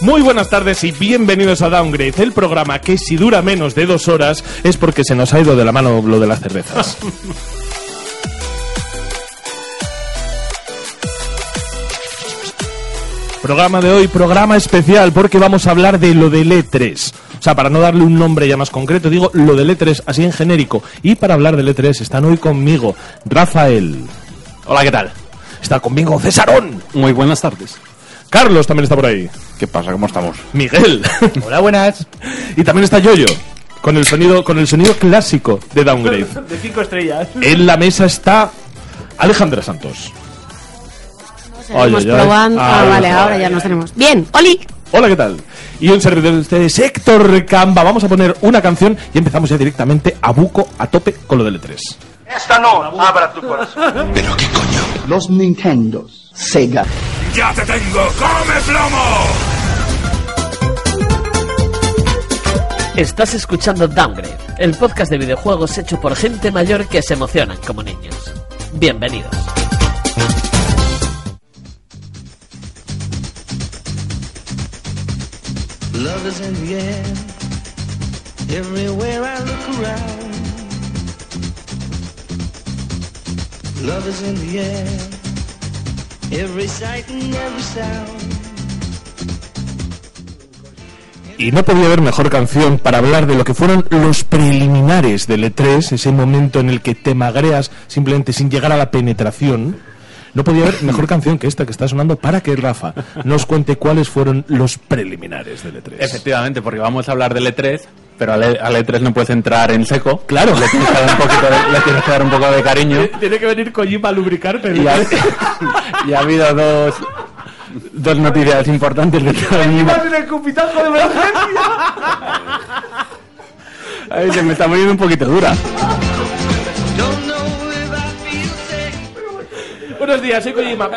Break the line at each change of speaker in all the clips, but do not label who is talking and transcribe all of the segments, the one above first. Muy buenas tardes y bienvenidos a Downgrade, el programa que si dura menos de dos horas es porque se nos ha ido de la mano lo de las cervezas. programa de hoy, programa especial, porque vamos a hablar de lo del E3. O sea, para no darle un nombre ya más concreto, digo lo del E3 así en genérico. Y para hablar del E3 están hoy conmigo Rafael.
Hola, ¿qué tal?
Está conmigo Cesarón.
Muy buenas tardes.
Carlos también está por ahí.
¿Qué pasa? ¿Cómo estamos?
Miguel.
Hola, buenas.
y también está Yoyo. Con el sonido, con el sonido clásico de Downgrade.
de cinco estrellas.
En la mesa está Alejandra Santos.
Estamos
Ay, ay, ay.
probando. Ah,
Ay,
vale,
ay,
ahora
ay.
ya nos tenemos. Bien, Oli.
Hola, ¿qué tal? Y un servidor de ustedes, Héctor Camba. Vamos a poner una canción y empezamos ya directamente a buco, a tope con lo del E E3.
Esta no, abra tu corazón.
los Nintendos, Sega.
¡Ya te tengo! ¡Come plomo!
Estás escuchando Downgrade, el podcast de videojuegos hecho por gente mayor que se emocionan como niños. Bienvenidos.
Love is in the air. Everywhere I look around. Love is in the air. Every sight and every sound.
Y no podía haber mejor canción para hablar de lo que fueron los preliminares del E3, ese momento en el que te magreas simplemente sin llegar a la penetración. No podía haber mejor canción que esta que está sonando para que Rafa nos cuente cuáles fueron los preliminares del E E3.
Efectivamente, porque vamos a hablar del E3, pero al, E- al E3 no puedes entrar en seco. Claro. Le tienes que dar un, poquito de, le tienes que dar un poco de cariño.
Tiene que venir Kojima a lubricarte.
Y ha, y ha habido dos, dos noticias importantes dentro del mismo.
el cupitazo de emergencia!
Ay, se me está poniendo un poquito dura.
Buenos días, soy Kojima.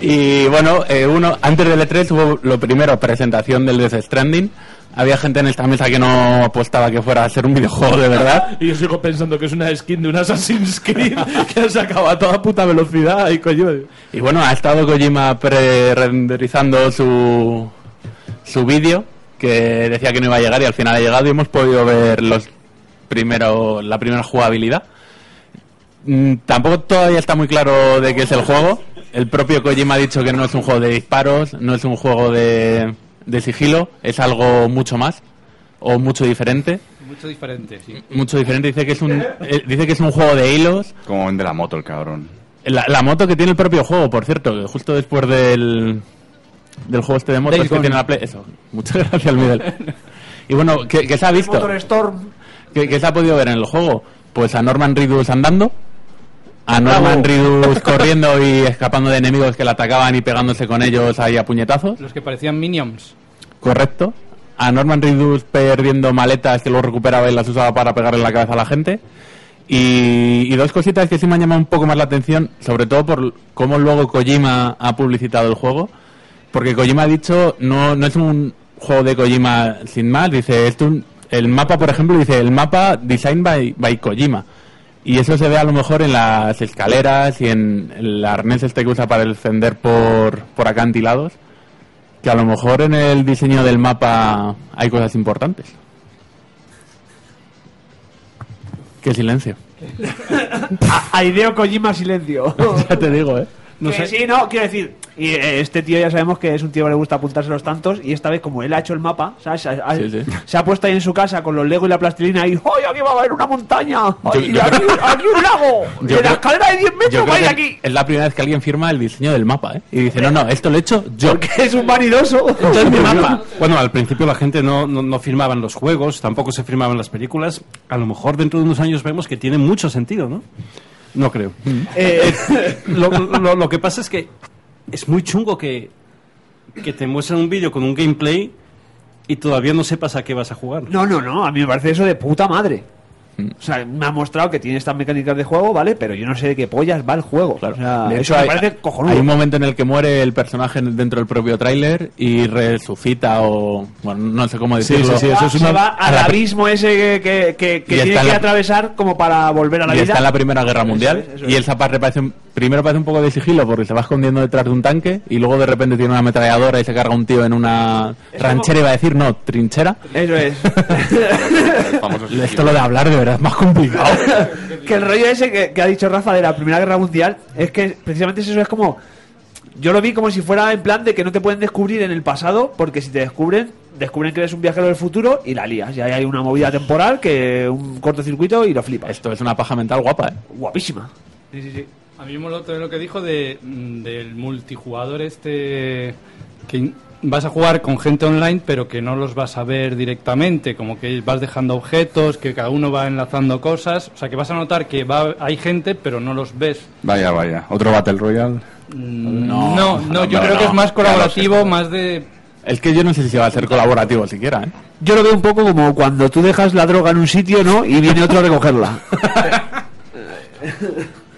Y bueno, eh, uno, antes del E3 hubo lo primero, presentación del Death Stranding. Había gente en esta mesa que no apostaba que fuera a ser un videojuego de verdad.
Y yo sigo pensando que es una skin de un Assassin's Creed que ha sacado a toda puta velocidad y coño.
Y bueno, ha estado Kojima pre-renderizando su, su vídeo que decía que no iba a llegar y al final ha llegado y hemos podido ver los primero, la primera jugabilidad. Mm, Tampoco todavía está muy claro de qué es el juego. El propio Kojima ha dicho que no es un juego de disparos, no es un juego de, de sigilo, es algo mucho más o mucho diferente.
Mucho diferente, sí.
Mucho diferente, dice que es un, eh, dice que es un juego de hilos,
Como vende la moto el cabrón.
la, la moto que tiene el propio juego, por cierto, que justo después del, del juego este de motos
Days
que
Gone.
tiene la Play. Eso, muchas gracias, Miguel. Y bueno, ¿qué, qué se ha visto?
Motor Storm.
¿Qué, qué se ha podido ver en el juego? Pues a Norman Reedus andando, a Norman Reedus corriendo y escapando de enemigos que le atacaban y pegándose con ellos ahí a puñetazos,
Los que parecían minions.
correcto. A Norman Reedus perdiendo maletas que luego recuperaba y las usaba para pegarle en la cabeza a la gente. Y, y dos cositas que sí me han llamado un poco más la atención, sobre todo por cómo luego Kojima ha publicitado el juego. Porque Kojima ha dicho, no, no es un juego de Kojima sin más. Dice, esto un- el mapa, por ejemplo, dice, el mapa designed by, by Kojima. Y eso se ve a lo mejor en las escaleras y en el arnés este que usa para descender por, por acantilados. Que a lo mejor en el diseño del mapa hay cosas importantes. Qué silencio.
Aideo Kojima Silencio.
Ya te digo, ¿eh?
No
sé.
Sí, no, quiero decir. Y eh, este tío ya sabemos que es un tío que le gusta apuntarse los tantos. Y esta vez, como él ha hecho el mapa, ¿sabes? Ha- ha-
Sí, sí.
se ha puesto ahí en su casa con los Lego y la plastilina. Y ¡ay, aquí va a haber una montaña!
Yo-
¡Ay, y
yo-
aquí, aquí un lago!
Yo
¡Y la
creo-
escalera de 10
Yo
metros va a ir
creo que
aquí!
es la primera vez que alguien firma el diseño del mapa, ¿eh? Y dice, no, no, esto lo he hecho yo.
Es un vanidoso.
Esto es mi mapa.
Bueno, al principio la gente no, no, no firmaban los juegos, tampoco se firmaban las películas. A lo mejor dentro de unos años vemos que tiene mucho sentido, ¿no? No creo. Eh, lo, lo- lo que pasa es que es muy chungo que, que te muestren un vídeo con un gameplay y todavía no sepas a qué vas a jugar.
No, no, no, a mí me parece eso de puta madre.
Mm.
O sea, me ha mostrado que tiene estas mecánicas de juego, ¿vale? Pero yo no sé de qué pollas va el juego. O sea,
De
eso
hecho,
me
hay-
parece
Hay un
cojonudo.
momento en el que muere el personaje dentro del propio tráiler y resucita o... Bueno, no sé cómo
Sí,
decirlo.
sí, sí,
Ah,
eso es
se
una-
va
a
al
la-
abismo ese que, que, que- que
Y
tiene
está
que
la-
atravesar como para volver a la
y
vida.
está en la Primera Guerra Mundial
es, eso
y
es.
el Zapar parece un, Primero parece un poco de sigilo porque se va escondiendo detrás de un tanque y luego de repente tiene una ametralladora y se carga un tío en una ranchera, iba a decir, no, trinchera.
Eso es.
Esto lo de hablar de verdad es más complicado.
que el rollo ese que, que ha dicho Rafa de la Primera Guerra Mundial es que precisamente eso es como. Yo lo vi como si fuera en plan de que no te pueden descubrir en el pasado, porque si te descubren, descubren que eres un viajero del futuro y la lías. Y ahí hay una movida temporal que un cortocircuito y lo flipas.
Esto es una paja mental guapa, ¿eh?
Guapísima.
Sí, sí, sí. A mí me moló también lo que dijo de, mm, del multijugador este que in- vas a jugar con gente online pero que no los vas a ver directamente, como que vas dejando objetos, que cada uno va enlazando cosas, o sea que vas a notar que va, hay gente pero no los ves.
Vaya, vaya. Otro Battle Royale.
No, no, yo creo que es más colaborativo, más de...
Es que yo no sé si va a ser colaborativo siquiera, ¿eh?
Yo lo veo un poco como cuando tú dejas la droga en un sitio, ¿no? Y viene otro a recogerla.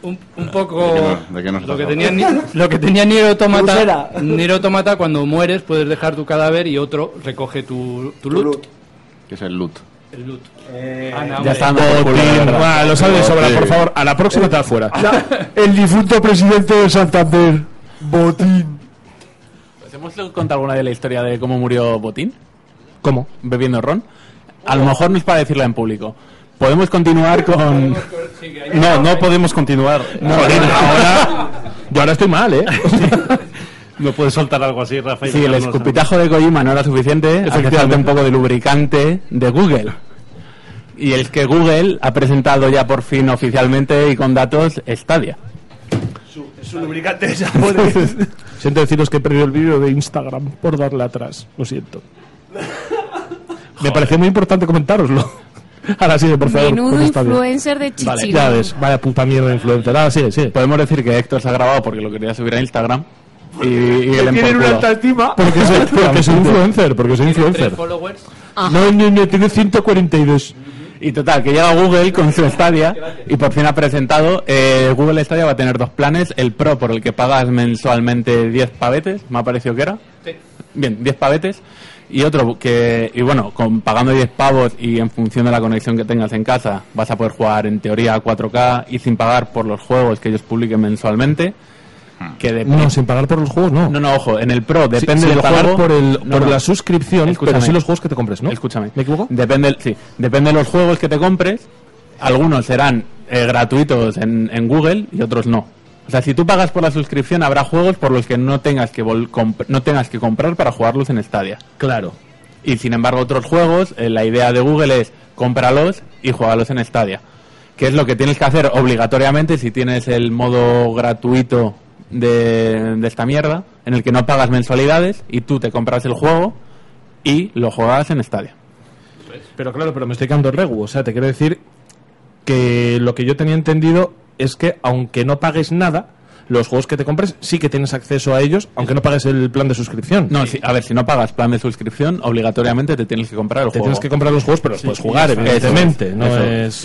Un, un poco
¿De qué nos
lo que,
estás
tenía, Ni-
hablando?
lo que tenía Nier Automata,
Pulsera.
Nier Automata cuando mueres puedes dejar tu cadáver y otro recoge tu, tu loot.
Que es el loot.
El loot. Ah,
Ya está, no, por culo, de verdad. Va, lo sabes de sobra, por favor. A la próxima te afuera.
el difunto presidente de Santander, Botín.
¿Hemos contado alguna de la historia de cómo murió Botín?
¿Cómo?
Bebiendo ron. A lo mejor no es para decirla en público. Podemos continuar con...
No, no podemos continuar.
Yo ahora estoy mal, ¿eh?
No puedes soltar algo así, Rafa. y
Sí, el
dejarnos-
escupitajo de Kojima no era suficiente, hace falta un poco de lubricante de Google. Y es que Google ha presentado ya por fin oficialmente y con datos Stadia.
Su lubricante de
Siento deciros que he perdido el vídeo de Instagram por darle atrás. Lo siento. Me pareció muy importante comentároslo. Ahora sí, por favor.
Menudo
contestad bien.
influencer de Chichiro.
Vale, ya ves, vaya puta mierda de influencer. Ahora sí, sí.
Podemos decir que Héctor se ha grabado porque lo quería subir a Instagram. Y, y le
Tienen
den por
una
culo.
alta estima. Porque soy, porque soy influencer, porque soy influencer. No, no, no, tiene 142.
Y total, que llega Google con su Stadia y por fin ha presentado. eh, Google Stadia va a tener dos planes: el Pro, por el que pagas mensualmente 10 pavetes, me ha parecido que era. Bien, 10 pavetes. Y otro que, y bueno, con, pagando 10 pavos y en función de la conexión que tengas en casa, vas a poder jugar en teoría a 4K y sin pagar por los juegos que ellos publiquen mensualmente.
Ah.
Que de-
No, sin pagar por los juegos, no.
no, no, ojo, en el Pro depende
sin
del
pagar
juego.
por el-
No,
por
no.
la suscripción, pero
Escúchame.
sí los juegos que te compres, ¿no?
Escúchame. ¿Me equivoco? Depende, sí, depende de los juegos que te compres. Algunos serán eh, gratuitos en, en Google y otros no. O sea, si tú pagas por la suscripción, habrá juegos por los que no tengas que, vol- comp- no tengas que comprar para jugarlos en Stadia.
Claro.
Y sin embargo, otros juegos, eh, la idea de Google es cómpralos y juegalos en Stadia. Que es lo que tienes que hacer obligatoriamente si tienes el modo gratuito de, de esta mierda, en el que no pagas mensualidades y tú te compras el juego y lo juegas en Stadia.
Pero claro, pero me estoy quedando regu. O sea, te quiero decir que lo que yo tenía entendido es que aunque no pagues nada, los juegos que te compres sí que tienes acceso a ellos, aunque no pagues el plan de suscripción.
No, si- a ver, si no pagas plan de suscripción, obligatoriamente te tienes que comprar el
Te
juego.
tienes que comprar los juegos, pero los
Sí,
puedes jugar,
eso es,
evidentemente.
eso
no
es.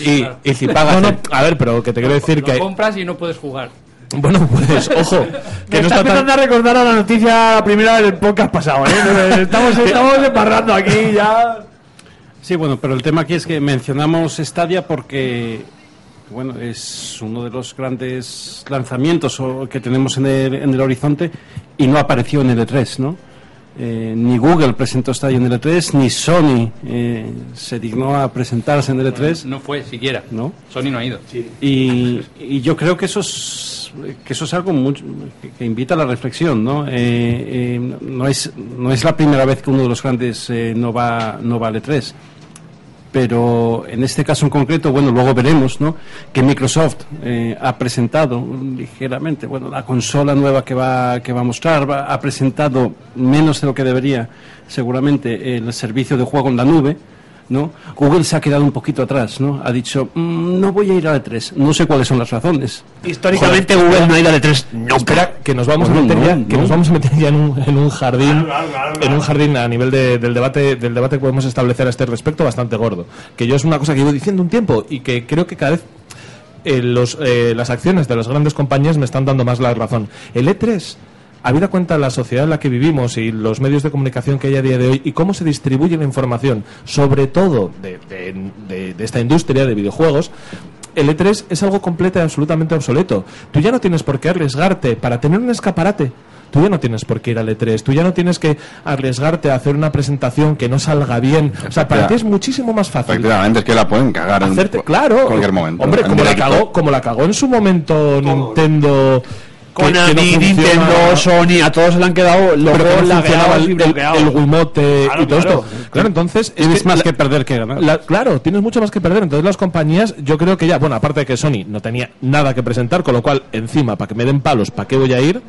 es-
Y- Sí, y si pagas
No,
el-
no, a ver, pero que te quiero decir que.
Lo compras y no puedes jugar.
Bueno, pues, ojo.
Me
Que no
está
está tan.
empezando a recordar a la noticia primera del podcast pasado, ¿eh? Estamos, estamos embarrando aquí ya.
Sí, bueno, pero el tema aquí es que mencionamos Stadia porque bueno, es uno de los grandes lanzamientos o- que tenemos en el, en el horizonte y no apareció en el E3, ¿no? Eh, ni Google presentó Stadia en el E3, ni Sony eh, se dignó a presentarse en el E3.
No fue siquiera.
¿No?
Sony no ha ido.
Y, y yo creo que eso es, que eso es algo mucho- que, que invita a la reflexión, ¿no? Eh, eh, no, es, no es la primera vez que uno de los grandes eh, no, va, no vale tres. Pero en este caso en concreto, bueno, luego veremos, ¿no? Que Microsoft eh, ha presentado mm, ligeramente, bueno, la consola nueva que va, que va a mostrar, va- ha presentado menos de lo que debería, seguramente, el servicio de juego en la nube, ¿no? Google se ha quedado un poquito atrás, ¿no? Ha dicho, "Mm, no voy a ir a la 3 no sé cuáles son las razones.
Históricamente Google no ha ido a E3 nunca.
Espera, que nos vamos a
Bueno,
meter
no,
ya, que
no.
nos vamos a meter ya en un, en un jardín, en un jardín a nivel de- del debate, del debate que podemos establecer a este respecto bastante gordo. Que yo es una cosa que llevo diciendo un tiempo y que creo que cada vez eh, los, eh, las acciones de las grandes compañías me están dando más la razón. El E3, habida cuenta de la sociedad en la que vivimos y los medios de comunicación que hay a día de hoy y cómo se distribuye la información, sobre todo de, de- de- de esta industria de videojuegos, el E3 es algo completo y absolutamente obsoleto. Tú ya no tienes por qué arriesgarte para tener un escaparate. Tú ya no tienes por qué ir al E3, tú ya no tienes que arriesgarte a hacer una presentación que no salga bien. O sea, para ti es muchísimo más fácil.
Efectivamente, es que la pueden cagar en
Hacerte,
cu-
claro.
cualquier momento.
Hombre,
En
como la,
directo.
cagó, como la cagó en su momento Nintendo. que- que no
Konami,
funciona-
Nintendo, Sony, a todos se le han quedado los
pero que
juegos
no funcionaba
lagueados
el,
y
el,
bloqueados.
el Wiimote
Claro,
y todo
claro.
esto. Claro, entonces.
Tienes más que
perder que ganar. claro, tienes mucho más que perder. Entonces, las compañías, yo creo que ya, bueno, aparte de que Sony no tenía nada que presentar, con lo cual, encima, para que me den palos, ¿para qué voy a ir?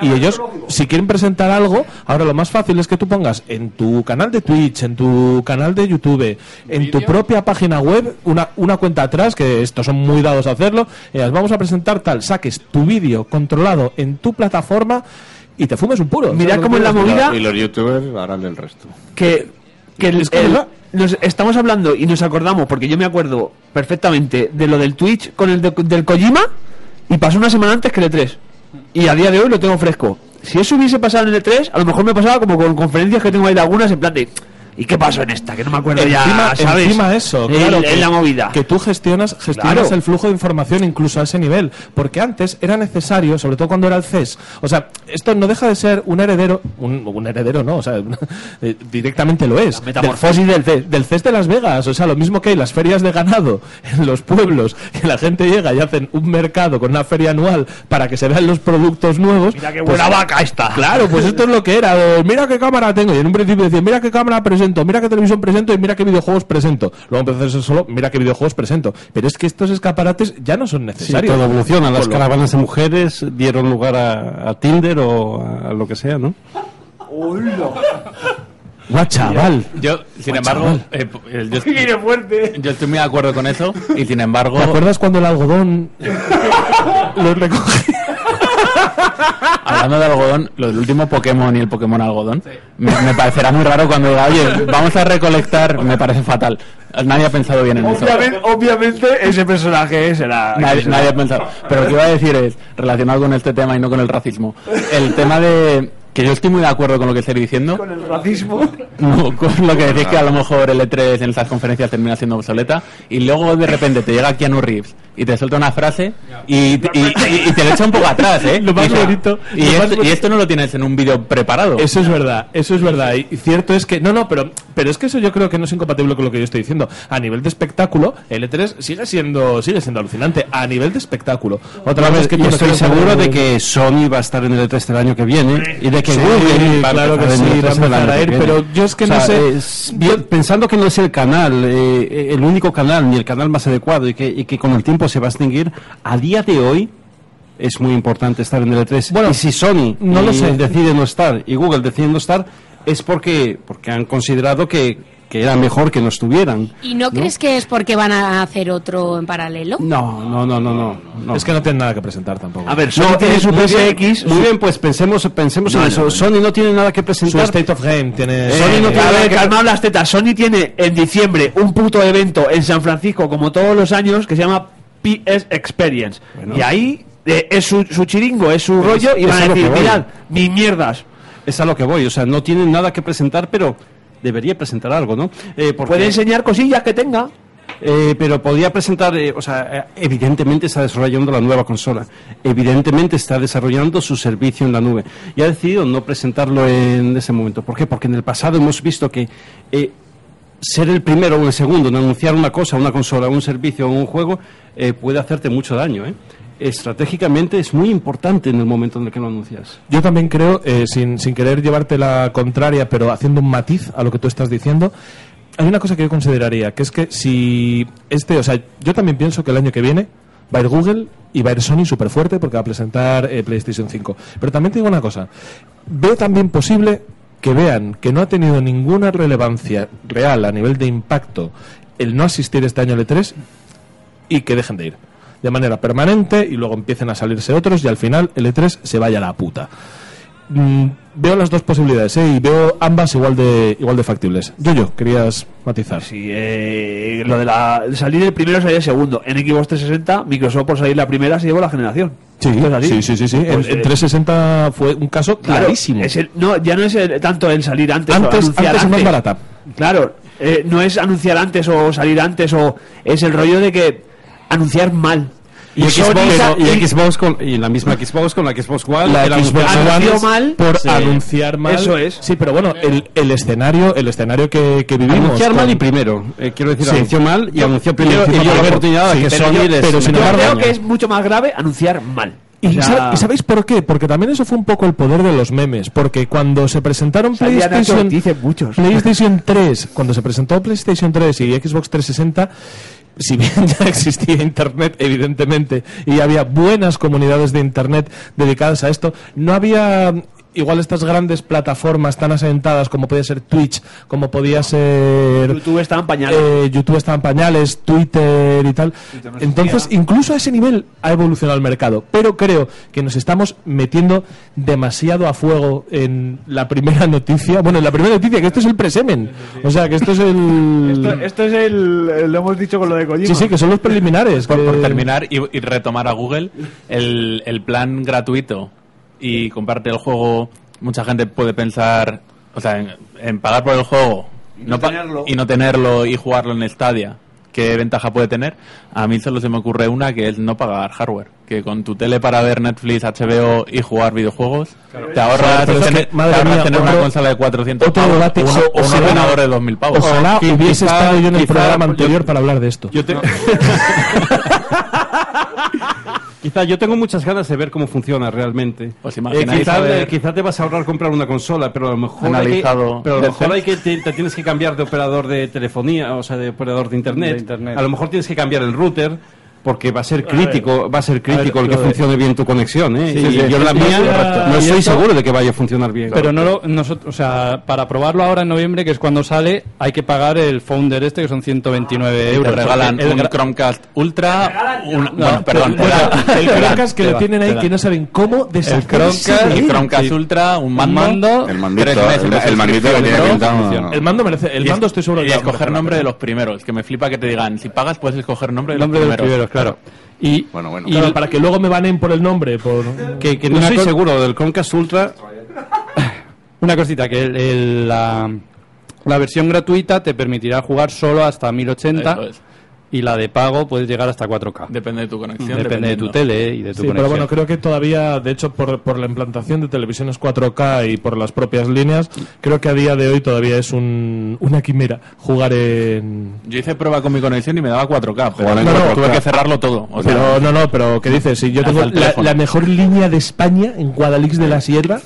Y ellos, si quieren presentar algo, ahora lo más fácil es que tú pongas en tu canal de Twitch, en tu canal de YouTube, en tu propia página web, una, una cuenta atrás, que estos son muy dados a hacerlo, y las vamos a presentar tal, saques tu vídeo controlado en tu plataforma y te fumes un puro.
Mirad
¿Sabes
cómo
lo
es
que
la
digo?
movida.
Y los youtubers harán el resto.
que, que el- el- nos estamos hablando y nos acordamos, porque yo me acuerdo perfectamente de lo del Twitch con el de- del Kojima y pasó una semana antes que el E3. Y a día de hoy lo tengo fresco. Si eso hubiese pasado en el E3, a lo mejor me pasaba como con conferencias que tengo ahí de algunas en plan de... ¿Y qué pasó en esta? Que no me acuerdo
encima,
ya, ¿sabes?
encima eso,
El-
claro,
el-
que-
la movida.
Que tú gestionas, gestionas
Claro.
el flujo de información incluso a ese nivel. Porque antes era necesario, sobre todo cuando era el CES. O sea, esto no deja de ser un heredero, un, un heredero no, o sea, eh, directamente lo es.
metamorfosis
del CES. Del CES de Las Vegas. O sea, lo mismo que hay las ferias de ganado en los pueblos, que la gente llega y hacen un mercado con una feria anual para que se vean los productos nuevos. pues
Mira qué buena vaca esta.
Claro, pues esto es lo que era. de, mira qué cámara tengo. Y en un principio decía, mira qué cámara presento, mira qué televisión presento y mira qué videojuegos presento. Luego empezó a ser solo, mira qué videojuegos presento. Pero es que estos escaparates ya no son
Sí,
necesarios.
todo evoluciona. Las
Con lo-
caravanas de mujeres dieron lugar a, a Tinder o a, a lo que sea, ¿no?
Guau, chaval.
Yo, sin
Guau,
embargo,
chaval.
eh, p- eh, yo, estoy, yo estoy muy de acuerdo con eso y sin embargo,
¿Te acuerdas cuando el algodón lo recogí?
hablando de algodón, lo del último Pokémon y el Pokémon algodón, me, me parecerá muy raro cuando diga, oye, vamos a recolectar, me parece fatal. Nadie ha pensado bien en eso.
Obviamente, obviamente ese personaje será...
Nadie,
será-
nadie ha pensado. Pero lo que iba a decir es, relacionado con este tema y no con el racismo, el tema de que yo estoy muy de acuerdo con lo que estáis diciendo,
Con el racismo.
No, con lo que decís que a lo mejor el E3 en estas conferencias termina siendo obsoleta y luego de repente te llega Keanu Reeves y te suelta una frase y, y, y- y te lo echa un poco atrás, ¿eh?
Lo más
Y dices,
bonito,
Y,
lo más
esto, y
bonito".
esto no lo tienes en un vídeo preparado.
Eso es verdad, eso es verdad. Y y cierto es que. No, no, pero, pero es que eso yo creo que no es incompatible con lo que yo estoy diciendo. A nivel de espectáculo, el E3 sigue siendo, sigue siendo alucinante. A nivel de espectáculo. Otra vez que tú
yo
no
estoy
quieres
seguro
saber-
de que Sony va a estar en el E3 del año que viene y de que
Sí,
Google va a
claro que
estar en el
sí,
E3
va a
del
empezar
año
a
que
ir,
viene.
pero yo es que
O
no
sea,
sé-
es- yo- pensando que no es el canal, eh, el único canal ni el canal más adecuado y que, y que con el tiempo se va a extinguir, a día de hoy es muy importante estar en el E3. y si Sony
no lo
eh,
sé.
decide no estar y Google decide no estar, es porque, porque han considerado que, que era mejor que no estuvieran.
¿Y no, crees que es porque van a hacer otro en paralelo?
No, no, no, no, no. no.
Es que no tienen nada que presentar tampoco.
A ver,
No,
Sony tiene
es
su
muy bien.
PSX. Muy bien, pues pensemos, pensemos
No,
en
no,
eso.
no, no.
Sony no tiene nada que
Su
presentar.
State of Game tiene.
Sony no
eh,
tiene que calmar las tetas. Sony tiene en diciembre un puto evento en San Francisco, como todos los años, que se llama PS Experience. Y ahí eh, es su, su chiringo, es su rollo, y
es
van
a
a
lo
decir,
que voy.
mirad, mis mierdas.
Es a lo que voy. O sea, no tiene nada que presentar, pero debería presentar algo, ¿no? Eh, porque-
Puede enseñar cosillas que tenga.
Eh, pero podría presentar, eh, o sea, eh, evidentemente está desarrollando la nueva consola, evidentemente está desarrollando su servicio en la nube y ha decidido no presentarlo en ese momento. ¿Por qué? Porque en el pasado hemos visto que eh, ser el primero o el segundo en anunciar una cosa, una consola, un servicio o un juego eh, puede hacerte mucho daño. ¿eh? Estratégicamente es muy importante en el momento en el que lo anuncias.
Yo también creo, eh, sin, sin querer llevarte la contraria, pero haciendo un matiz a lo que tú estás diciendo, hay una cosa que yo consideraría, que es que si este, o sea, yo también pienso que el año que viene va a ir Google y va a ir Sony súper fuerte porque va a presentar eh, PlayStation 5. Pero también te digo una cosa, veo también posible que vean que no ha tenido ninguna relevancia real a nivel de impacto el no asistir este año al E3 y que dejen de ir de manera permanente y luego empiecen a salirse otros y al final el E3 se vaya a la puta. Mm, veo las dos posibilidades ¿eh? y veo ambas igual de igual de factibles. Yo yo querías matizar.
Sí, eh, lo de la, salir el primero, salir el segundo. En Xbox 360, Microsoft por salir la primera se llevó la generación.
Sí,
Esto es así.
sí, sí, sí, sí. En-
Pues,
en,
eh,
360 fue un caso
Claro,
clarísimo.
es el- no, ya no es el- tanto el salir antes, o
antes,
anunciar
antes es más barata.
Claro, eh, no es anunciar antes o salir antes o es el rollo de que anunciar mal.
Y,
Sony sa-
Xbox, y,
y-
Xbox con, y la misma Xbox con la Xbox One.
la
que era
Xbox
un-
One
Anunció
es por
Sí.
anunciar mal.
Eso es.
Sí, pero bueno, el, el escenario, el escenario que, que vivimos.
Anunciar
con-
mal y primero. Eh, quiero decir,
Sí.
anunció mal y anunció primero.
Yo-
hizo
yo-
mala
a ver,
oportunidad
sí,
que
pero
Sony
yo-
les-
pero sin
les
embargo-
daño.
Creo que es mucho más grave anunciar mal.
¿Y,
O sea,
sab- y sabéis por qué? Porque también eso fue un poco el poder de los memes. Porque cuando se presentaron
Salía Nacho
PlayStation,
Ortiz en muchos.
PlayStation 3, cuando se presentó PlayStation 3 y Xbox 360, si bien ya existía Internet, evidentemente, y había buenas comunidades de Internet dedicadas a esto, no había igual estas grandes plataformas tan asentadas como podía ser Twitch, como podía ser...
YouTube estaba en pañales.
Eh, YouTube estaba en pañales, Twitter y tal.
no
Entonces, incluso a ese nivel ha evolucionado el mercado. Pero creo que nos estamos metiendo demasiado a fuego en la primera noticia. Bueno, en la primera noticia, que esto es el presemen. O sea, que esto es el.
Esto, esto es el. Lo hemos dicho con lo de Kojima.
Sí, sí, que son los preliminares.
Por,
que-
por terminar y, y retomar a Google el, el plan gratuito y comparte el juego, mucha gente puede pensar, o sea, en, en pagar por el juego no pa- y no tenerlo y jugarlo en Stadia. ¿Qué ventaja puede tener? A mí solo se me ocurre una que es no pagar hardware. Que con tu tele para ver Netflix, HBO y jugar videojuegos, te ahorras,
Pero es que,
tener, te
madre
ahorras
mía,
tener una
otro-
consola de 400
otro
pavos
debate.
o un- o un
Ojalá-
ordenador de 2.000 pavos.
Ojalá
Qui-
hubiese
quizá-
estado yo en el
quizá-
programa
yo-
anterior para hablar de esto.
Yo te- Quizá yo tengo muchas ganas de ver cómo funciona realmente.
Pues
Os imagináis
Eh, quizá,
haber-
eh, quizá te vas a ahorrar comprar una consola, pero a lo mejor, hay,
Analizado
que, pero a lo mejor
Netflix.
hay que te, te tienes que cambiar de operador de telefonía, o sea, de operador de internet.
De internet.
A lo mejor tienes que cambiar el router. Porque va a ser
A ver.
crítico, va a ser crítico
A ver,
el que
lo de-
funcione bien tu conexión, ¿eh?
Sí,
Y-
sí,
y yo
sí,
la
sí,
mía
correcto.
no
Y
estoy
esto-
seguro de que vaya a funcionar bien.
Pero no lo, nosotros, o sea, para probarlo ahora en noviembre, que es cuando sale, hay que pagar el founder este, que son 129
Te
euros.
regalan
El
un
gra-
Chromecast Ultra. un- bueno,
No,
perdón.
te- te-
El
te dan,
Chromecast que
te
lo
dan,
tienen
te
ahí,
dan.
que no saben cómo
El
deshacerse
Chromecast,
de
el
él.
Chromecast Ultra, un mando,
mando,
el
mandito,
tres meses
el-
de
el mandito que
suscripción,
tiene
¿no?
pintado-
El mando merece. El
Y es-
mando estoy seguro
Y
que da un
escoger
mejor
nombre
nombre.
de los primeros, que me flipa que te digan, si pagas puedes escoger nombre de los
nombre de los
primeros.
primeros, claro. Y, bueno,
bueno.
y
Claro, para que luego me banen por el nombre. Por...
que, que
no
una
estoy
co-
seguro del Chromecast Ultra.
Una cosita, que el- el- la, la versión gratuita te permitirá jugar solo hasta 1080
Eso es.
y la de pago puedes llegar hasta 4K.
Depende de tu conexión.
Depende de tu
dependiendo.
tele y de tu
Sí,
conexión.
pero bueno, creo que todavía, de hecho, por, por la implantación de televisiones 4K y por las propias líneas, creo que a día de hoy todavía es un, una quimera jugar en...
Yo hice prueba con mi conexión y me daba 4K, pero
Jugar en
no, no,
4K.
tuve que cerrarlo todo. O sea,
Pero no, no, pero ¿qué dices? Si yo
Hasta
tengo
el
la,
teléfono.
la mejor línea de España en Guadalix de la Sierra,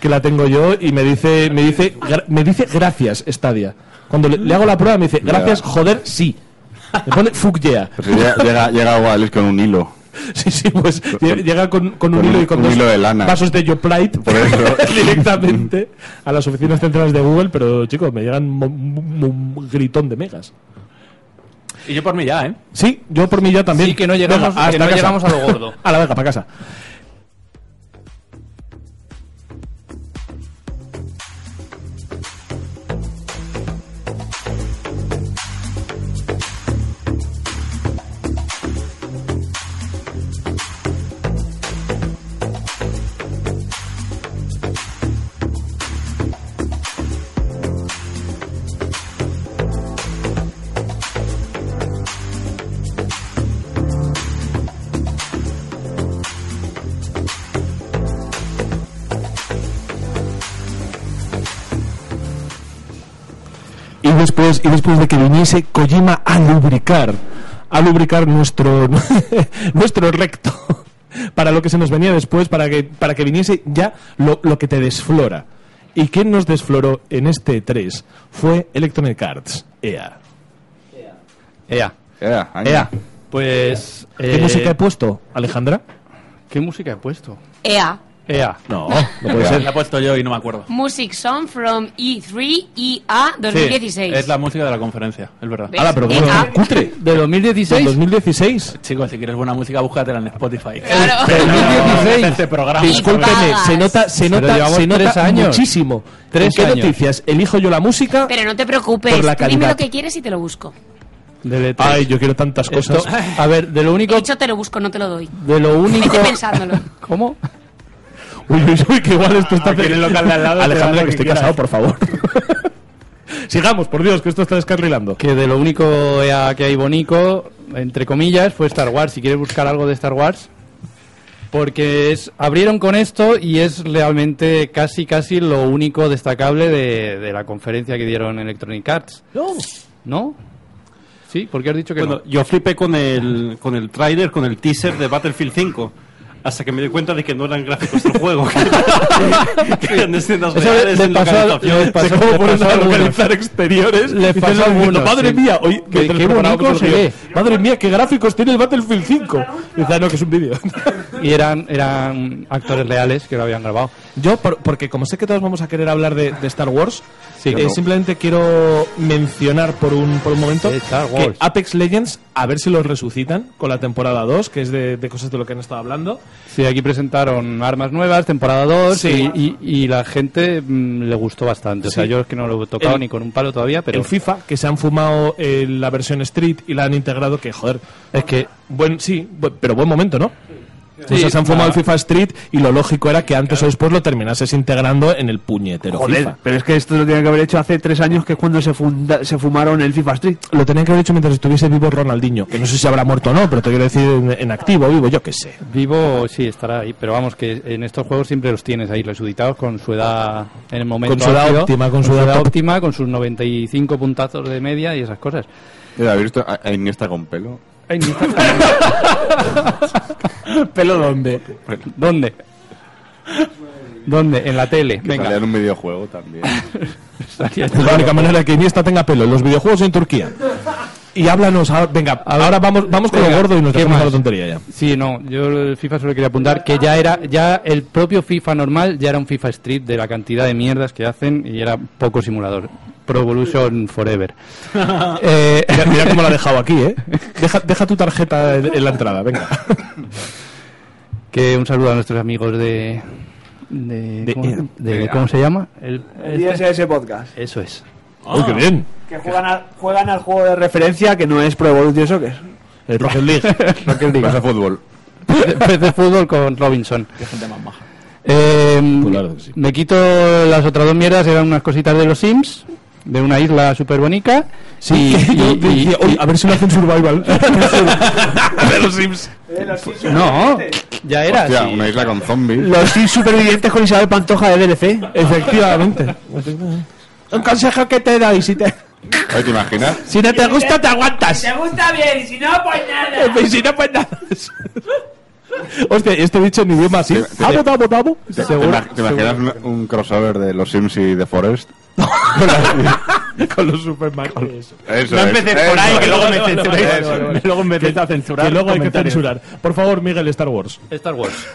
que la tengo yo, y me dice, me dice, gra- me dice gracias, Stadia. Cuando le, le hago la prueba me dice, gracias, joder, sí. Me pone fuck yeah.
Pero si llega, llega, llega a Guadalix con un hilo.
Sí, sí, pues lle- llega con, con un
Con
hilo
un-
y con
un
dos
hilo de lana.
vasos de Yoplite
Por eso.
directamente a las oficinas centrales de Google, pero chicos, me llegan mo- mo- mo- un gritón de megas.
Y yo por mí ya, ¿eh?
Sí, yo por mí ya también.
Sí, que no llegamos-
Venga, hasta
que no
casa.
llegamos a lo gordo.
a la verga, para casa. y después y después de que viniese Kojima a lubricar a lubricar nuestro nuestro recto para lo que se nos venía después para que para que viniese ya lo, lo que te desflora y quien nos desfloró en este 3 fue Electronic Arts E EA
Ea,
Ea, ahí.
ea. Pues.
¿qué
eh,
música he puesto Alejandra?
¿Qué música he puesto?
EA.
Ea.
no no puede
Ea.
ser
La he puesto yo y no me acuerdo.
Music Song from E E3 EA 2016.
es la música de la conferencia, es verdad.
¿Ves?
Ala, Ah, pero bueno,
EA.
cutre
¿De 2016?
¿Del 2016
Chicos, si quieres buena música, búscatela en Spotify.
Claro.
Pero no,
2016.
este programa.
Discúlpeme,
pagas.
se nota, se
Pero
nota,
llevamos
se nota
tres años.
muchísimo.
Tres
¿En qué
años.
noticias elijo yo la música?
Pero no te preocupes,
Por la
tú dime
calidad.
lo que quieres y te lo busco.
Del E3.
Ay, yo quiero tantas
Pues Esto-
cosas.
a ver, de lo
De
único.
hecho, te lo busco, no te lo doy.
De lo único.
Vete pensándolo.
¿Cómo?
Uy, uy, uy, que igual esto está...
Aquí en el local de al lado te da lo
Alejandra, que
que
estoy
quieras.
casado, por favor. Sigamos, por Dios, que esto está descarrilando.
Que de lo único EA que hay bonico
entre comillas, fue Star Wars. Si quieres buscar algo de Star Wars, porque es, abrieron con esto y es realmente casi, casi lo único destacable de, de la conferencia que dieron Electronic Arts.
No.
¿No? Sí, porque has dicho que
Bueno, yo flipé con el, con el tráiler, con el teaser de Battlefield 5. Hasta que me di cuenta de que no eran gráficos del juego. que- que eran escenas
Eso le-
reales
le
en
pasó a-
localización.
le pasó-
Se como
le
ponen
pasó
a
a algunos.
localizar exteriores.
Le
y
pasó
te lo
a
diciendo,
algunos,
Madre
sí.
mía, hoy
Qué- qué bonito se ve.
Madre mía, qué gráficos tiene el Battlefield 5.
"Ah,
que es un vídeo. y eran, eran actores reales que lo habían grabado.
Yo, por- porque como sé que todos vamos a querer hablar de, de Star Wars,
Sí.
eh, simplemente quiero mencionar por un, por un momento
De Star
que
Wars.
Apex Legends, a ver si los resucitan con la temporada 2, que es de, de cosas de lo que han estado hablando.
Sí, aquí presentaron armas nuevas, temporada 2,
Sí.
y, y- y la gente mm, le gustó bastante. O sea,
Sí.
yo es que no lo he tocado
El-
ni con un palo todavía, pero...
El FIFA, que se han fumado eh, la versión Street y la han integrado, que joder, es que, buen, sí, bu- pero buen momento, ¿no?
Sí,
o sea, se han fumado
ah.
el FIFA Street y lo lógico era que antes o después lo terminases integrando en el puñetero
Joder,
FIFA.
pero es que esto lo tienen que haber hecho hace tres años, que es cuando se, funda- se fumaron el FIFA Street.
Lo tenían que haber hecho mientras estuviese vivo Ronaldinho, que no sé si habrá muerto o no, pero te quiero decir en, en activo, vivo, yo qué sé.
Vivo, sí, estará ahí, pero vamos, que en estos juegos siempre los tienes ahí resucitados con su edad en el momento.
Con su edad
álgido,
óptima, con su edad top.
óptima, con sus 95 puntazos de media y esas cosas.
Mira, ¿habéis visto a a Iniesta con pelo?
¿Pelo dónde?
¿Dónde? ¿Dónde? En la tele.
Que salía
Venga.
en un videojuego también.
Es la única manera que Iniesta tenga pelo, los videojuegos en Turquía. Y háblanos, ahora- venga, ahora vamos, vamos con lo
Venga,
gordo y nos
¿qué
dejamos a la
más?
tontería ya.
Sí, no, yo el FIFA solo quería apuntar que ya era, ya el propio FIFA normal ya era un FIFA Street de la cantidad de mierdas que hacen y era poco simulador. Pro Evolution Forever. Eh,
Mira, mira cómo la ha dejado aquí, ¿eh? Deja, deja tu tarjeta en, en la entrada, venga.
Que un saludo a nuestros amigos de. de, ¿cómo, de- ¿cómo se llama? El,
El ISS Podcast.
Eso es.
¡Uy, qué bien!
Que juegan, al- juegan al juego de referencia que no es Pro Evolution Soccer.
El Eh, Rocket League.
Rocket League.
Pasa fútbol.
PC Fútbol con Robinson. Eh,
Mm.
Me quito las otras dos mierdas, eran unas cositas de los Sims, de una isla súper bonita. Sí, y,
Yo
y-
decía, "Oye, a ver si lo hacen survival.
los Sims.
no, ya era
Hostia,
así.
una isla con zombies.
Los Sims supervivientes con Isabel Pantoja de DLC.
Efectivamente. Un consejo que te doy, si, te,
Ay, ¿Te imaginas?
si no te gusta, te aguantas.
gusta bien, si no, pues nada.
Y si no, pues nada. Hostia, y este dicho en idioma así.
Te- te-
Abo, dabo, dabo.
¿Te, te ima- te imaginas un, un crossover de los Sims y The Forest?
Con los Superman.
Eso
No
es,
empecé por
eso
ahí, que
es.
luego me
Vale, vale,
censuráis.
vale, vale, vale.
Luego me empecéis a censurar.
Que luego hay que
comentarios.
censurar. Por favor, Miguel, Star Wars.
Star Wars.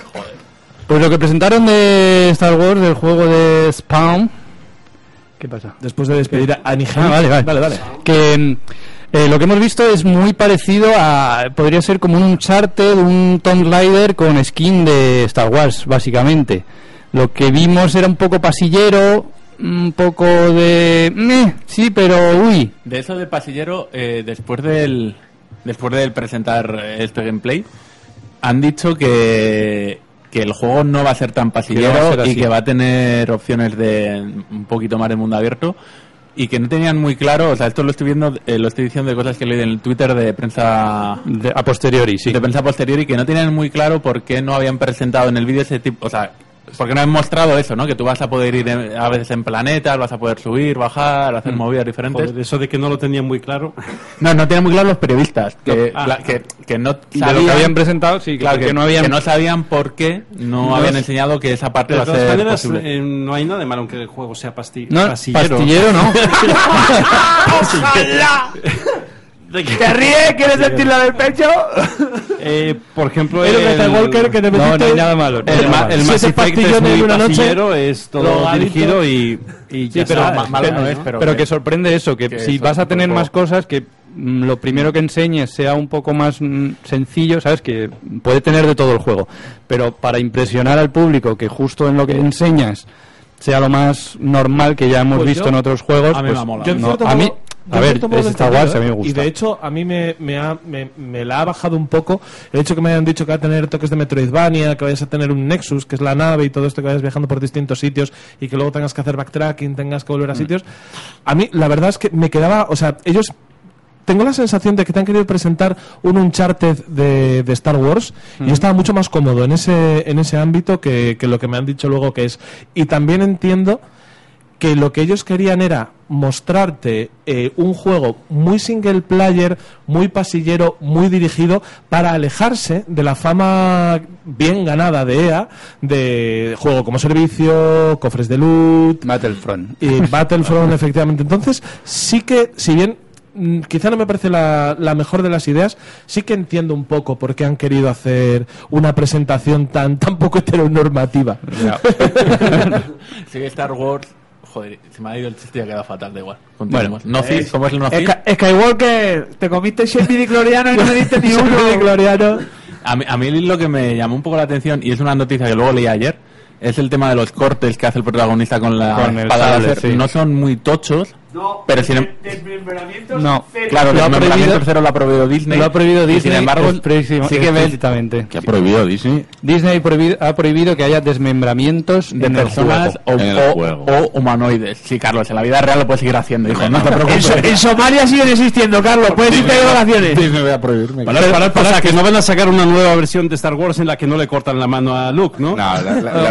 Pues lo que presentaron de Star Wars, del juego de Spawn. ¿Qué pasa?
Después de despedir a Anijel.
Ah, vale, vale.
Dale, dale.
que mm, eh, lo que hemos visto es muy parecido a podría ser como un Uncharted, un Tomb Raider con skin de Star Wars básicamente. Lo que vimos era un poco pasillero, un poco de "Meh, sí, pero uy,
De eso de pasillero, eh, después del después del presentar este gameplay, han dicho que, que el juego no va a ser tan
Que no va
pasillero
a ser así.
y que va a tener opciones de un poquito más de mundo abierto y que no tenían muy claro, o sea, esto lo estoy viendo, eh, lo estoy diciendo de cosas que leí en el Twitter de prensa
de- a posteriori, sí.
de prensa posterior y que no tenían muy claro por qué no habían presentado en el vídeo ese tipo, o sea, por qué no han mostrado eso, ¿no? Que tú vas a poder ir en- a veces en planetas, vas a poder subir, bajar,
Mm.
hacer movidas diferentes.
Joder, eso de que no lo tenían muy claro.
No, no tenían muy claro los periodistas que,
No, ah.
la- que, que no
De
sabían,
lo que habían presentado, sí,
claro,
que,
que,
no habían
que no sabían por qué no,
No
habían
es-
enseñado que esa parte
De
va a
todas
ser
maneras,
posible.
eh, no hay nada de malo en que el juego sea pasti-
No,
pastillero.
pastillero no.
¿Te ríes? ¿Quieres sentirla del pecho?
Eh, por ejemplo,
Pero
el,
que Skywalker, que te
No, no hay
metiste-
nada malo. no hay
el,
nada
ma-
malo.
el
Si
Mass
ese
Effect
pastillón
es
en
muy
una noche,
pastillero, es todo
drogadicto.
dirigido y, y ya
pero ah,
está.
ma- malo
Pero-
no es,
pero,
pero
que
que-
sorprende eso, que,
que
si
eso
vas a
es un
tener
poco-
más cosas, que mm, lo primero que enseñes sea un poco más mm, sencillo, ¿sabes? Que puede tener de todo el juego, pero para impresionar al público, que justo en lo que enseñas sea lo más normal que ya hemos
Pues
visto
yo-
en otros juegos,
a mí
pues,
me mola.
Yo en
no,
cierto
a mí,
modo- yo
a
en
ver,
cierto modo
es
lo
Star
entendí,
Wars, a mí me
¿eh?
gusta.
Y de hecho, a mí me, me, ha- me- me la ha bajado un poco el hecho que me hayan dicho que va a tener toques de Metroidvania, que vayas a tener un Nexus, que es la nave y todo esto, que vayas viajando por distintos sitios y que luego
Mm.
tengas que hacer backtracking, tengas que volver a sitios. A mí, la verdad es que me quedaba, o sea, ellos tengo la sensación de que te han querido presentar un Uncharted de, de Star Wars
Mm.
y yo estaba mucho más cómodo en ese, en ese ámbito que, que lo que me han dicho luego que es. Y también entiendo que lo que ellos querían era mostrarte eh, un juego muy single player, muy pasillero, muy dirigido, para alejarse de la fama bien ganada de EA, de juego como servicio, cofres de loot.
Battlefront.
Y Battlefront, efectivamente. Entonces, sí que, si bien mm, quizá no me parece la, la mejor de las ideas, sí que entiendo un poco por qué han querido hacer una presentación tan, tan poco heteronormativa.
Sigue Star Wars. Joder, se me ha ido el chiste y ha quedado fatal, da igual.
Continuemos.
no
Nozis,
¿cómo es el Nozis?
Sky- Skywalker, te comiste 100 midiclorianos y no me diste ni uno.
A mí, a mí lo que me llamó un poco la atención, y es una noticia que luego leí ayer, es el tema de los cortes que hace el protagonista con la
Con el
espada
sable,
láser.
sí.
No son muy tochos, pero sin em-
No,
claro,
Lo ha
desmembramiento
prohibido-
tercero lo ha prohibido Disney.
Lo ha prohibido
Y
Disney.
Sin embargo,
expresi-
sí que ves
explícitamente.
¿Que ha prohibido Disney?
Disney prohibi- ha prohibido que haya desmembramientos
de
en el
personas o,
juego.
o- o humanoides. Sí, Carlos, en la vida real lo puedes seguir haciendo, hijo, no te
En,
preocupes.
So- en Somalia siguen existiendo, Carlos. Puedes irte de vacaciones.
Disney voy a prohibirme.
Parad,
pues,
parad, parad, que no van a sacar una nueva versión de Star Wars en la que no le cortan la mano a Luke, ¿no? No,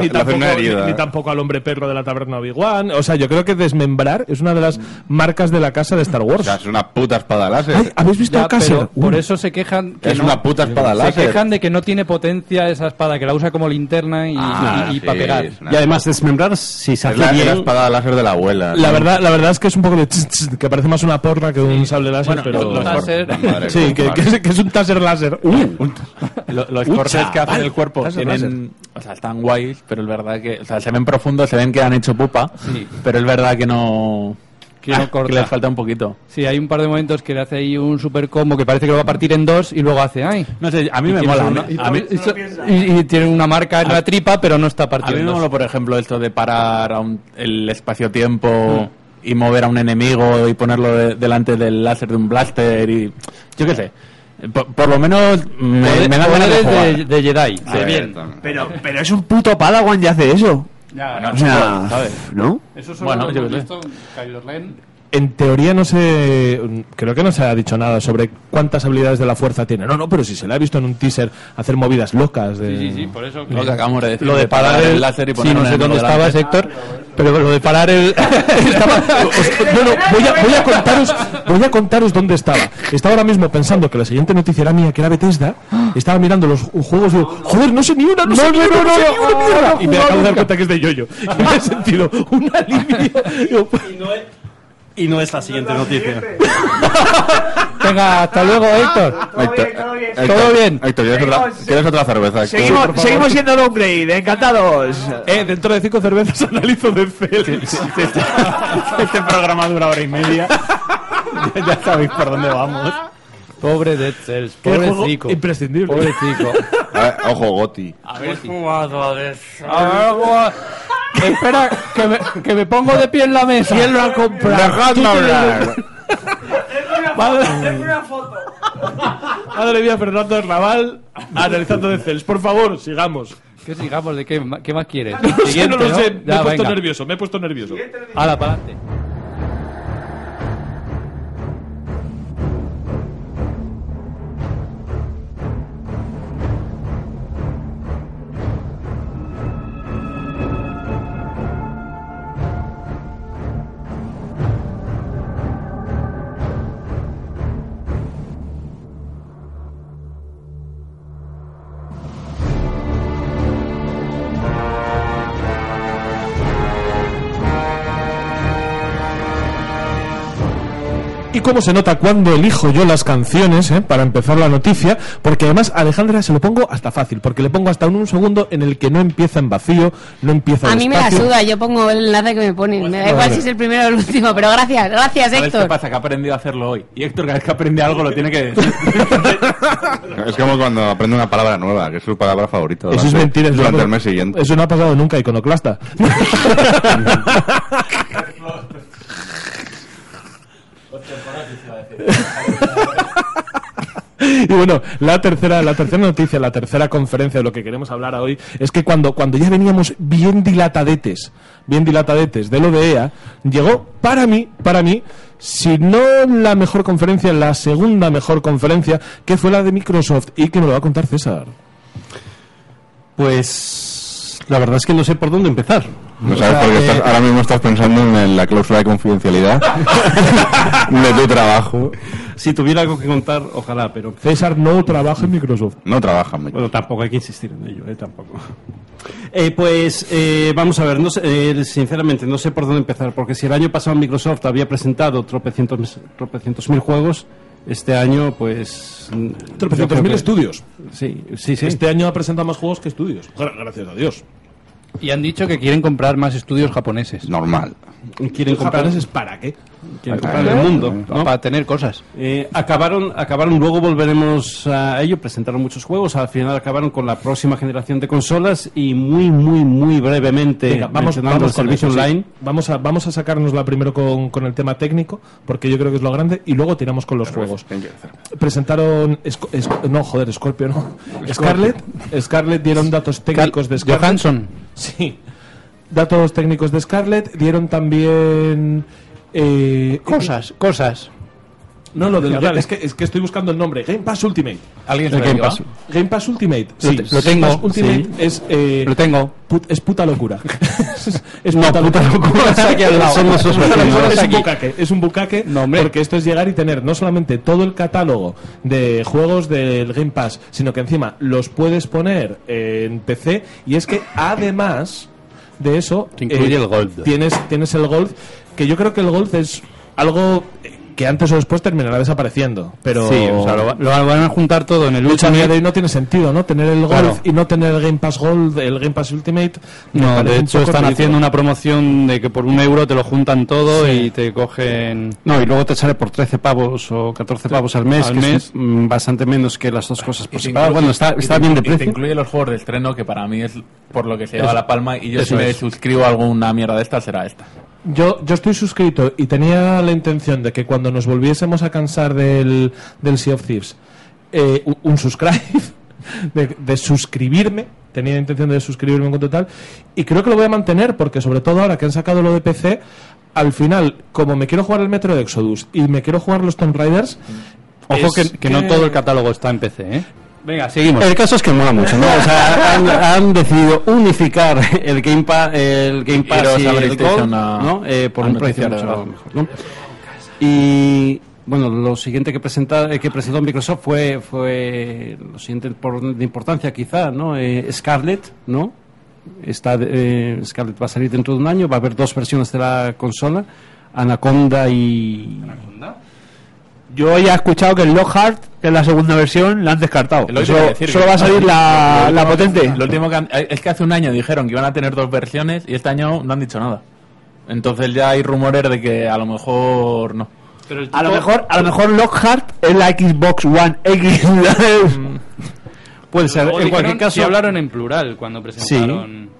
ni, tampoco, ni- ni tampoco al hombre perro de la taberna Obi-Wan. O sea, yo creo que desmembrar es una de las marcas de la casa de Star Wars.
es una puta espada láser.
Ay, ah, ¿Habéis visto
Ya,
a Cáceres?
pero por eso se quejan que
Es
no-
una puta espada
se
láser.
quejan de que no tiene potencia esa espada que la usa como linterna y,
Ah, sí,
para pegar
es
Y además desmembrar, si se
Es
hace
la, es la
bien...
espada láser de la abuela.
La
¿no?
verdad, la verdad es que es un poco de tss, tss, que parece más una porra que un sable láser,
Bueno,
pero
los- los Taser.
Madre
sí, que,
compadre.
que es, que es un taser láser. Uh.
Lo- los
Ucha,
cortes que hacen
vale.
el cuerpo
Láser,
tienen, o sea, están guays, pero es verdad que, o sea, se ven profundos, se ven que han hecho pupa, pero es verdad que no,
que no
ah,
corta.
que les falta un poquito.
Sí, hay un par de momentos que le hace ahí un super combo que parece que lo va a partir en dos y luego hace ay.
No sé, a mí
Y
me
tiene
mola,
una-
¿no?
y-
A mí-
y- y, y tiene una marca en la tripa, pero no está
A mí me
partiendo.
mola, por ejemplo, esto de parar a un- el espacio-tiempo y mover a un enemigo y ponerlo de- delante del láser de un blaster y... Yo qué sé. Por, por lo menos me,
Poder-
me da ganas de
poderes
jugar.
de, de Jedi.
A
de
ver,
bien.
Pero, pero es un puto Padawan y hace eso. O sea,
¿sabes?
¿no?
Eso
solo Bueno, lo yo hemos qué sé. visto
En teoría no se creo que no se ha dicho nada sobre cuántas habilidades de la fuerza tiene. No, no, pero si se le ha visto en un teaser hacer movidas locas de
por eso.
Lo que acabamos de decir.
Lo de parar el,
láser y
sí,
poner
no
un
sé dónde
enemigo
estabas,
delante.
Héctor, pero lo de parar el.
Bueno, voy a, voy a contaros, voy a contaros dónde estaba. Estaba ahora mismo pensando que la siguiente noticia era mía, que era Bethesda. Estaba mirando los ju- juegos y digo, joder, no sé ni una, no, sé ni una, no, sé ni una mierda. Y me acabo de dar cuenta que es de yoyo. Y me he sentido un alivio. Digo, pues,
Y no es la siguiente noticia.
Venga, hasta luego, Héctor.
Héctor, Héctor,
Todo bien.
Héctor, ¿quieres otra, ¿quieres otra cerveza? Héctor?
Seguimos, seguimos siendo Longgrade, encantados.
eh, dentro de cinco cervezas analizo de Félix.
Este programa dura hora y media. ya, ya sabéis por dónde vamos.
Pobre Dead Cells,
Qué
pobre
juego
chico.
Imprescindible.
Pobre chico.
A ver, Ah, ojo, Goti.
Ah,
Espera, que me, que me pongo de pie en la mesa. ¿Quién lo ha comprado?
Dejadme hablar.
Madre mía, Fernando Raval analizando de Félix. Por favor, sigamos.
¿Qué sigamos? ¿De qué, ma- qué más quieres?
No sé,
Siguiente,
no lo sé.
¿no?
Me he
Ya,
puesto
venga.
nervioso, me he puesto nervioso.
Hala, pa'lante.
Y cómo se nota cuando elijo yo las canciones, ¿eh? para empezar la noticia, porque además a Alejandra se lo pongo hasta fácil, porque le pongo hasta un, un segundo en el que no empieza en vacío, no empieza
A
en
mí me la
espacio.
suda, yo pongo el enlace que me ponen. Me da igual
vale.
si es el primero o el último, pero gracias, gracias,
¿Sabes qué
Héctor.
pasa? Que ha aprendido a hacerlo hoy. Y Héctor, cada vez que aprende algo, lo tiene que decir.
Es como cuando aprende una palabra nueva, que es su palabra favorita.
Eso es
durante-
mentira, eso,
Durante
no-
el mes siguiente.
eso no ha pasado nunca, iconoclasta. Y bueno, la tercera, la tercera noticia, la tercera conferencia de lo que queremos hablar hoy es que cuando, cuando ya veníamos bien dilatadetes, bien dilatadetes de lo de EA, llegó para mí, para mí, si no la mejor conferencia, la segunda mejor conferencia, que fue la de Microsoft y que me lo va a contar César.
Pues la verdad es que no sé por dónde empezar.
No
O
sabes
sea,
porque
eh,
estás- ahora mismo estás pensando en el- la cláusula de confidencialidad de tu trabajo.
Si tuviera algo que contar, ojalá, pero...
César no trabaja en Microsoft.
No trabaja en
Bueno, tampoco hay que insistir en ello, ¿eh? Tampoco. Eh, pues eh, vamos a ver, no sé, eh, sinceramente no sé por dónde empezar, porque si el año pasado Microsoft había presentado tropecientos, tropecientos mil juegos, este año pues... mm, yo
Tropecientos
creo
mil
que-
estudios.
Sí, sí, sí.
Este año ha presentado más juegos que estudios. Gra- Gracias a Dios.
Y han dicho que quieren comprar más estudios japoneses.
Normal.
Quieren comprar...
japoneses para qué?
Quieren
Para
comprar el
qué?
mundo, ¿no?
Para tener cosas.
Eh, acabaron, acabaron, luego volveremos a ello, presentaron muchos juegos, al final acabaron con la próxima generación de consolas y muy, muy, muy brevemente
Venga, vamos,
mencionando
vamos
el
con
servicio
eso, sí.
online.
Vamos a, vamos a sacárnosla primero con, con el tema técnico, porque yo creo que es lo grande, y luego tiramos con los juegos. Presentaron. Sco- Sc- no, joder, Scorpio, no. Scarlett. Scarlett dieron datos técnicos de Scarlett.
Johansson.
Sí. Datos técnicos de Scarlett. Dieron también. eh,
Cosas, cosas.
No, lo del.
Ya, vale.
Es que, es que estoy buscando el nombre. Game Pass Ultimate.
¿Alguien
El
sabe de
Game
Ah,
qué va?
Pass. Game Pass Ultimate.
Lo
sí.
te- lo
Game
tengo,
Pass Ultimate
sí.
es. eh,
Lo tengo.
put- es puta locura. es, es
No, puta locura está aquí al lado.
Son los dos
Puta locura está
vecinos. es un
aquí.
bucaque. Es un bucaque porque esto es llegar y tener no solamente todo el catálogo de juegos del Game Pass, sino que encima los puedes poner en PC. Y es que además de eso. eh,
Te incluye el Gold.
Tienes, tienes el Gold, que yo creo que el Gold es algo que antes o después terminará desapareciendo. Pero
Sí, o sea, lo, va- lo van a juntar todo en el
Lucha
Ultimate.
a día de hoy no tiene sentido, ¿no? Tener el Golf
Claro.
y no tener el Game Pass Gold, el Game Pass Ultimate. me
No,
parece
de
un
hecho
poco
están
ridículo.
haciendo una promoción de que por un euro te lo juntan todo y te cogen...
No, y luego te sale por 13 pavos o 14 pavos al mes,
Al
que
mes.
es mm, bastante menos que las dos cosas por
te
separado.
incluye-
Bueno, está,
y te
está bien de
incluye-
precio.
y
Te incluye los juegos de estreno, que para mí es por lo que se lleva
Eso-
la palma. Y yo si
eso
me
es.
suscribo a alguna mierda de esta, será esta.
Yo, yo estoy suscrito y tenía la intención de que cuando nos volviésemos a cansar del, del Sea of Thieves, eh, un, un subscribe, de, de suscribirme, tenía la intención de suscribirme en cuanto tal, y creo que lo voy a mantener porque sobre todo ahora que han sacado lo de PC, al final, como me quiero jugar el Metro Exodus y me quiero jugar los Tomb Raiders...
Ojo
es
que, que no todo el catálogo está en PC, ¿eh? Venga, seguimos.
El caso es que mola mucho, ¿no? O sea, han, han decidido unificar el Game Pass, el Game Pass
Iros
y
a
el
PlayStation
Gold,
a-
¿no? Eh, por
a
un precio
noticiar de
mucho
verdad.
mejor, ¿no? Y bueno, lo siguiente que presenta, eh, que presentó Microsoft fue fue lo siguiente por- de importancia, quizá, ¿no? Eh, Scarlett, ¿no? Está eh, Scarlett va a salir dentro de un año, va a haber dos versiones de la consola, Anaconda y
Yo ya he escuchado que el Lockhart, que es la segunda versión, la han descartado.
Es lo que
Eso-
te iba a decir,
solo
que-
va a salir la,
Lo
la
último que-
potente.
Lo último que han- eh, es que hace un año dijeron que iban a tener dos versiones y este año no han dicho nada. Entonces ya hay rumores de que a lo mejor no.
A lo mejor, a lo mejor Lockhart es la Xbox One X. la de-
Puede ser.
Luego
en cualquier
dijeron-
caso,
sí hablaron en plural cuando presentaron...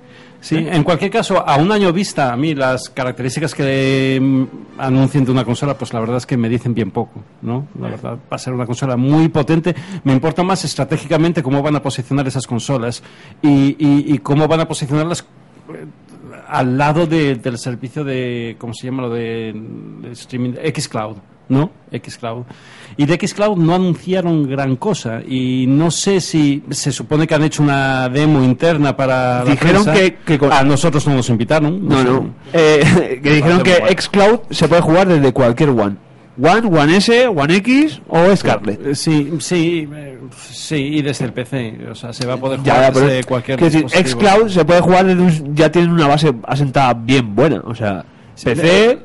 Sí, en cualquier caso, a un año vista, a mí las características que mm, anuncian de una consola, pues la verdad es que me dicen bien poco, ¿no? La verdad, va a ser una consola muy potente. Me importa más estratégicamente cómo van a posicionar esas consolas y, y- y cómo van a posicionarlas eh, al lado de- del servicio de, ¿cómo se llama lo de, de streaming? Xcloud, ¿no? Xcloud. Y de Xcloud no anunciaron gran cosa y no sé si se supone que han hecho una demo interna para la
Dijeron
prensa.
que- que con-
a nosotros no nos invitaron.
No, no. Eh, que dijeron que Xcloud se puede jugar desde cualquier One. One, One S, One X o Scarlett.
Eh, Sí, sí, eh, sí, y desde el PC, o sea, se va a poder
Ya,
jugar
ya, pero
desde cualquier
que decir,
dispositivo.
Xcloud se puede jugar desde un- ya tienen una base asentada bien buena, o sea, PC,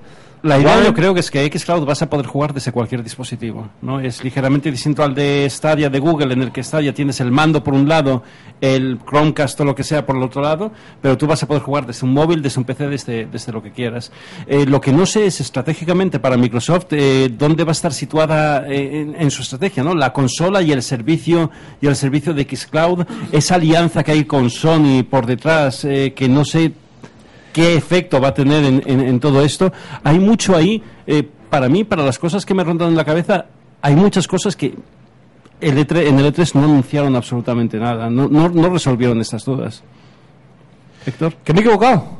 La idea
One-
yo creo que es que Xcloud vas a poder jugar desde cualquier dispositivo, ¿no? Es ligeramente distinto al de Stadia de Google, en el que Stadia tienes el mando por un lado, el Chromecast o lo que sea por el otro lado, pero tú vas a poder jugar desde un móvil, desde un PC, desde, desde lo que quieras. Eh, lo que no sé es estratégicamente para Microsoft eh, dónde va a estar situada eh, en, en su estrategia, ¿no? La consola y el servicio y el servicio de Xcloud, esa alianza que hay con Sony por detrás, eh, que no sé qué efecto va a tener en, en- en todo esto. Hay mucho ahí, eh, para mí, para las cosas que me rondan en la cabeza, hay muchas cosas que el E3 en el E3 no anunciaron absolutamente nada, no, no, no resolvieron estas dudas. Héctor.
¿Que me he equivocado?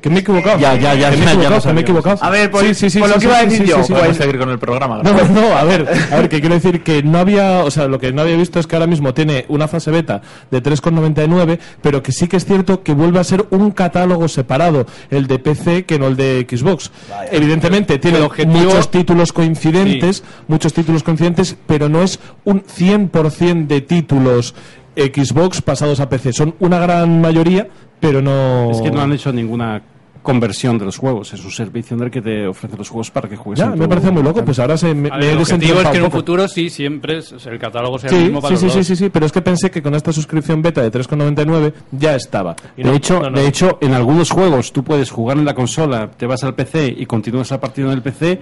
¿Que me he equivocado?
Ya, ya, ya.
¿Que me he equivocado?
ya, ya lo
¿Que me he
sabíamos.
equivocado?
A ver, por- por lo que iba a decir yo,
pues-
Podemos seguir con el programa.
No, no, a ver, a ver, que quiero decir que no había, o sea, lo que no había visto es que ahora mismo tiene una fase beta de 3,99, pero que sí que es cierto que vuelve a ser un catálogo separado, el de PC que no el de Xbox. Evidentemente tiene
El objetivo-
muchos títulos coincidentes, muchos títulos coincidentes, pero no es un 100% de títulos Xbox pasados a PC, son una gran mayoría, pero no
Es que no han hecho ninguna conversión de los juegos, es un servicio en el que te ofrece los juegos para que juegues.
Ya,
en
me
tu-
parece muy loco, pues ahora se me,
A
me
ver,
he
el
objetivo es
desentrufado
que en
un
un
poco.
futuro sí, siempre es- o sea, el catálogo sea el
Sí,
mismo para
sí,
los
sí, sí,
dos.
sí, sí, pero es que pensé que con esta suscripción beta de 3,99 ya estaba. Y no-
de, hecho,
no, no.
de hecho, en algunos juegos tú puedes jugar en la consola, te vas al PC y continúas la partida en el PC,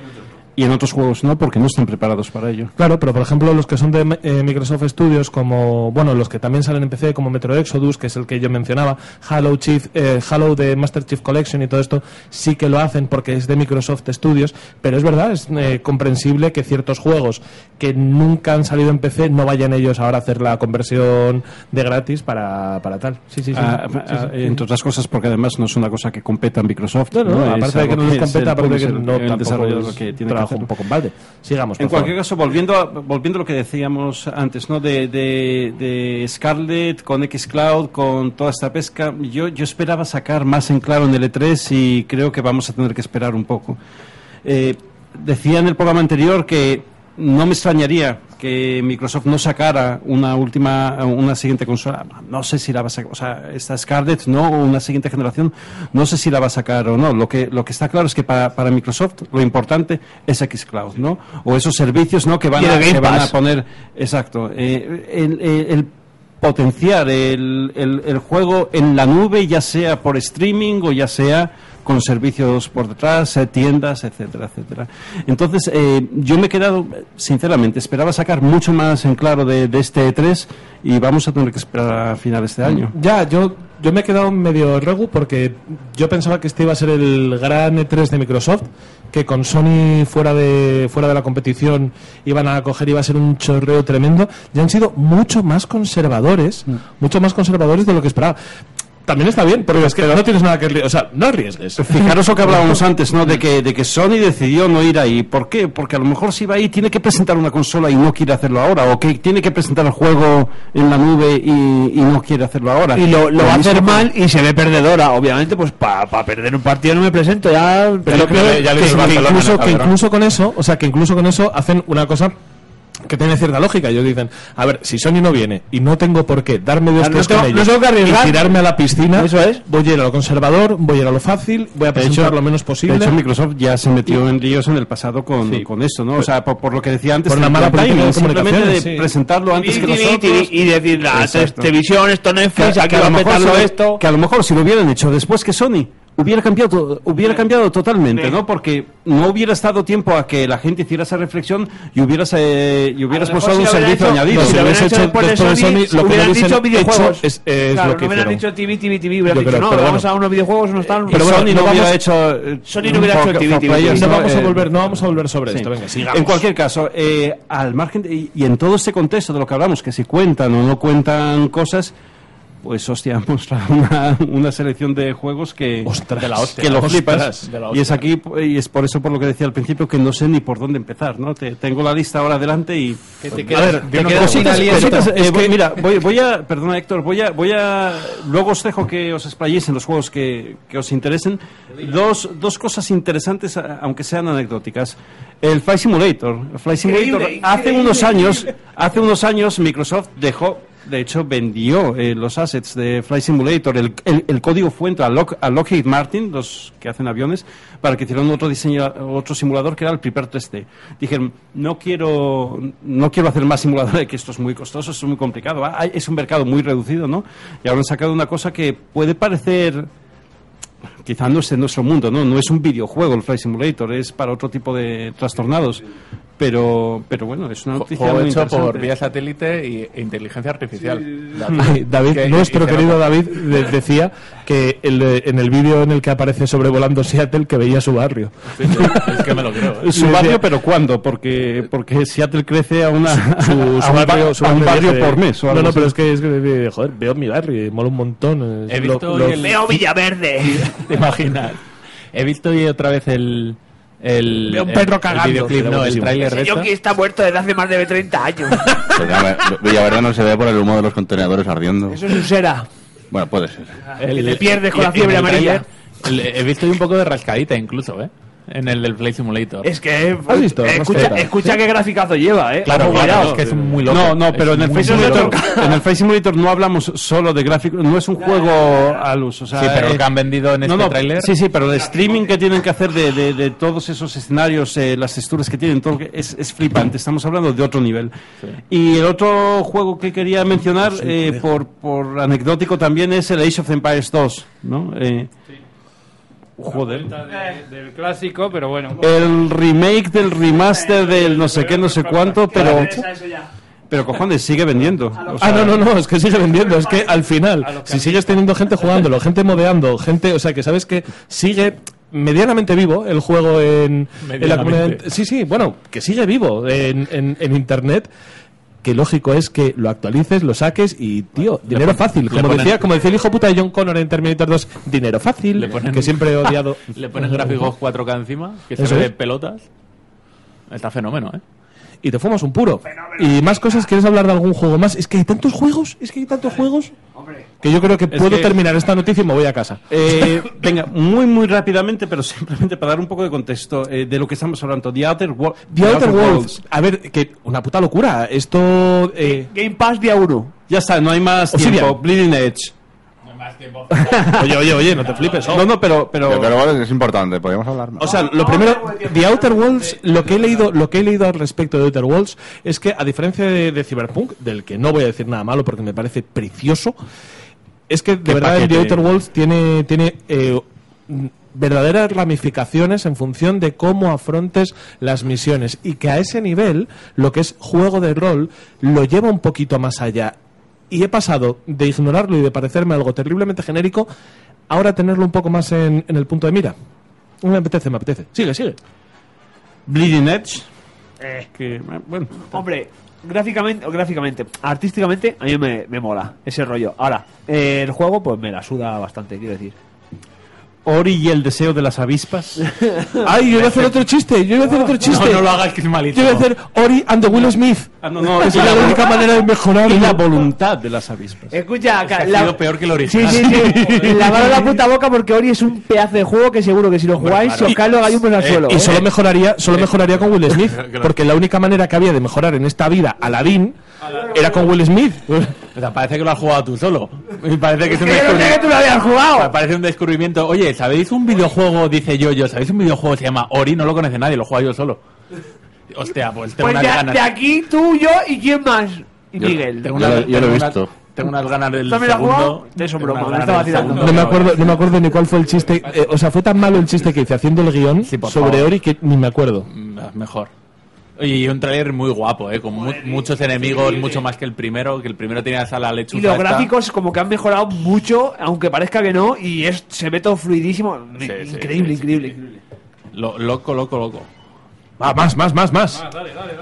y en otros juegos no, porque no están preparados para ello.
Claro, pero por ejemplo los que son de eh, Microsoft Studios, como, bueno, los que también salen en PC, como Metro Exodus, que es el que yo mencionaba, Halo, Chief, eh, Halo de Master Chief Collection y todo esto, sí que lo hacen porque es de Microsoft Studios, pero es verdad, es eh, comprensible que ciertos juegos que nunca han salido en PC no vayan ellos ahora a hacer la conversión de gratis para, para tal. Sí, sí, sí.
Ah,
Sí,
ah,
sí.
entre otras cosas, porque además no es una cosa que competa a Microsoft.
No, no,
Es
aparte de que
algo
no les
es
compete,
el
aparte de que
publisher,
no
el desarrollador
tampoco
que tiene que
trabajo
hacer.
un poco en balde. Sigamos, por
En
favor.
cualquier caso, volviendo a, volviendo a lo que decíamos antes, ¿no? De, de, de Scarlett con Xcloud, con toda esta pesca, yo, yo esperaba sacar más en claro en el E3 y creo que vamos a tener que esperar un poco. Eh, decía en el programa anterior que no me extrañaría que Microsoft no sacara una última, una siguiente consola. No sé si la va a sacar, o sea, esta Scarlett, ¿no? O una siguiente generación, no sé si la va a sacar o no. Lo que, lo que está claro es que para, para Microsoft lo importante es Xcloud, ¿no? O esos servicios, ¿no? Que van,
Y el
a,
Game
que van a
Pass.
poner, exacto. eh, el- el- el potenciar el, el- el juego en la nube, ya sea por streaming o ya sea con servicios por detrás, eh, tiendas, etcétera, etcétera. Entonces, eh, yo me he quedado, sinceramente, esperaba sacar mucho más en claro de, de este E3 y vamos a tener que esperar a final de este año.
Ya, yo, yo me he quedado medio regu porque yo pensaba que este iba a ser el gran E3 de Microsoft, que con Sony fuera de, fuera de la competición iban a coger, iba a ser un chorreo tremendo. Ya han sido mucho más conservadores, mucho más conservadores de lo que esperaba. También está bien, porque es que no tienes nada que... arri- O sea, no arriesgues.
Fijaros lo que hablábamos antes, ¿no? De que, de que Sony decidió no ir ahí. ¿Por qué? Porque a lo mejor si va ahí tiene que presentar una consola y no quiere hacerlo ahora. O que tiene que presentar el juego en la nube y, y no quiere hacerlo ahora.
Y lo, lo va a
mismo
hacer
con-
mal y se ve perdedora. Obviamente, pues para perder un partido no me presento. Ya,
Pero que- que- que incluso, que incluso con eso, o sea, que incluso con eso hacen una cosa que tiene cierta lógica. Ellos dicen, a ver, si Sony no viene y no tengo por qué darme dos
Claro, no
tres
tengo-
con
no
ellos
tengo que arriesgar.
y tirarme a la piscina,
Eso es.
voy a ir a lo conservador, voy a ir a lo fácil, voy a
De
presentar
hecho-
lo menos posible.
De hecho, Microsoft ya se metió en líos en el pasado con, con esto, ¿no? O sea, por, por lo que decía antes,
Por una
del
mala
timing,
política de
simplemente de
comunicaciones, sí.
presentarlo antes que los otros.
Y decir, la
Exacto.
televisión, esto Netflix, aquí
a
va a
lo mejor
petarlo
si lo-
esto.
que a lo mejor si lo hubieran hecho después que Sony hubiera cambiado to- hubiera cambiado totalmente, ¿no? Porque no hubiera estado tiempo a que la gente hiciera esa reflexión y hubieras eh, y hubieras
A lo mejor
mostrado
si
un
lo hubieran
servicio
hecho-
añadido.
si lo hubieran hecho después de Sony,
lo que
hubieran
hubiesen
dicho videojuegos.
hecho es, es
claro,
lo que
no hubieran
hicieron.
dicho TV, TV, TV, hubieran
Yo
dicho,
creo,
no,
pero
vamos
bueno.
a unos videojuegos, no están.
Pero Sony no, hubiera hecho eh,
Sony no hubiera
for-
hecho TV,
for
TV,
players,
No vamos a
Eh,
volver, no vamos a volver sobre
Sí.
esto. Venga, sigamos.
En cualquier caso, eh, al margen de- y, y en todo este contexto de lo que hablamos, que si cuentan o no cuentan cosas, pues hostia, han mostrado una, una selección de juegos que,
de la hostia,
que lo
ostras,
flipas.
de la
Y
hostia.
es aquí, y es por eso por lo que decía al principio que no sé ni por dónde empezar, ¿no? Te- tengo la lista ahora adelante y
Que te
Pues,
quedas-
a ver,
te
yo no-
quedas sin
cositas-
aliento.
cositas, eh,
Es
voy-
que-
mira, voy, voy a, perdona Héctor, voy a, voy a, luego os dejo que os explayéis en los juegos que, que os interesen. Dos, dos cosas interesantes, a- aunque sean anecdóticas. El Flight Simulator, el Flight Simulator,
Increíble,
hace
increíble,
unos
increíble.
años, hace unos años Microsoft dejó, de hecho vendió eh, los assets de Flight Simulator, el, el- el código fuente a, Lock- a Lockheed Martin, los que hacen aviones, para que hicieran otro diseño, otro simulador que era el Prepare 3D. Dijeron, no quiero, no quiero hacer más simuladores, que esto es muy costoso, esto es muy complicado, ah, es un mercado muy reducido, ¿no? Y ahora han sacado una cosa que puede parecer quizá no es en nuestro mundo, ¿no? No es un videojuego el Flight Simulator, es para otro tipo de trastornados. Pero, pero bueno, es una noticia
Juego
muy
hecho
interesante.
por vía satélite y- e inteligencia artificial.
Ay, David,
que-
nuestro
que no-
querido David de- decía que el, eh, en el vídeo en el que aparece sobrevolando Seattle que veía su barrio.
Es que me lo creo. ¿eh?
Su barrio, pero ¿cuándo? Porque, porque Seattle crece a una
Su,
a un
su
ba-
barrio, su
a un
barrio
barrio por mes. o
No,
algo
no,
así.
pero es que, es que, eh, joder, veo mi barrio y mola un montón. eh,
He
lo-
visto
lo-
hoy el-
Veo Villaverde.
¿Te imaginas? He visto hoy otra vez el. El,
Veo un
el-
perro
el
cagando.
videoclip, no, el tráiler de
Ese
esto.
yoki está muerto desde hace más de 30 años.
Pero ya ve- Villaverde no se ve por el humo de los contenedores ardiendo.
Eso es usera.
Bueno, puede ser.
Que te pierdes con la fiebre
en el
amarilla.
tráiler, el- he visto hoy un poco de rascadita incluso, ¿eh? En el del Play Simulator.
Es que.
¿Has visto?
Escucha,
Rascadita.
escucha qué graficazo lleva, eh.
Claro,
Ojo,
claro,
cuidado.
es que es muy loco.
No, no, pero
Es
en el,
muy,
Face
muy
Simulator,
loco.
en el Face Simulator no hablamos solo de gráficos, no es un juego al uso. o sea,
Sí, pero lo
eh,
que han vendido en
no,
este
no,
tráiler-
Sí, sí, pero el streaming que tienen que hacer de, de- de todos esos escenarios, eh, las texturas que tienen, todo lo que- es, es flipante. Estamos hablando de otro nivel. Y el otro juego que quería mencionar, eh, por, por anecdótico también, es el Age of Empires 2. ¿no? Eh, Joder.
del clásico, pero bueno.
El remake del remaster del no sé qué, no sé cuánto, pero. Pero cojones, sigue vendiendo. O sea,
Ah, no, no, no, es que sigue vendiendo. Es que al final, si sigues teniendo gente jugándolo, gente modeando, gente. O sea, que sabes que sigue medianamente vivo el juego en, en la comunidad.
Medianamente.
Sí, sí, bueno, que sigue vivo en, en- en internet. Que lógico es que lo actualices, lo saques y, tío, dinero
ponen-
fácil.
le
Como
ponen-
decía, como decía el hijo puta de John Connor en Terminator 2, dinero fácil,
Le ponen-
que siempre he odiado.
Le ponen gráficos 4K encima, que se
Eso
ve de
es.
pelotas. Está fenómeno, ¿eh?
Y te fumas un puro. Y más cosas, ¿quieres hablar de algún juego más? Es que hay tantos juegos, es que hay tantos juegos. Que yo creo que
Es
puedo
que-
terminar esta noticia y me voy a casa.
Eh, venga, muy, muy rápidamente, pero simplemente para dar un poco de contexto eh, de lo que estamos hablando. The Outer, Wo-
The Outer Worlds. A ver, que una puta locura. Esto. eh,
Game Pass día 1.
Ya está, no hay más
Obsidian.
tiempo. Bleeding Edge.
Oye, oye, oye, no te flipes.
No, oh. no, pero. pero...
Pero bueno, es importante, podríamos hablar más.
O sea, lo primero, The Outer Worlds, lo que he leído, lo que he leído al respecto de Outer Worlds es que a diferencia de, de Cyberpunk, del que no voy a decir nada malo porque me parece precioso, es que de
Qué
verdad el The
paquete.
Outer Worlds tiene tiene eh, mm, verdaderas ramificaciones en función de cómo afrontes las misiones y que a ese nivel lo que es juego de rol lo lleva un poquito más allá y he pasado de ignorarlo y de parecerme algo terriblemente genérico ahora a tenerlo un poco más en, en el punto de mira me apetece me apetece sigue sigue
Bleeding Edge. Que, eh, bueno.
Hombre, gráficamente, o gráficamente, artísticamente, a mí me, me mola ese rollo. Ahora, eh, el juego, pues me la suda bastante, quiero decir.
Ori y el deseo de las avispas.
ay yo iba a hacer otro chiste yo iba a hacer otro chiste
No, no lo hagas, que es malísimo.
yo iba a hacer Ori and the Will Smith
Ah, no, no,
es
y
la
la-
única manera de mejorar
y la voluntad de las avispas.
Escucha,
Ha
acá,
sido peor que el
Sí,
original.
sí, sí. Lavaros la puta boca porque Ori es un pedazo de juego que seguro que si lo jugáis,
claro.
os caen los gallumbos al suelo.
Y
¿eh?
solo mejoraría, solo mejoraría con Will Smith, porque la única manera que había de mejorar en esta vida Aladdin era con Will Smith.
O sea, parece que lo has jugado tú solo. Me parece que es un
Que yo no sé que tú lo habías jugado.
Me parece un descubrimiento. Oye, ¿sabéis un videojuego? Dice yo, yo, ¿sabéis un videojuego que se llama Ori? No lo conoce nadie, lo juega yo solo. Hostia, pues tengo
Pues
unas
de,
ganas.
de aquí, tú, yo y quién más. Y
Yo-
Miguel.
Tengo
Yo
unas-
lo- yo lo he
tengo unas-
visto.
Tengo unas ganas del
¿También lo has
segundo.
jugado? De eso,
tengo
broma,
unas
me
ganas
estaba
del
vacilando.
No
segundo,
me
pero-
acuerdo, no me acuerdo ni cuál fue el chiste. eh, o sea, fue tan malo el chiste que hice haciendo el guión
por
sobre
favor.
Ori que ni me acuerdo.
Mm, ah, Mejor. Oye, y un tráiler muy guapo, ¿eh? Con mu- muchos enemigos, mucho más que el primero, que el primero tenía esa la lechuza
Y los
esta.
gráficos como que han mejorado mucho, aunque parezca que no, y es, se ve todo fluidísimo.
Sí, sí, sí,
increíble,
sí.
increíble,
Lo- loco, loco, loco.
Ah, más, más, más, más.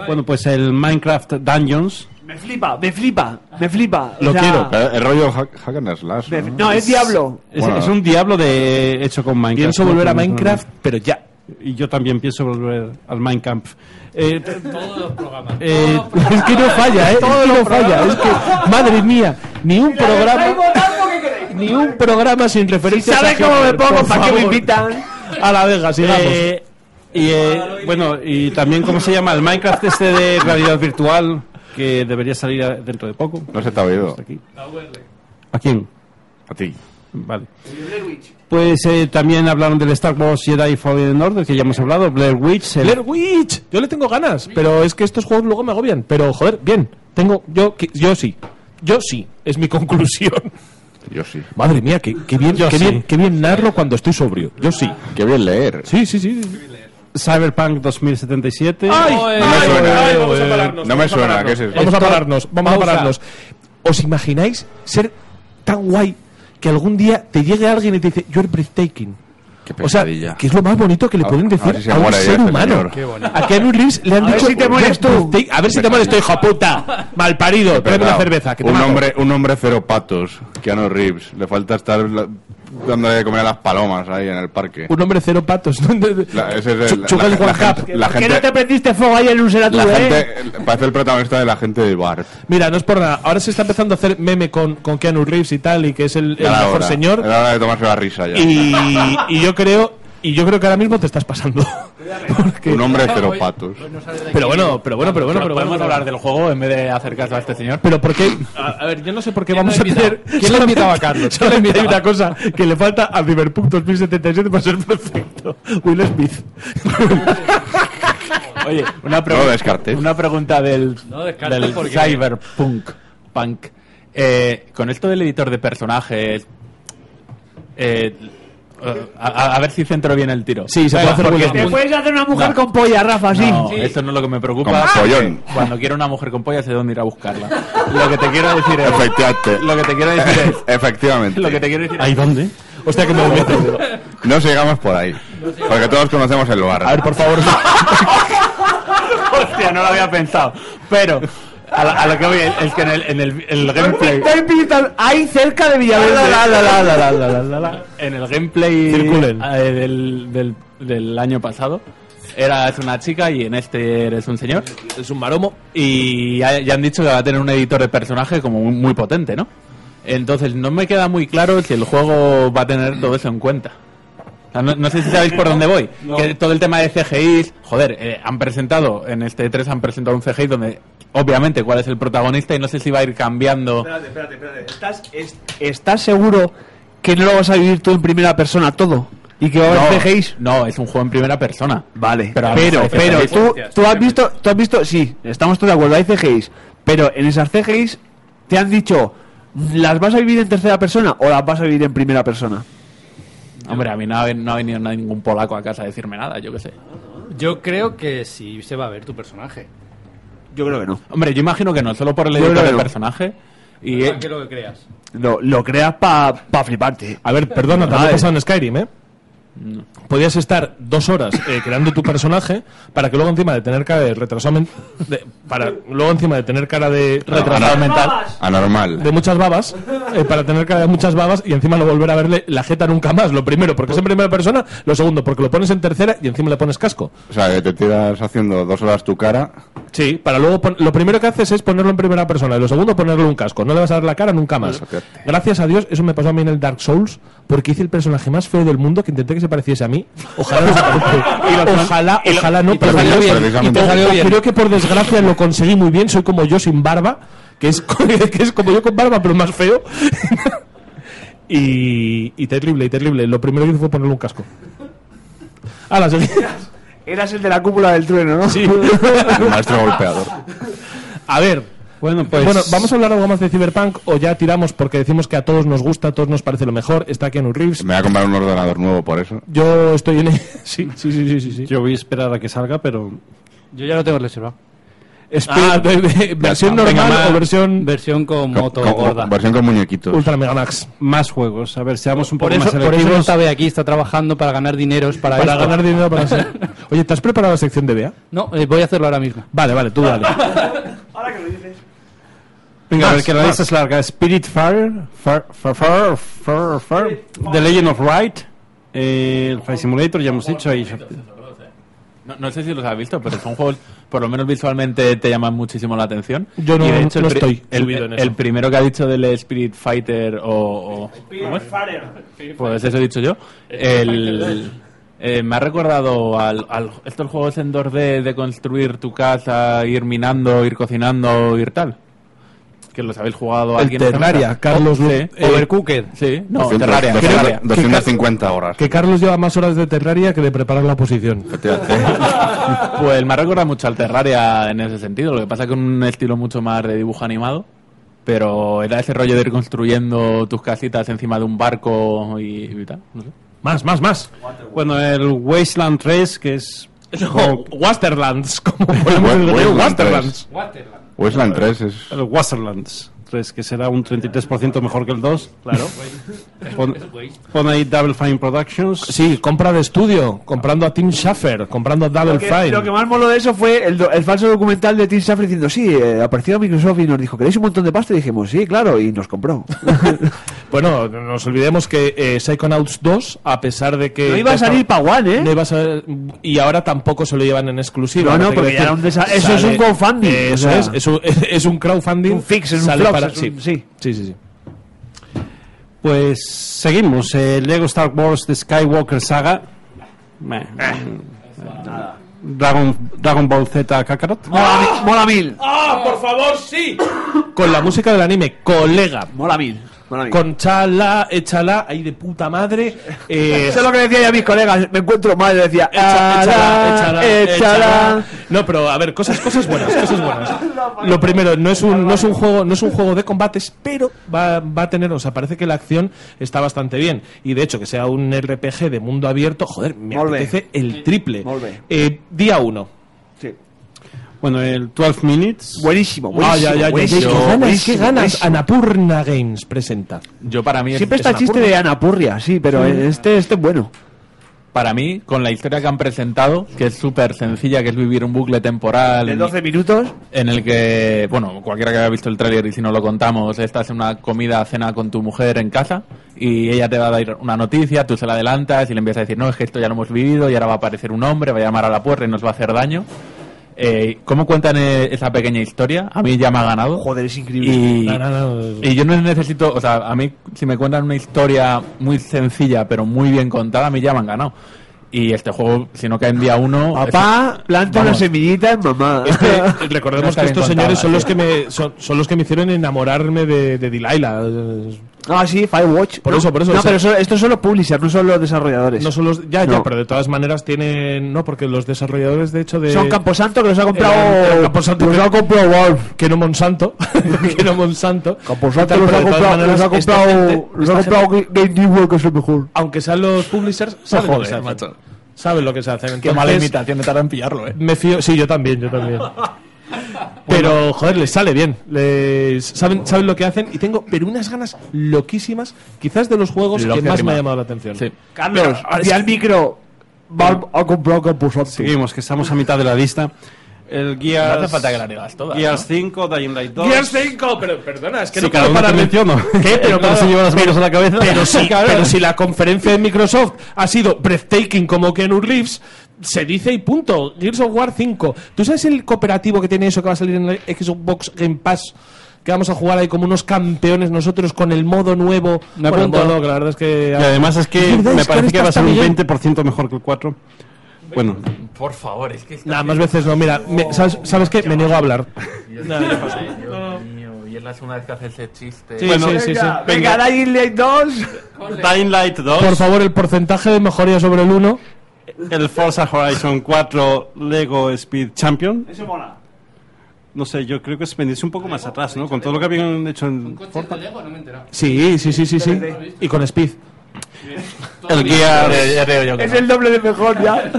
Bueno, pues el Minecraft Dungeons.
Me flipa, me flipa, me flipa.
Lo
O sea,
quiero,
Pero El rollo hack, hack and slash.
me-
¿no?
no, es Diablo.
Es,
Bueno.
es un diablo de hecho con Minecraft.
Pienso
¿no?
volver a
Con- con-
Minecraft, pero ya.
Y yo también pienso volver al Minecamp. Eh,
Todos los programas.
eh,
Es que no falla, ¿eh? Es que no falla. Es que, madre mía, ni un programa, ni un programa sin referencia.
¿Sabes cómo me pongo? ¿Para qué me invitan?
A la vega, sigamos.
eh, y eh, bueno, y también, ¿cómo se llama? El Minecraft este de realidad virtual que debería salir a- dentro de poco.
No se te ha oído.
Aquí. ¿A quién?
A ti.
Vale. Pues eh, también hablaron del Star Wars Jedi Fallen Order, que ya hemos hablado, Blair Witch, el-
Blair Witch, yo le tengo ganas, pero es que estos juegos luego me agobian. Pero joder, bien, tengo, yo, que- yo sí, yo sí, es mi conclusión.
Yo sí.
Madre mía, qué, qué bien, qué
sí.
bien, qué bien narro cuando estoy sobrio. Yo sí.
Qué bien leer.
Sí, sí, sí. sí.
Cyberpunk 2077.
¡Ay!
No
¡Ay!
me
¡Ay! ¡Ay!
suena.
Vamos a pararnos,
No me vamos a suena, pararnos. ¿qué es eso?
Vamos a
Esto-
pararnos, vamos
pausa.
a pararnos. ¿Os imagináis ser tan guay que algún día te llegue alguien y te dice, you're breathtaking? O sea,
pesadilla.
que es lo más bonito que le
A-
pueden
a
decir
ver si se
a, un
muere ya
ser
este
humano.
señor. Qué bonito.
A Keanu Reeves le han
A ver
dicho,
si te mueres
"You're breathtaking". A ver si te mueres tú, hijo puta. Mal parido, tráeme una
Perdao.
cerveza. Que te
un,
mato.
hombre, un hombre cero patos, Keanu Reeves. Le falta estar la- dándole de comer a las palomas ahí en el parque.
Un hombre cero patos.
La, ese es el-
Chu- chupa
la-
el
la
one
gente-
cup.
la
¿Por qué
gente-
no te
prendiste fuego ahí en un Seratu,
la
eh?
gente- Parece el protagonista de la gente de Bart.
Mira, no es por nada. Ahora se está empezando a hacer meme con, con Keanu Reeves y tal, y que es el, el
Era la
mejor
hora.
señor.
Era la hora de tomarse la risa ya.
Y, y yo creo y yo creo que ahora mismo te estás pasando. Porque-
Un hombre cero patos.
Pero bueno, pero bueno, pero bueno, pero
podemos
bueno.
hablar del juego en vez de hacer caso a este señor.
Pero por qué
A, ver, yo no sé por
que vamos a tener
¿Quién le ha invitado a Carlos?
Solo hay una cosa que le falta a Cyberpunk 2077 para ser perfecto. Will Smith.
Oye, una
No lo
pregunta.
descartes.
Una pregunta del,
No descartes
del
porque-
cyberpunk. Punk. Eh, con esto del editor de personajes. eh, eh, a, a- a ver si centro bien el tiro.
Sí, se puede hacer
porque-
buen
Te puedes hacer una mujer con polla, Rafa, sí.
No, esto no es lo que me preocupa.
Con pollón.
porque Cuando quiero una mujer con polla sé dónde ir a buscarla. Lo que te quiero decir es.
Efectivamente.
Lo que te quiero decir es.
Efectivamente.
Lo que te quiero decir es.
¿Ahí
dónde? Hostia, que me meto.
No sigamos por ahí. Porque todos conocemos el lugar. A ver,
por favor.
Hostia, no lo había pensado. Pero. A, la- a lo que voy es que en el, en el, el gameplay.
Está implícito ahí cerca de Villaverde.
La, la, la, la, la, la, la, la, la. En el gameplay
Circulen.
eh, del, del, del año pasado eras una chica y en este eres un señor.
Es un maromo.
Y ya, ya han dicho que va a tener un editor de personaje como muy, muy potente, ¿no? Entonces no me queda muy claro si el juego va a tener todo eso en cuenta. O sea, No, no sé si sabéis por dónde voy. Que todo el tema de CGI, joder, eh, han presentado, en este 3 han presentado un CGI donde obviamente cuál es el protagonista y no sé si va a ir cambiando.
Espérate, espérate, espérate. ¿Estás, es- ¿Estás seguro que no lo vas a vivir tú en primera persona todo? ¿Y que va a haber CGI?
No, es un juego en primera persona.
Vale,
pero,
Pero, pero, tú, tú has visto, tú has visto, sí, estamos todos de acuerdo, hay CGIs, pero en esas CGIs te han dicho, ¿las vas a vivir en tercera persona o las vas a vivir en primera persona?
Hombre, a mí no ha, no ha venido ningún polaco a casa a decirme nada, yo qué sé.
Yo creo que sí se va a ver tu personaje.
Yo creo que no.
Hombre, yo imagino que no, solo por el
Yo
Pues,
creo
editor
que
del
no.
personaje. Y,
Que lo que creas.
Lo, lo creas para pa fliparte.
A ver, perdona, también
Vale.
ha pasado en Skyrim, ¿eh? Podías estar dos horas eh, creando tu personaje para que luego encima de tener cara de retrasado men- de- para luego encima de tener cara de retrasado
Ana-
mental
Anormal.
de muchas babas eh, para tener cara de muchas babas y encima no volver a verle la jeta nunca más lo primero porque es en primera persona lo segundo porque lo pones en tercera y encima le pones casco
O sea, que te tiras haciendo dos horas tu cara.
sí para luego pon- lo primero que haces es ponerlo en primera persona y lo segundo ponerle un casco no le vas a dar la cara nunca más Gracias a Dios, eso me pasó a mí en el Dark Souls, porque hice el personaje más feo del mundo que intenté que se pareciese a mí. Ojalá no se parezca.
Y lo-
ojalá,
y lo-
ojalá no,
y te salió bien, Precisamente. y te
o-
salió
o
bien.
Creo que por desgracia lo conseguí muy bien, soy como yo sin barba, que es, co- que es como yo con barba, pero más feo. y, y terrible, y terrible. Lo primero que hice fue ponerle un casco. A las
Eras el de la cúpula del trueno, ¿no?
Sí.
El maestro golpeador.
A ver.
Bueno,
pues... Bueno, ¿vamos a hablar algo más de Cyberpunk o ya tiramos porque decimos que a todos nos gusta, a todos nos parece lo mejor? Está aquí en un Reeves.
Me voy a comprar un ordenador nuevo por eso.
Yo estoy en... Sí, sí, sí, sí, sí, sí.
Yo voy a esperar a que salga, pero...
Yo ya lo tengo reservado.
Espera, de- de- ¿versión normal o versión...?
Versión con moto
Con-
gorda.
versión con muñequitos.
Ultra Mega Max.
Más juegos. A ver, seamos un
Por eso,
poco más
por eso
selectivos.
está Bea aquí, está trabajando para ganar dineros para,
Para
esto.
ganar dinero para... ser- Oye, ¿te has preparado la sección de Bea?
No, eh, voy a hacerlo ahora mismo.
Vale, vale, tú dale.
Venga, a ver,
Más,
que la
más.
lista es larga. Spirit Fire, Fire, Fire, Fire, Fire, Fire, The Legend of Right, eh, el Flight Simulator, ya hemos dicho. ahí.
No, no sé si los has visto, pero son juegos, por lo menos visualmente, te llaman muchísimo la atención.
Yo no-
Y de hecho,
no
el pri-
estoy
el,
subido en eso.
el primero que ha dicho del Spirit Fighter o... o- ¿cómo es? Pues eso he dicho yo. El, eh, me ha recordado al, al- estos juegos en 2D de construir tu casa, ir minando, ir cocinando, ir tal. Que los habéis jugado
El
alguien esta
Terraria,
mesa.
Carlos
Sí.
Lu- eh,
Overcooked. Sí, no, Terraria.
200,
Terraria.
250 horas.
Que Carlos lleva más horas de Terraria que de preparar la oposición.
Pues me recuerda mucho al Terraria en ese sentido. Lo que pasa con un estilo mucho más de dibujo animado. Pero era ese rollo de ir construyendo tus casitas encima de un barco y, y tal. No sé.
Más, más, más.
Bueno, el Wasteland 3, que es
No, Wasterlands, como podemos
Wa-
decir,
Wasteland
Wasterlands.
3. Wasteland 3 es...
El Wasterlands 3, que será un 33% mejor que el 2, claro. Pon, pon ahí Double Fine Productions.
Sí, compra de estudio, comprando a Tim Schafer, comprando a Double
Lo que,
Fine.
lo que más moló de eso fue el, do- el falso documental de Tim Schafer diciendo, sí, eh, apareció Microsoft y nos dijo, ¿queréis un montón de pasta? Y dijimos, sí, claro, y nos compró.
Bueno, no nos olvidemos que eh, Psychonauts 2, a pesar de que...
No iba a salir pa' One, ¿eh?
No iba a salir- y ahora tampoco se lo llevan en exclusiva.
No, no,
Te quiero
porque ya era un desa- eso es un crowdfunding,
eh,
o
Eso
sea.
es, es un, es un crowdfunding.
Un fix, es un
sale
flop,
para-
es
sí.
un- sí.
sí, sí, sí.
Pues seguimos. eh, Lego Star Wars The Skywalker Saga. Meh. Dragon, Dragon Ball Z Kakarot.
Mola mil.
¡Ah, por favor, sí! Con la música del anime, colega.
Mola mil. Mola mil.
Con chala, échala, ahí de puta madre. eh,
Eso es lo que decía yo a mis colegas, me encuentro mal, yo decía, "Ah,
Échala,
échala,
échala, échala. No, pero a ver, cosas, cosas buenas, cosas buenas. Lo primero, no es un, no es un juego, no es un juego de combates, pero va, va a tener, o sea, parece que la acción está bastante bien. Y de hecho, que sea un RPG de mundo abierto, joder, me
Molt bé.
apetece el triple.
Molt bé.
Eh, día 1.
Bueno, el 12 Minutes.
Buenísimo,
Ah, ya, ya, ya.
buenísimo,
Qué ganas,
buenísimo,
qué ganas.
buenísimo.
Anapurna Games presenta.
Yo para mí es-
Siempre
es
está el
una
chiste
purga.
de Anapurria, sí, pero
Sí.
este, este es bueno.
Para mí, con la historia que han presentado, que es súper sencilla, que es vivir un bucle temporal
De
en-
12 minutos,
en el que, bueno, cualquiera que haya visto el tráiler y si no lo contamos, estás en una comida, cena con tu mujer en casa y ella te va a dar una noticia, tú se la adelantas y le empiezas a decir, no, es que esto ya lo hemos vivido y ahora va a aparecer un hombre, va a llamar a la puerta y nos va a hacer daño. Eh, ¿Cómo cuentan eh, esa pequeña historia? A mí ya me ha ganado.
Joder, es increíble.
Y,
No, no, no.
y yo no necesito, o sea, a mí si me cuentan una historia muy sencilla pero muy bien contada, a mí ya me han ganado. Y este juego, si no cae en día uno...
papá planta
Vamos.
una semillita en mamá.
Este,
No
recordemos
está
que
bien contada,
estos señores son
sí.
los que
Eh,
me son, son los que me hicieron enamorarme de, de Delilah. eh,
Ah, sí, Firewatch.
Por
No,
eso, por eso,
No,
o sea-
pero eso- estos son los publishers, no son los desarrolladores.
No son los, ya,
No.
ya, pero de todas maneras tienen, no, porque los desarrolladores de hecho de
Son Camposanto que los ha comprado.
Eran- eran Camposanto
los
que-
ha comprado Valve.
que no Monsanto, que no Monsanto.
Camposanto
Tal,
los
pero
ha
de todas
comprado.
maneras,
Los ha
esta
comprado.
gente-
Los ha
esta
comprado Game New que es el mejor.
Aunque sean los publishers, saben lo que se hacen. Saben lo que se hacen.
Qué mala
Entonces,
imitación, me tarda en pillarlo, eh.
Me fío, sí, yo también, yo también. Pero, joder, les sale bien. Les, saben, saben lo que hacen y tengo, pero unas ganas loquísimas, quizás de los juegos que más me
Loquérrima.
ha llamado la atención.
Sí.
Carlos, y al micro. Valve ha comprado Camposanto.
Seguimos, que estamos a mitad de la lista. El Gears,
No hace falta que la leas todas,
Gears 5, Dying Light 2.
5, pero perdona, es
Sí, cada uno te menciono.
¿Qué? Pero,
Claro.
pero si lleva las manos
Pero-
a la cabeza. Pero si,
Claro.
pero si la conferencia de Microsoft ha sido breathtaking como Ken Reeves, se dice y punto. Gears of War 5. ¿Tú sabes el cooperativo que tiene eso que va a salir en el Xbox Game Pass? Que vamos a jugar ahí como unos campeones nosotros con el modo nuevo.
Me
Bueno,
apunto.
modo, que la verdad es que.
Y además es que
¿Verdad?
me
Es
parece
ahora
que va a
está
ser un
Miguel.
20% mejor que el 4. Bueno,
Por favor, es que está
Nada, más veces no, mira, me- ¿sabes, ¿sabes qué? Me niego a hablar.
y es la segunda vez que hace ese chiste.
Sí, sí, sí, sí.
Venga, Dying Light 2.
Dying Light 2,
Por favor, el porcentaje de mejoría sobre el 1.
el Forza Horizon 4 Lego Speed Champion.
Eso mola.
No sé, yo creo que es venirse un poco más atrás, ¿no? Con todo lo que habían hecho en Forza.
Sí, sí, sí, sí, sí. Y con Speed.
El Gears,
Ya te digo yo que
Es
no.
el doble de mejor ya.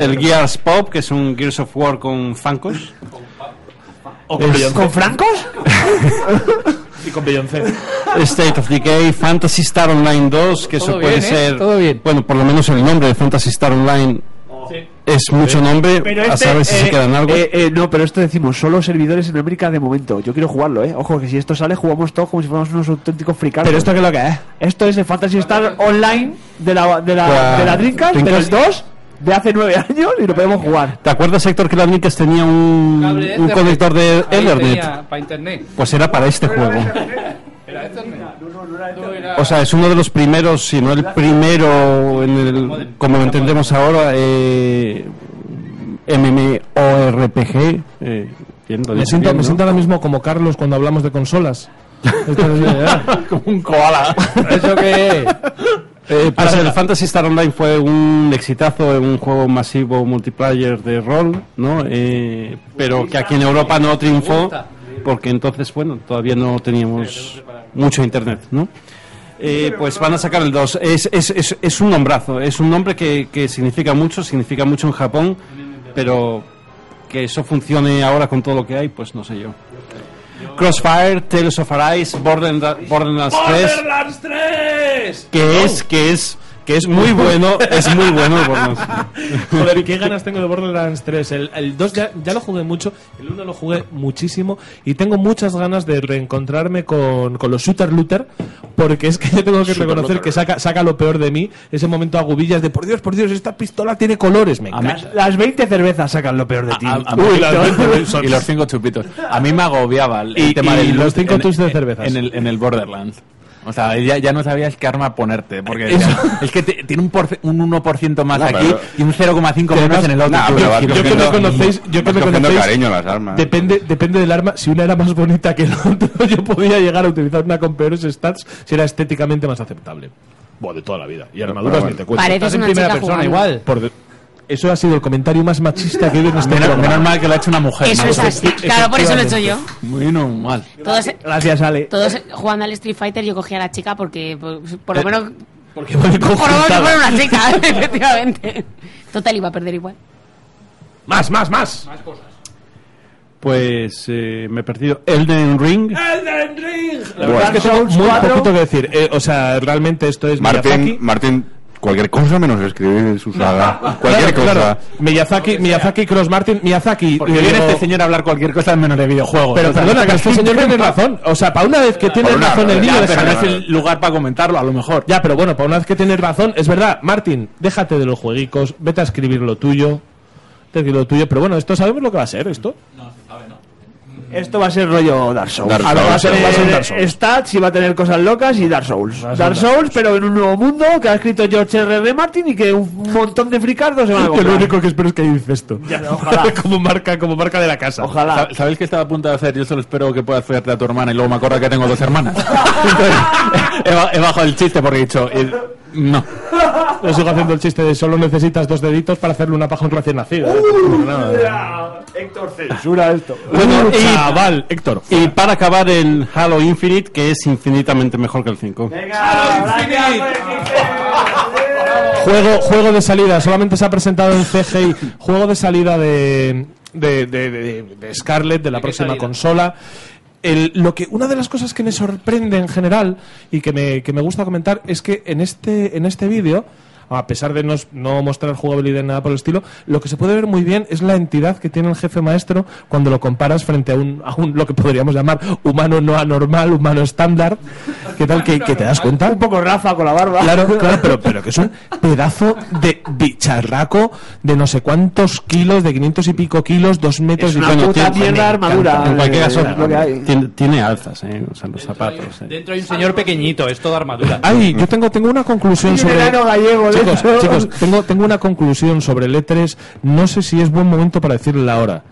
el Gears Pop, que es un Gears of War con Fancos. O con
Es-
¿Con francos?
Y con Beyoncé.
State of Decay, Fantasy Star Online 2, que eso puede
¿eh?
ser. Bueno, por lo menos el nombre de Fantasy Star Online es mucho nombre.
Pero
a
este,
saber si se
eh,
queda en algo.
eh, eh, no, pero esto decimos, solo servidores en América de momento. Yo quiero jugarlo, ¿eh? Ojo, que si esto sale, jugamos todos como si fuéramos unos auténticos fricados.
Pero esto que lo que es.
Esto es el Fantasy Star Online de la, de la,
Claro.
de la Dreamcast, de los
Dreamcast.
dos, de hace nueve años y lo podemos jugar.
¿Te acuerdas, Héctor, que la Dreamcast tenía un,
Cable
un
Ethernet.
conector de
Ahí
Ethernet?
tenía, Para internet.
Pues era para este juego.
Era Ethernet. No, era-
O sea, es uno de los primeros, si no el primero, en el, como lo entendemos ahora, eh, MMORPG. eh, bien, lo
Me siento,
dije bien,
me
¿no?
siento ahora mismo como Carlos cuando hablamos de consolas.
Como un koala.
¿Eso qué?
Eh, pues el Fantasy Star Online fue un exitazo, un juego masivo multiplayer de rol, ¿no? Eh, pero que aquí en Europa no triunfó porque entonces, bueno, todavía no teníamos mucho internet, ¿no? eh, pues van a sacar el 2. Es, es, es, es un nombrazo, es un nombre que, que significa mucho, significa mucho en Japón, pero que eso funcione ahora con todo lo que hay, pues no sé yo. Crossfire, Tales of Arise, Borderlands, Borderlands 3,
¡Borderlands 3!
que es, que es, que es muy bueno, es muy bueno el Borderlands.
Joder, qué ganas tengo de Borderlands 3. El, el 2 ya, ya lo jugué mucho, el 1 lo jugué muchísimo y tengo muchas ganas de reencontrarme con, con los Shooter Looter porque es que yo tengo que
Shooter
reconocer
looter.
que saca, saca lo peor de mí ese momento a gubillas de por Dios, por Dios, esta pistola tiene colores, me encanta.
Las 20 cervezas sacan lo peor de ti.
a-
Uy,
las
Víctor.
y los cinco chupitos. A mí me agobiaba el
Y-
tema
y
de
los cinco
en,
tus de
en-
cervezas.
En el, en el Borderlands. O sea, ya, ya no sabías qué arma ponerte. Porque decían, es que te- tiene un, porce- un 1% más
No,
aquí
pero-
y un 0,5 menos en el otro.
Nah, Ah, pero vas
yo que me
cogiendo-
conocéis, yo que
vas
me
cogiendo
conocéis,
cariño a las armas.
Depende, depende del arma. Si una era más bonita que el otro, yo podía llegar a utilizar una con peores stats si era estéticamente más aceptable. Buah, de toda la vida. Y armaduras ni te cuento.
Pareces
Estás en
una
primera
chica
persona
jugando.
igual. Por de- Eso ha sido el comentario más machista que he oído en este
Menos-
programa.
menos mal que lo ha hecho una mujer.
Eso
¿no?
es así.
Efecti-
Claro, por eso lo he hecho yo.
efectivamente. Bueno, mal.
Todos,
Gracias, Ale.
todos jugando al Street Fighter yo cogía a la chica porque por, por lo
Eh,
menos
porque por
por lo menos fuera una chica, efectivamente. Total iba a perder igual.
Más, más, más. Más
cosas.
Pues eh, me he perdido Elden Ring.
Elden Ring. La
Bueno.
verdad es que tengo muy poquito que decir. Eh, o sea, realmente esto es
Martín,
Miyazaki.
Martín, cualquier cosa menos escribir su saga. Cualquier
Claro,
cosa.
claro. Miyazaki, Miyazaki, Cross Martin, Miyazaki.
Porque
le
viene
digo-
este señor a hablar cualquier cosa menos de videojuegos.
Pero
O sea,
perdona,
no
que
tengas
este señor
tiempo.
tiene razón. O sea, para una vez que tiene
Por una
razón el
vez,
niño
ya,
de
pero no
Sara-
es el lugar para comentarlo, a lo mejor.
Ya, pero bueno, para una vez que tienes razón, es verdad, Martín, déjate de los jueguicos, vete a escribir lo tuyo. Te digo lo tuyo, pero bueno, esto sabemos lo que va a ser, esto.
Esto va a ser rollo Dark Souls.
Dark Souls.
va a ser, eh,
Va a ser Dark Souls.
Stats y va a tener cosas locas y Dark Souls.
a
Dark,
ser Dark
Souls, pero en un nuevo mundo que ha escrito George R. R. Martin y que un montón de fricardos se van a
Yo lo
comprar.
único que espero es que haya incesto.
ojalá.
como marca, como marca de la casa.
Sa- ¿Sabéis qué estaba a punto de hacer? Yo solo espero que puedas fiarte a tu hermana y luego me acuerdo que tengo dos hermanas. Entonces, he, ba- he bajado el chiste porque he dicho, eh, no.
Yo sigo haciendo el chiste de solo necesitas dos deditos para hacerle una paja a un recién nacido.
Héctor, censura esto.
Bueno, y-
chaval, Héctor.
Y para acabar el Halo Infinite, que es infinitamente mejor que el 5.
Juego, juego de salida, solamente se ha presentado en CGI. Juego de salida de, de, de- de- de Scarlett, de la próxima
salida?
consola. El- lo que, una de las cosas que me sorprende en general y que me, que me gusta comentar es que en este, en este vídeo, a pesar de no, no mostrar jugabilidad ni nada por el estilo, lo que se puede ver muy bien es la entidad que tiene el jefe maestro cuando lo comparas frente a un, a un lo que podríamos llamar humano no anormal, humano estándar. ¿Qué tal? Que, que te das cuenta. Un
poco Rafa con la barba.
Claro, claro, pero, pero que es un pedazo de bicharraco de no sé cuántos kilos, de 500 y pico kilos, dos metros y
una
pico.
puta
Tío,
mierda
me
armadura, eh,
encanta.
En
eh,
cualquier caso,
Lo que hay.
tiene, tiene alzas, ¿eh? O sea, los zapatos. ¿eh?
Dentro hay un señor pequeñito, es toda armadura.
Ah,
Ay, yo tengo, tengo una conclusión
Y un
sobre.
enano gallego, de
chicos,
hecho.
chicos, tengo, tengo una conclusión sobre el E3. No sé si es buen momento para decir la hora.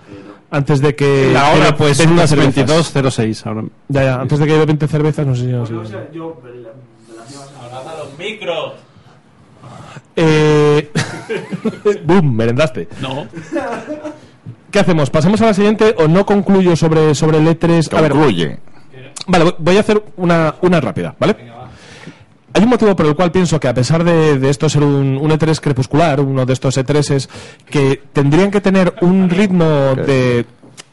Antes de que.
La
que
hora,
le-
pues,
den unas
unas
cervezas.
22.06 ahora.
Ya, ya, antes de que lleve 20 cervezas, no sé si. Pues no sé.
los micros!
Eh... Boom, merendaste.
No.
¿Qué hacemos? ¿Pasamos a la siguiente o no concluyo sobre, sobre el E3? A ver,
Concluye.
Vale, voy- voy a hacer una, una rápida, ¿vale? Hay un motivo por el cual pienso que a pesar de, de esto ser un, un E3 crepuscular, uno de estos E3s, que tendrían que tener un ritmo de,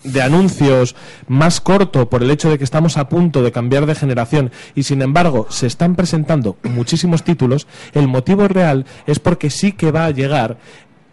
de anuncios más corto por el hecho de que estamos a punto de cambiar de generación y sin embargo se están presentando muchísimos títulos, el motivo real es porque sí que va a llegar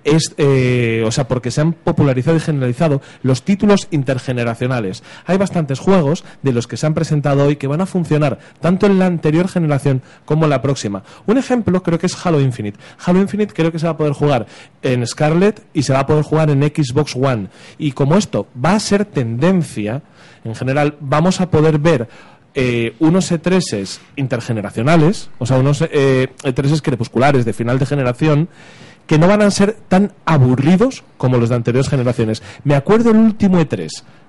es, eh, o sea, porque se han popularizado y generalizado los títulos intergeneracionales. Hay bastantes juegos de los que se han presentado hoy que van a funcionar tanto en la anterior generación como en la próxima. Un ejemplo creo que es Halo Infinite. Halo Infinite creo que se va a poder jugar en Scarlet y se va a poder jugar en Xbox One. Y como esto va a ser tendencia, en general vamos a poder ver eh, unos E3s intergeneracionales, o sea, unos eh, E3s crepusculares de final de generación, que no van a ser tan aburridos como los de anteriores generaciones. Me acuerdo el último E3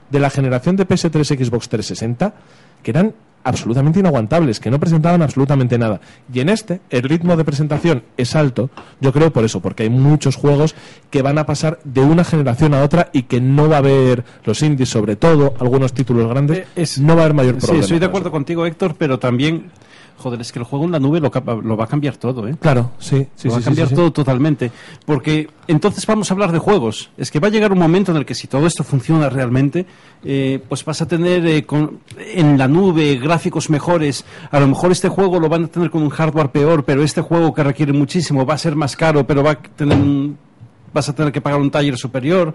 de la generación de PS3 Xbox 360, que eran absolutamente inaguantables, que no presentaban absolutamente nada. Y en este, el ritmo de presentación es alto, yo creo por eso, porque hay muchos juegos que van a pasar de una generación a otra y que no va a haber los indies, sobre todo, algunos títulos grandes, no va a haber mayor
Eh, Sí,
problema.
estoy de acuerdo contigo, Héctor, pero también joder, es que el juego en la nube lo, capa- lo va a cambiar todo, ¿eh?
Claro, sí, sí,
lo va
sí,
a
sí,
cambiar
sí, sí.
todo totalmente. Porque entonces vamos a hablar de juegos. Es que va a llegar un momento en el que si todo esto funciona realmente, eh, pues vas a tener eh, con- en la nube gráficos mejores. A lo mejor este juego lo van a tener con un hardware peor, pero este juego que requiere muchísimo va a ser más caro, pero va a tener un- vas a tener que pagar un taller superior.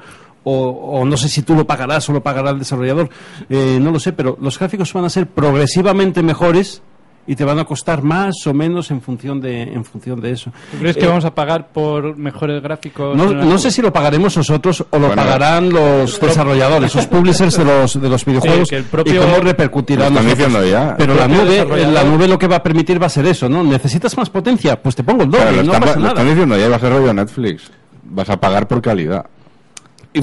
O, o no sé si tú lo pagarás o lo pagará el desarrollador, eh, no lo sé, pero los gráficos van a ser progresivamente mejores y te van a costar más o menos en función de, en función de eso.
¿Tú crees que
Eh,
vamos a pagar por mejores gráficos?
no, no sé si lo pagaremos nosotros o lo
Bueno,
eh,
pagarán los desarrolladores, los publishers de los, de los videojuegos
que el propio-
y cómo repercutirá. en
Lo están
nosotros.
diciendo ya.
Pero
El
la
propio
nube,
desarrollador-
la nube lo que va a permitir va a ser eso, ¿no? ¿Necesitas más potencia? Pues te pongo el
Claro,
doble,
lo,
no
están,
pasa
lo
nada.
están diciendo ya, va a ser rollo Netflix. Vas a pagar por calidad.
Sí,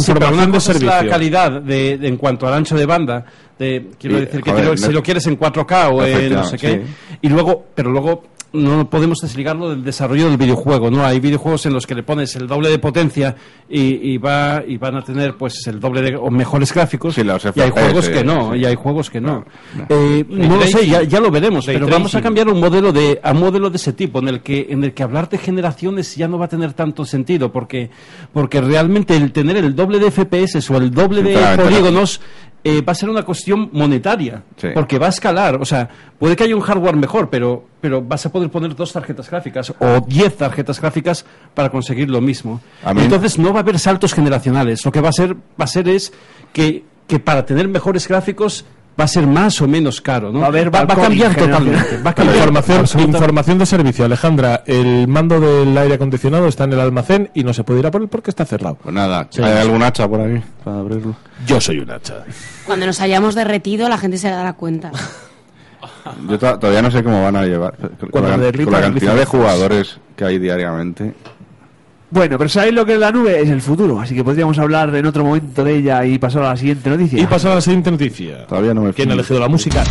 sí, pero una cosa es la calidad de, de- en cuanto al ancho de banda. De, quiero
Y,
decir que
joder,
te lo-
no-
si lo quieres en 4K o en no sé qué.
Efectivamente,
Y luego, pero luego no podemos desligarlo del desarrollo del videojuego, ¿no? Hay videojuegos en los que le pones el doble de potencia y, y va y van a tener pues el doble de o mejores gráficos. y hay
FPS,
juegos que no,
sí.
y hay juegos que no. Eh, no lo
Ray
sé, ya,
tracing.
ya lo veremos,
Ray
pero vamos a
tracing.
cambiar un modelo de a un modelo de ese tipo en el que en el que hablar de generaciones ya no va a tener tanto sentido porque porque realmente el tener el doble de FPS o el doble de
Claro, entonces-
polígonos eh, va a ser una cuestión monetaria
Sí.
porque va a escalar, o sea, puede que haya un hardware mejor, pero pero vas a poder poner dos tarjetas gráficas o diez tarjetas gráficas para conseguir lo mismo.
A mí-
Entonces no va a haber saltos generacionales. Lo que va a ser va a ser es que, que para tener mejores gráficos va a ser más o menos caro, ¿no?
Va a haber
va, va a
balcón
cambiar
generacional.
totalmente. Va a cambiar
Información,
absoluta-
información de servicio, Alejandra. El mando del aire acondicionado está en el almacén y no se puede ir a por él porque está cerrado.
Pues nada,
Sí.
¿hay algún hacha por aquí para abrirlo?
Yo soy un hacha.
Cuando nos hayamos derretido, la gente se dará cuenta.
Yo to- todavía no sé cómo van a llevar. eh, Con
Cuando
la,
derritan
con la
el
cantidad de
bíceps.
jugadores que hay diariamente.
Bueno, pero ¿sabéis lo que es la nube? Es el futuro, así que podríamos hablar en otro momento de ella y pasar a la siguiente noticia.
Y pasar a la siguiente noticia.
Todavía no me
¿Quién ha elegido la música?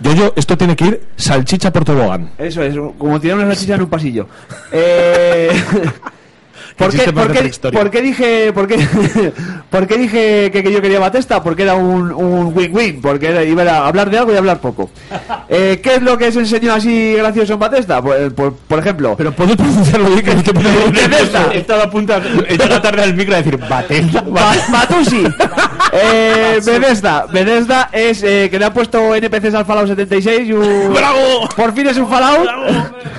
Yo, yo, esto tiene que ir salchicha por tobogán.
Eso es, como tirar una salchicha en un pasillo. Eh, ¿Por
Existe
qué,
más
por
de
qué-
otra historia.
por qué dije, por qué, por qué dije que, que yo quería Batesta? Porque era un un win-win, porque era- iba a hablar de algo y hablar poco. Eh, ¿Qué es lo que se enseñó así gracioso en Batesta? Por, por- por ejemplo... Pero
puedes pronunciarlo bien, que te
Batesta.
Estaba a punto de echar la tarde al micro a decir, Batesta.
Matusi. Eh, Bethesda. Bethesda es eh, que le ha puesto NPCs al Fallout 76 y un...
¡Bravo!
Por fin es un Fallout.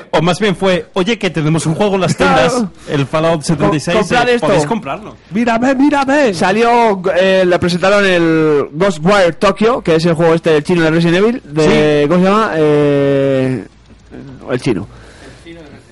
O más bien fue, oye que tenemos un juego en las tiendas, el Fallout 76,
Comprad
eh,
esto.
podéis comprarlo.
Mírame, mírame. Salió, eh, le presentaron el Ghostwire Tokyo, que es el juego este del chino de Resident Evil. De, ¿Cómo se llama? Eh, el chino.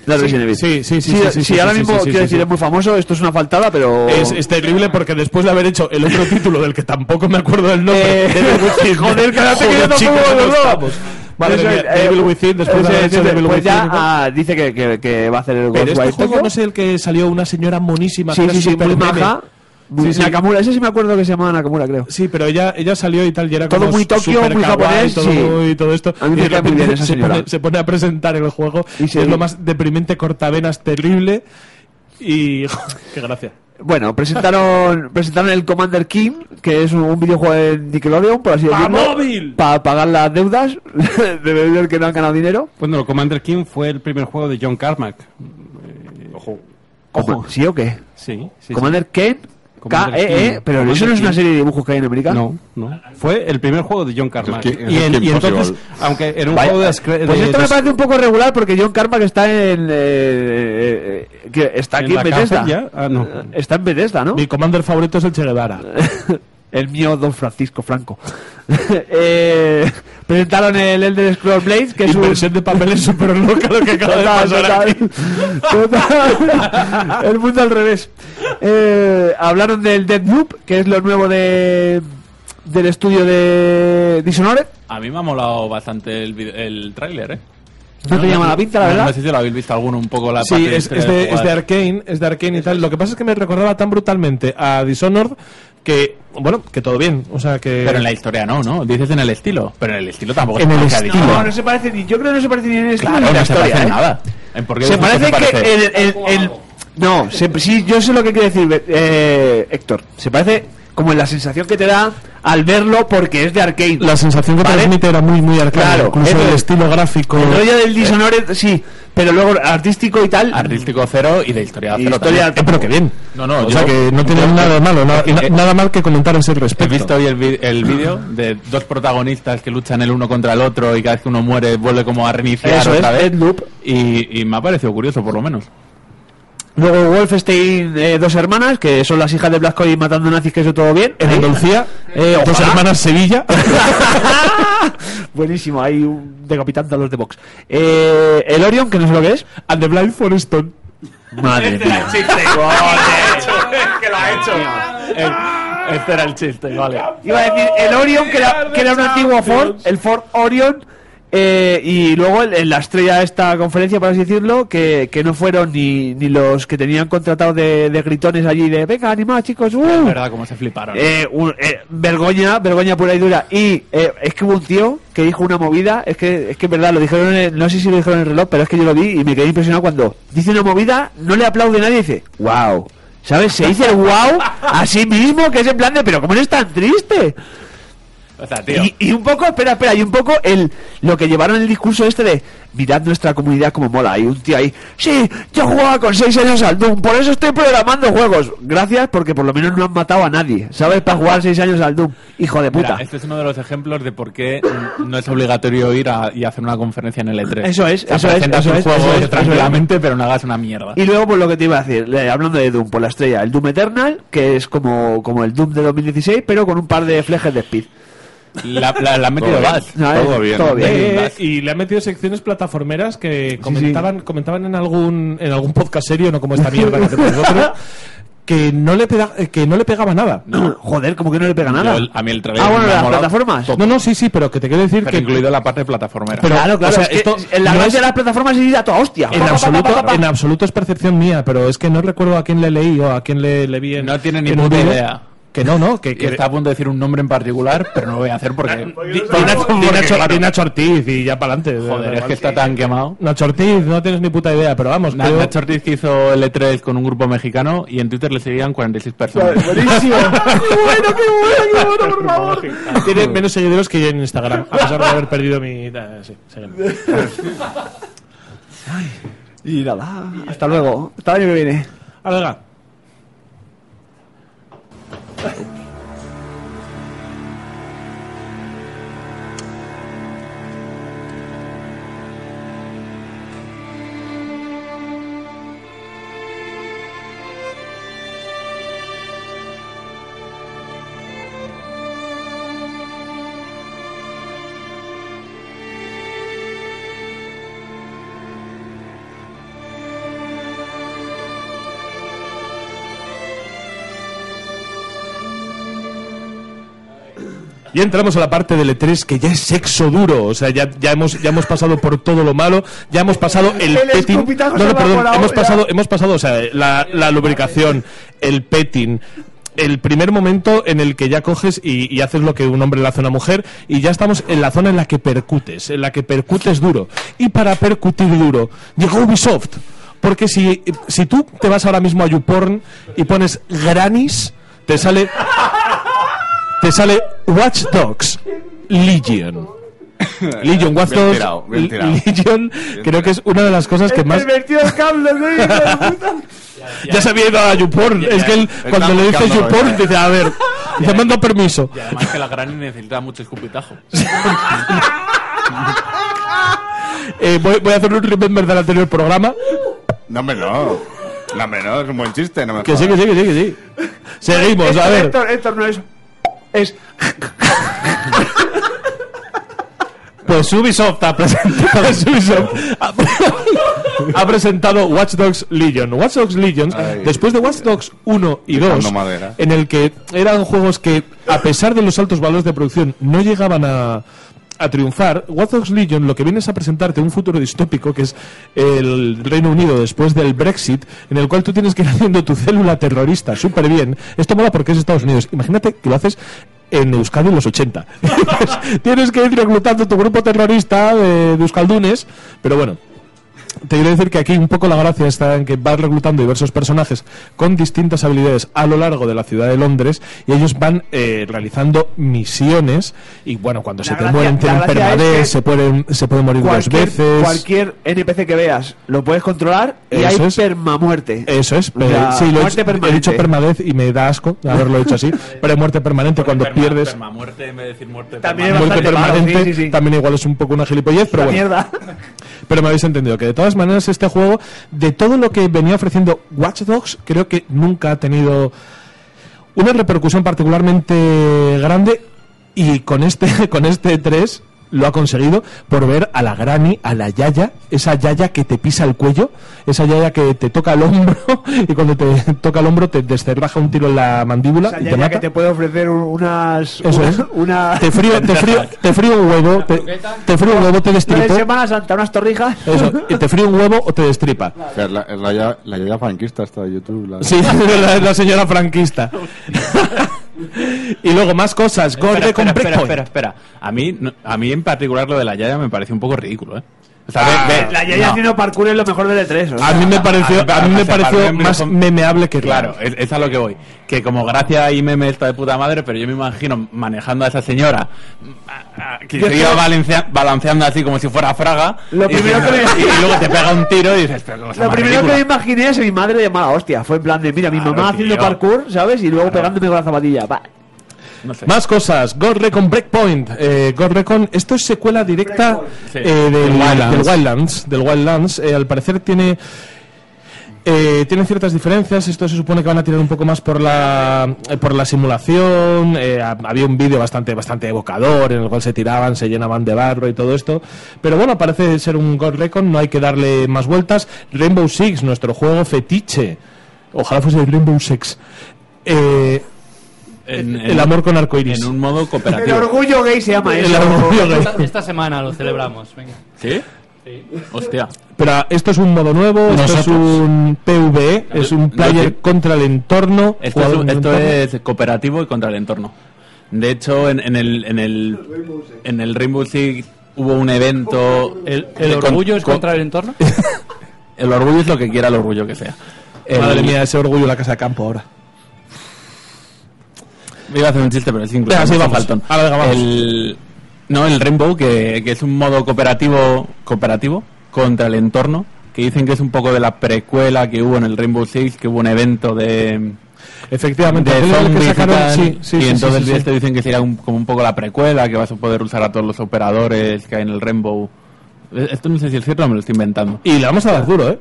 De Resident Evil.
Sí, sí, sí,
Sí,
sí, sí, sí,
ahora
sí,
mismo
sí, sí,
quiero
sí,
decir,
sí.
es muy famoso, esto es una faltada, pero.
Es, este, es terrible porque después de haber hecho el otro título del que tampoco me acuerdo del nombre,
Eh,
Devil Within.
joder, que ahora te
Joder,
quedo
chicos,
como
¿dónde
los dos.
estamos? Madre
Eso es,
mía,
eh,
Devil Within, después de
eso
haber
es,
hecho
eso es,
Devil
Pues
Within.
ya
y tal.
ah, dice que, que, que va a hacer
Pero
el Ghostwire
este juego
Tokyo.
no es el que salió una señora monísima. pues
Sí,
que era
sí, sí,
súper
muy
meme.
maja.
Sí, sí.
Nakamura, ese sí me acuerdo que se llamaba Nakamura, creo.
Sí, pero ella, ella salió y tal, y era
Todo
como
muy Tokio,
súper
muy
kawaii,
japonés,
todo
sí.
muy- todo esto.
A mí me
Y de
cae muy
repente
bien esa
se
señora.
pone, se pone a presentar el juego, y
sí.
es lo más deprimente cortavenas terrible, y... ¡Qué gracia!
Bueno, presentaron, presentaron el Commander King, que es un, un videojuego de Nickelodeon, por así
¡Pa
decirlo.
móvil!
Para pagar las deudas de beber que no han ganado dinero.
Bueno, el Commander King fue el primer juego de John Carmack. Ojo.
Ojo, ¿sí o qué?
Sí, sí,
Commander
sí.
Ken,
Commander
K-E-E,
King.
pero
Commander
eso no es una
King.
serie de dibujos que hay en América.
No, no. Fue el primer juego de John Carmack.
Es que- es
y, en-
que
y entonces,
imposible.
aunque era un
Vaya-
juego de, las cre-
Pues
de-
esto me
de-
parece un poco regular porque John Carmack está en. eh, eh, que está
¿En
aquí en,
la cárcel
Bethesda. Eh,
ya? Ah, no.
Está en Bethesda, ¿no?
Mi commander favorito es el Che Guevara.
el mío, don Francisco Franco. Eh, presentaron el Elder Scrolls Blades, que es un...
de papel es súper loca lo que acaba de
Total,
pasar
total.
aquí.
Total. El mundo al revés. Eh, hablaron del Deadloop, que es lo nuevo de del estudio de Dishonored.
A mí me ha molado bastante el, vide- el tráiler, ¿eh?
No
Ah,
tenía mala pinta, la
no-
verdad.
No sé si lo habéis visto alguno un poco la
Sí,
parte
es,
este
es de,
jugar.
es de Arkane, es de Arkane y tal. Lo que pasa es que me recordaba tan brutalmente a Dishonored que, bueno, que todo bien. O sea que.
Pero en la historia no, ¿no? Dices en el estilo. Pero en el estilo tampoco
En
se
el
parece a
estilo.
Dishonored.
No, no se parece ni. Yo creo que no se parece ni en el estilo
Claro,
ni en la
no se
historia,
parece en
¿eh?
nada. ¿En por qué
Se
no
parece que
parece?
el, el- el- no, se- sí, yo sé lo que quiere decir eh, Héctor. Se parece como en la sensación que te da al verlo porque es de arcade.
La sensación que
¿Vale?
transmite era muy, muy arcade.
Claro,
incluso el
entonces,
estilo gráfico.
El rollo del Dishonored, sí, pero luego artístico y tal.
Artístico cero y de historia
Y
cero.
historia-
también.
Eh, pero que bien.
No, no,
o
yo-
sea que no tiene
yo-
nada de malo, na-
Eh,
na-
eh,
nada mal que comentar en ese
He
respecto.
visto hoy el, vi- el vídeo de dos protagonistas que luchan el uno contra el otro y cada vez que uno muere vuelve como a reiniciar
Eso
otra
es,
vez. Y, y me ha parecido curioso, por lo menos.
Luego Wolfenstein, eh, dos hermanas, que son las hijas de Blasco y matando nazis, que eso todo bien. Eh, En
Andalucía, dos hermanas Sevilla.
Buenísimo, hay un decapitando a los de Vox. Eh, el Orion, que no sé lo que es.
And the Blind Foreston.
Madre mía.
que lo ha hecho.
este era el chiste, vale.
Iba a decir el Orion, que era, que era un antiguo Ford, el Ford Orion. eh, y luego el- el- la estrella de esta conferencia, por así decirlo, que, que no fueron ni, ni los que tenían contratados de, de gritones allí de venga, animados chicos, ¡uh!
Es verdad, cómo se fliparon.
Eh, un- eh, vergoña, vergoña pura y dura. Y eh, es que hubo un tío que dijo una movida, es que es que es verdad, lo dijeron, en el- no sé si lo dijeron en el reloj, pero es que yo lo vi y me quedé impresionado cuando dice una movida, no le aplaude nadie y dice, wow. ¿Sabes? Se dice el wow a sí mismo, que es en plan de, pero ¿cómo eres tan triste?
O sea, tío.
Y, y un poco, espera, espera, y un poco el lo que llevaron el discurso este de mirad nuestra comunidad como mola. Y un tío ahí, sí, yo jugaba con 6 años al Doom, por eso estoy programando juegos. Gracias, porque por lo menos no han matado a nadie, ¿sabes? Para jugar 6 años al Doom, hijo de puta.
Mira, este es uno de los ejemplos de por qué no es obligatorio ir a, y hacer una conferencia en el E3.
Eso es,
O sea,
eso es,
presentas
eso
un
es,
juego
eso es, eso es.
tranquilamente, pero no hagas una mierda.
Y luego, por lo que te iba a decir, le- hablando de Doom, por la estrella, el Doom Eternal, que es como, como el Doom de 2016, pero con un par de flejes de speed.
La, la, la han metido
Todo
más.
bien. Todo bien. Todo bien.
Eh, y le han metido secciones plataformeras que comentaban, comentaban en algún en algún podcast serio, no como esta mierda que hacemos nosotros, que no le pega, eh, que no le pegaba nada.
Joder, como que no le pega nada.
Yo- a mí el trailer
ah, bueno,
me ha
las
molado
plataformas.
No, no, sí, sí, pero que te quiero decir
Pero
que
incluido la parte plataformera.
Pero,
claro, claro.
o sea,
es que
esto
en la
no
gracia
es-
de las plataformas es ir a toda hostia.
en
Pa, pa, pa, pa, pa,
absoluto,
pa.
en absoluto es percepción mía, pero es que no recuerdo a quién le leí o a quién le, le vi en
No tiene
en
ni
un
puta
vídeo.
idea.
Que no, no, que,
que
que
está a punto de decir un nombre en particular, pero no lo voy a hacer porque.
Di- di Nacho- di Nacho- di Nacho Ortiz y ya para adelante.
Joder, es que está tan quemado.
Nacho Ortiz, no tienes ni puta idea, pero vamos,
Na-
creo-
Nacho Ortiz que hizo L3 con un grupo mexicano y en Twitter le seguían 46 personas.
Buenísimo. qué bueno, qué bueno, qué bueno, por favor.
tiene menos seguidores que yo en Instagram, a pesar de haber perdido mi... eh, sí, sígueme.
Y nada, hasta luego. Hasta el año que viene.
Ah, venga. Y entramos a la parte del E3 que ya es sexo duro. O sea, ya, ya, hemos, ya hemos pasado por todo lo malo. Ya hemos pasado el,
El
petting. No,
escupitajo se
no,
lo ha
perdón.
colado,
Hemos
ya.
pasado, hemos pasado, o sea, la, la lubricación, el petting. El primer momento en el que ya coges y, y haces lo que un hombre le hace a una mujer, y ya estamos en la zona en la que percutes, en la que percutes duro. Y para percutir duro, llegó Ubisoft. Porque si, si tú te vas ahora mismo a YouPorn y pones Granis, te sale te sale Watch Dogs Legion. Legion Watch
Bien
Dogs
tirado, bien tirado.
Legion creo que es una de las cosas que más
metió el cable, ¿no? Hijo de puta.
ya se había ido a YouPorn, es que él
Está
cuando le dice
buscándolo,
YouPorn
ya.
dice, a ver, te mando permiso.
Y además que la gran necesita mucho escupitajo.
Eh, voy, voy a hacer un remember del anterior programa,
No, hombre, no. No, hombre, no. Es un buen chiste. No me
que sí, que sí, que sí, que sí. Seguimos, a
Héctor,
ver.
Héctor, Héctor no es. Es.
Pues Ubisoft ha presentado, Ubisoft ha, ha presentado Watch Dogs Legion. Watch Dogs Legion,
Ay.
después de Watch Dogs 1 y
Pisando
2,
madera.
en el que eran juegos que, a pesar de los altos valores de producción, no llegaban a, a triunfar, Watch Dogs Legion lo que viene es a presentarte un futuro distópico que es el Reino Unido después del Brexit, en el cual tú tienes que ir haciendo tu célula terrorista súper bien. Esto mola porque es Estados Unidos. Imagínate que lo haces en Euskadi en los 80. tienes que ir reclutando tu grupo terrorista de, de Euskaldunes, pero bueno. Te quiero decir que aquí un poco la gracia está en que vas reclutando diversos personajes con distintas habilidades a lo largo de la ciudad de Londres y ellos van eh, realizando misiones y bueno, cuando se te
gracia-
mueren tienen
la gracia
permadez,
es que
se pueden se pueden morir dos
Cualquier,
veces.
cualquier NPC que veas lo puedes controlar y
Eso
hay
es.
permamuerte.
Eso es, pero-
sea,
sí, lo he,
muerte
he
permanente.
dicho permadez y me da asco haberlo hecho así, pero muerte permanente cuando pierdes
muerte en vez de decir muerte.
También
muerte permanente, también igual es un poco una gilipollez, pero bueno.
mierda.
Pero me habéis entendido que de todas maneras este juego, de todo lo que venía ofreciendo Watch Dogs, creo que nunca ha tenido una repercusión particularmente grande y con este con este 3 lo ha conseguido por ver a la granny, a la yaya, esa yaya que te pisa el cuello, esa yaya que te toca el hombro y cuando te toca el hombro te descerraja un tiro en la mandíbula
O sea,
y
ya,
te
ya
mata.
que te puede ofrecer un- unas.
Eso es.
Una.
Te frío, te frío, te frío un huevo, te, te frío un huevo, te
Una
destripo.
Semana Santa, unas torrijas.
Eso, y te frío un huevo o te destripa.
O sea, es la, es la, ya- la ya franquista está de YouTube. La...
Sí, la, la señora franquista. y luego más cosas. Gordo
espera,
con
espera, espera,
Breakpoint.
espera, espera. A mí, no- a mí en particular lo de la Yaya me parece un poco ridículo, ¿eh? O sea, ve- ve-
La Yaya
no.
haciendo parkour es lo mejor del E3. o sea.
A mí me
Ah,
pareció, a mí me
o sea, para
pareció
mí me
más
dejó-
memeable que
Claro, es, es a lo que voy. Que como gracia y meme está de puta madre, pero yo me imagino manejando a esa señora a- a- que
Yo
se iba
creo-
balancea- balanceando así como si fuera Fraga.
Lo
y,
primero que
y luego te pega un tiro y dices, pero cosa
Lo
más
primero
ridícula.
que me imaginé es mi madre de mala hostia. Fue en plan de, mira, mi mamá haciendo
tío.
parkour, ¿sabes? Y luego pegándome con la zapatilla. pa.
Más cosas, God Recon Breakpoint. Eh, God Recon, esto es secuela directa eh, del,
Del Wildlands.
del Wildlands. Del Wildlands. Eh, al parecer tiene. eh, tiene ciertas diferencias, esto se supone que van a tirar un poco más por la, eh, por la simulación, eh, ha- había un vídeo bastante, bastante evocador en el cual se tiraban, se llenaban de barro y todo esto, pero bueno, parece ser un God Recon, no hay que darle más vueltas. Rainbow Six, nuestro juego fetiche, ojalá fuese Rainbow Six. Eh,
En- en-
el amor con arcoiris.
En un modo
El
cooperativo.
orgullo gay se llama
El
eso.
orgullo gay.
eh.
Esta, esta semana lo celebramos. Venga.
¿Sí? Hostia.
Pero ah, esto es un modo nuevo, esto es
Nosotros.
un PvE, es un player
yo-
contra el entorno.
Esto, es,
jugador
un-
en el
esto
entorno.
es cooperativo y contra el entorno. De hecho, en, en el en el en el Rainbow Six hubo un evento.
¿El,
Eh,
el
de con-
orgullo es
con-
contra el entorno?
el orgullo es lo que quiera el orgullo que sea. El-
Madre mía, ese orgullo la casa de campo ahora.
Me iba a hacer un chiste, pero es incluso
Venga, sí,
me hizo
vamos.
faltón.
Ahora, venga, vamos.
El, no, el Rainbow, que, que es un modo cooperativo cooperativo contra el entorno, que dicen que es un poco de la precuela que hubo en el Rainbow Six, que hubo un evento de...
Efectivamente,
de
aquel en el que
zombies y
sacaron-
tal,
sí, sí,
y
sí, sí,
entonces
sí, sí.
este dicen que será un- como un poco la precuela, que vas a poder usar a todos los operadores que hay en el Rainbow. Eh, Esto no sé si es cierto o me lo estoy inventando.
Y le vamos a dar duro, ¿eh?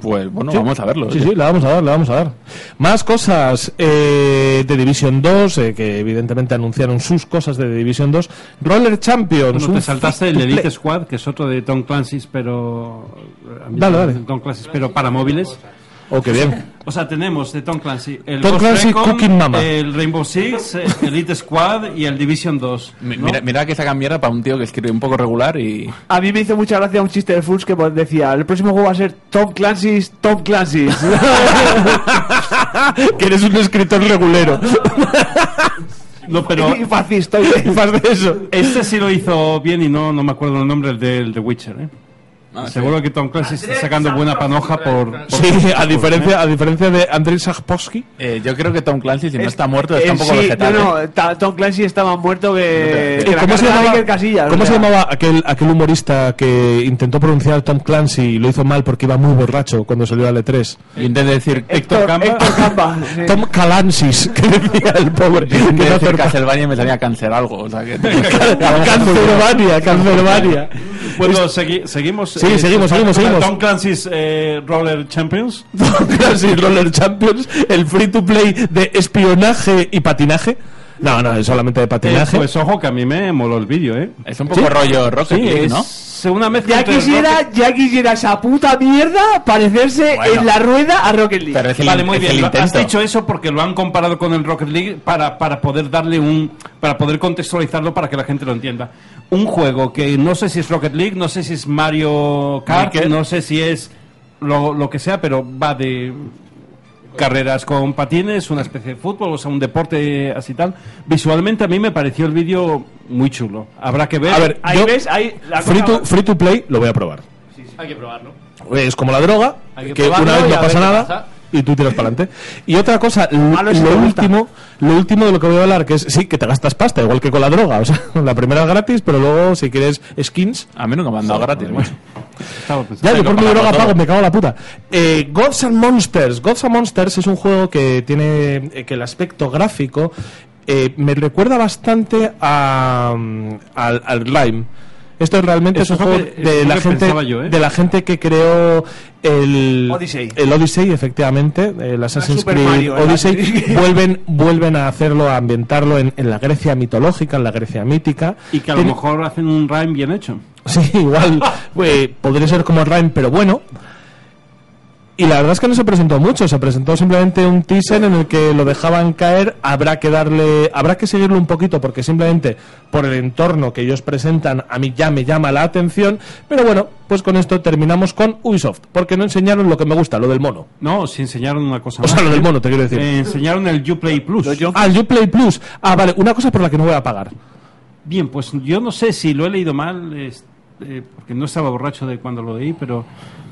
Pues bueno,
Sí.
vamos a verlo.
Sí,
oye.
sí, la vamos a dar, la vamos a dar. Más cosas eh, de Division 2, eh, que evidentemente anunciaron sus cosas de The Division 2. Roller Champions.
Bueno,
un
te saltaste el
free to
Elite
play.
Squad, que es otro de Tom Clancy's, pero. a mí
Dale,
me
dale.
parece Tom Clancy's, pero para móviles.
Oh, qué bien.
O sea, tenemos de Tom Clancy el
Tom
Ghost
Clancy
Recon,
Cooking Mama.
el Rainbow Six, eh, Elite Squad y el Division 2.
Mi-
¿no?
Mira, mira que sacan mierda para un tío que escribe un poco regular y...
A mí me hizo mucha gracia un chiste de Funs que pues, decía, el próximo juego va a ser Tom Clancy's Tom Clancy's.
que eres un escritor regulero.
No, pero
y fascista. y-
Más de eso.
este sí lo hizo bien y no, no me acuerdo el nombre el del The Witcher. ¿eh?
Ah, sí.
Seguro que Tom Clancy está sacando buena panoja por. por sus
Sí, a
trucos,
diferencia, a diferencia de Andrei Sapkowski.
Eh, yo creo que Tom Clancy, si no
Es-
está muerto, está
Eh,
un poco
sí,
vegetal. ¿eh?
No, no, ta- Tom Clancy estaba muerto que. que
Eh,
la
¿Cómo, se
carta de
llamaba,
Iker Casillas,
cómo
o
se
sea.
llamaba aquel, aquel humorista que intentó pronunciar Tom Clancy y lo hizo mal porque iba muy borracho cuando salió al E3?
Y intenta decir
Eh,
Héctor
Héctor Camba.
Héctor Camba, sí.
Tom Calansis, que decía el pobre. que
Intenta
no
decir
acerca-
Castlevania y me salía cáncer algo. O sea que...
Cancervania, Cancervania.
Ah, Bueno, segui- seguimos. eh,
Sí, seguimos, seguimos, seguimos.
Tom Clancy's eh, Roller Champions.
Tom Clancy Roller Champions, el free to play de espionaje y patinaje. No, no, es solamente de patinaje.
Eh, pues ojo que a mí me moló el vídeo, ¿eh?
Es un poco ¿Sí? rollo Rocket
sí,
League,
es
¿no?
una mezcla
ya
entre
quisiera,
Rocket-
ya quisiera esa puta mierda parecerse
Bueno.
en la rueda a Rocket League.
vale, muy bien. lo- Has dicho eso porque lo han comparado con el Rocket League para, para poder darle un. para poder contextualizarlo para que la gente lo entienda. Un juego que no sé si es Rocket League, no sé si es Mario Kart,
Maker.
no sé si es lo, lo que sea, pero va de carreras con patines, una especie de fútbol, o sea, un deporte así tal. Visualmente a mí me pareció el vídeo muy chulo. Habrá que ver.
A ver,
Ahí ves, ahí la
Free
cosa
to, free to play lo voy a probar.
Hay que probarlo.
Es como la droga,
Hay
que,
que probarlo
una vez
y a
no
ver
pasa
qué
nada
pasa.
y tú tiras para adelante. Y otra cosa, l-
Malo si te
lo
gusta.
último, lo último de lo que voy a hablar, que es sí, que te gastas pasta, igual que con la droga. O sea, la primera es gratis, pero luego si quieres skins.
A mí nunca me han dado gratis, macho.
Ya, yo
Tengo
por mi
para
droga
todo.
pago, me cago en la puta. Eh, Gods and Monsters. Gods and Monsters es un juego que tiene. eh, que el aspecto gráfico eh, me recuerda bastante a, mm, al, al Rime. Esto realmente
Eso
es un
es lo
juego
que- eso
de,
es lo
la
que
gente,
pensaba yo, ¿eh?
de la gente que creó el
Odyssey.
el Odyssey, efectivamente, el Assassin's
Super
Creed
Mario, ¿eh?
Odyssey, vuelven, vuelven a hacerlo, a ambientarlo en, en la Grecia mitológica, en la Grecia mítica.
Y que a lo
Tiene-
mejor hacen un rhyme bien hecho.
Sí, igual eh, podría ser como Rhyme, pero bueno. Y la verdad es que no se presentó mucho, se presentó simplemente un teaser en el que lo dejaban caer, habrá que darle, habrá que seguirlo un poquito porque simplemente por el entorno que ellos presentan a mí ya me llama la atención, pero bueno, pues con esto terminamos con Ubisoft, porque no enseñaron lo que me gusta, lo del mono.
No, si enseñaron una cosa
O sea,
más,
lo del
¿eh?
mono, te quiero decir.
Eh, enseñaron el Uplay Plus.
Ah, el Uplay Plus. Ah, vale, una cosa por la que no voy a pagar.
Bien, pues yo no sé si lo he leído mal, es- eh, porque no estaba borracho de cuando lo leí, pero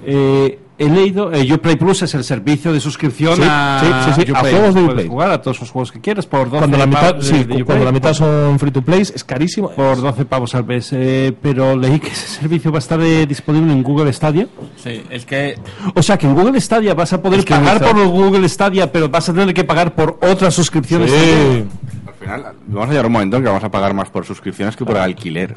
eh, he leído. eh, Uplay Plus es el servicio de suscripción
Sí,
a,
sí, sí, sí, a
Uplay.
juegos de
Puedes
Uplay.
jugar a todos los juegos que quieras por 12
Cuando la mitad,
pavos de-
sí,
de Uplay,
cuando la mitad son free to play, es carísimo.
por 12 pavos al mes. eh, pero leí que ese servicio va a estar eh, disponible en Google Stadia.
Sí, es que
O sea que en Google Stadia vas a poder
Es que
pagar
Ubisoft-
por Google Stadia, pero vas a tener que pagar por otras suscripciones. también.
Al final, vamos a llegar a un momento en que vamos a pagar más por suscripciones que por alquiler.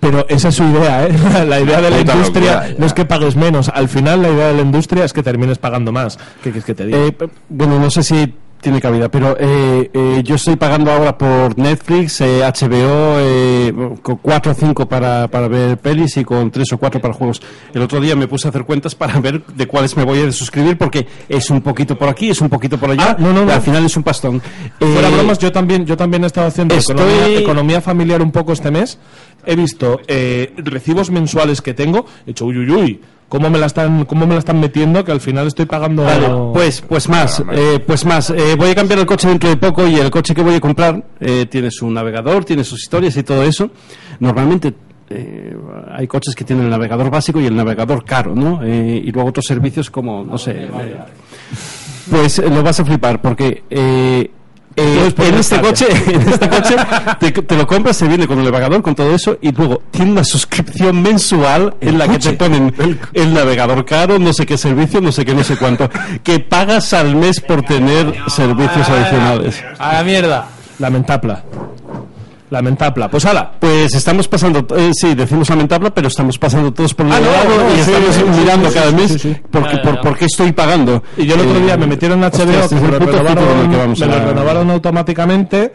Pero esa es su idea, ¿eh? La idea de la
Puta
industria
locura, ya.
no es que pagues menos. Al final, la idea de la industria es que termines pagando más. ¿Qué quieres que te diga?
Eh, p- bueno, no sé si tiene cabida, pero eh, eh, yo estoy pagando ahora por Netflix, eh, HBO, eh, con 4 o 5 para, para ver pelis y con 3 o 4 para juegos.
El otro día me puse a hacer cuentas para ver de cuáles me voy a suscribir porque es un poquito por aquí, es un poquito por
Ah,
allá. y Al final es un pastón.
Fuera
Eh,
bromas, yo también, yo también he estado haciendo
estoy-
economía, economía familiar un poco este mes. He visto eh, recibos mensuales que tengo. He dicho, uy, uy, uy, ¿cómo me la están, cómo me la están metiendo? Que al final estoy pagando...
Vale, pues, pues más, eh, pues más. Eh, voy a cambiar el coche dentro de poco y el coche que voy a comprar eh, tiene su navegador, tiene sus historias y todo eso. Normalmente eh, hay coches que tienen el navegador básico y el navegador caro, ¿no? Eh, y luego otros servicios como, no sé. eh, pues eh, lo vas a flipar porque. eh, eh, en, este coche, en este coche te, te lo compras, se viene con el navegador, con todo eso, y luego tiene una suscripción mensual en la que te ponen el, navegador caro, no sé qué servicio, no sé qué, no sé cuánto, que pagas al mes por tener servicios adicionales.
A la mierda. Lamentapla. Lamentapla. Pues ala.
Pues estamos pasando, eh, sí, decimos lamentable, pero estamos pasando todos por el
Ah, no,
lado
no, no,
y
sí,
estamos
sí, sí,
mirando
sí,
cada
sí,
mes
sí, sí.
Por, qué-
Ya, ya,
por,
ya.
por qué estoy pagando.
Y yo el otro día me metieron en
Eh, Hostias,
HBO,
este
que
es
me
el
lo
puto fútbol en el
renovaron,
que vamos
me lo
a-
renovaron automáticamente.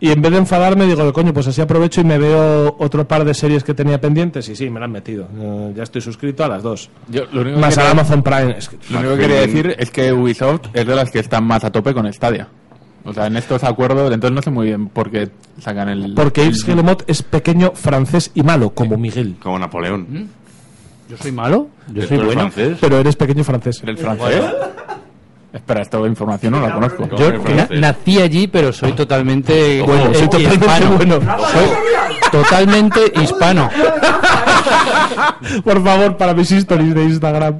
Y en vez de enfadarme, digo, coño, pues así aprovecho y me veo otro par de series que tenía pendientes. Y sí, me la han metido. Eh, ya estoy suscrito a las dos.
Yo, lo único
Más
que
al
quería-
Amazon Prime. Es que-
Lo único que quería decir es que Ubisoft es de las que están más a tope con Stadia. O sea, en estos acuerdos, entonces no sé muy bien por qué sacan el.
Porque
el-
Yves Guillemot es pequeño, francés y malo, como Miguel.
Como Napoleón.
Yo soy malo. Mm, Yo
¿Pero
soy
tú eres
bueno.
francés?
Pero eres pequeño francés.
¿El francés?
¿Eh?
Espera, esta información no la conozco.
¿Cómo
Yo
eres
na-
francés?
nací allí, pero soy totalmente
Ojo,
eh,
soy totalmente
hispano.
bueno.
Soy totalmente hispano.
Por favor, para mis stories de Instagram.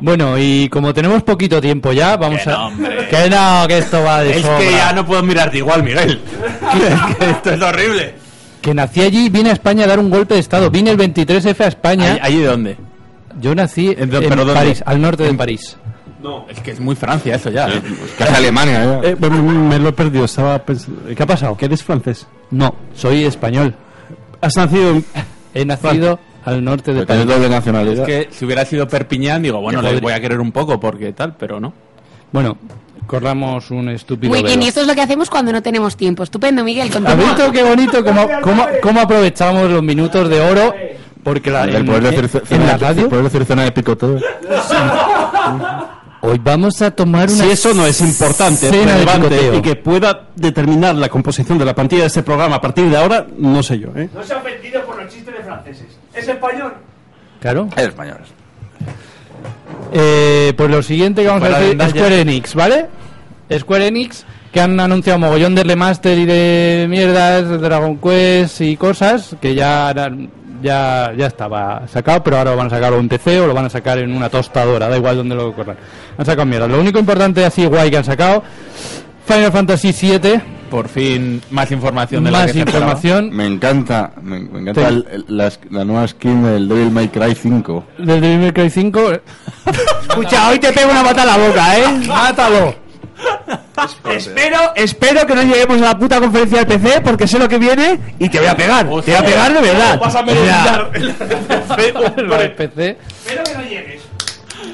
Bueno, y como tenemos poquito tiempo ya, vamos a... Que no, que esto va de
Es
sobra.
que ya no puedo mirarte igual, Miguel. Que- que esto es horrible.
Que nací allí y vine a España a dar un golpe de estado. Vine el 23F a España.
¿Allí de dónde?
Yo nací en,
do- pero dónde?
París, al norte de París.
No. Es que es muy Francia eso ya.
es Alemania, ya.
Eh, me, me lo he perdido, estaba pensando. ¿Qué ha pasado? ¿Que eres francés?
No, soy español.
¿Has nacido en...
He nacido al norte de París.
Es que si hubiera sido Perpiñán, digo, bueno,
Que
le
podría-
voy a querer un poco porque tal, pero no.
Bueno, corramos un estúpido
Muy bien,
velo.
y esto es lo que hacemos cuando no tenemos tiempo. Estupendo, Miguel,
¿Has
continúa.
visto qué bonito? ¿Cómo, cómo, cómo aprovechamos los minutos de oro? Porque la,
El
en-
poder decir
en-
zona
en la
de-
radio-
el poder decir zona de picoteo.
Hoy vamos a tomar una.
Si eso no es importante, es
cena de
relevante
picoteo.
y que pueda determinar la composición de la plantilla de este programa a partir de ahora, no sé yo, ¿eh?
No se ha ofendido por los chistes de franceses. Es español.
Claro.
Es español.
Eh, pues lo siguiente que vamos
Para
a decir
Dendaya.
es Square Enix, ¿vale? Square Enix, que han anunciado mogollón de remaster y de mierdas, Dragon Quest y cosas, que ya, eran- ya, ya estaba sacado, pero ahora lo van a sacar o en PC o lo van a sacar en una tostadora, da igual donde lo corran. Han sacado mierda. Lo único importante así guay que han sacado, Final Fantasy VII,
Por fin, más información de la
más
que se esperaba.
información
Me encanta, me, me encanta
Ten-
el- el- la, sk- la nueva skin del Devil May Cry 5.
del Devil May Cry 5. Escucha, hoy te pego una pata en la boca, ¿eh? Mátalo.
Espero, espero que no lleguemos a la puta conferencia del PC porque sé lo que viene y te voy a pegar. te voy a pegar de verdad.
Pásame
O sea,
PC.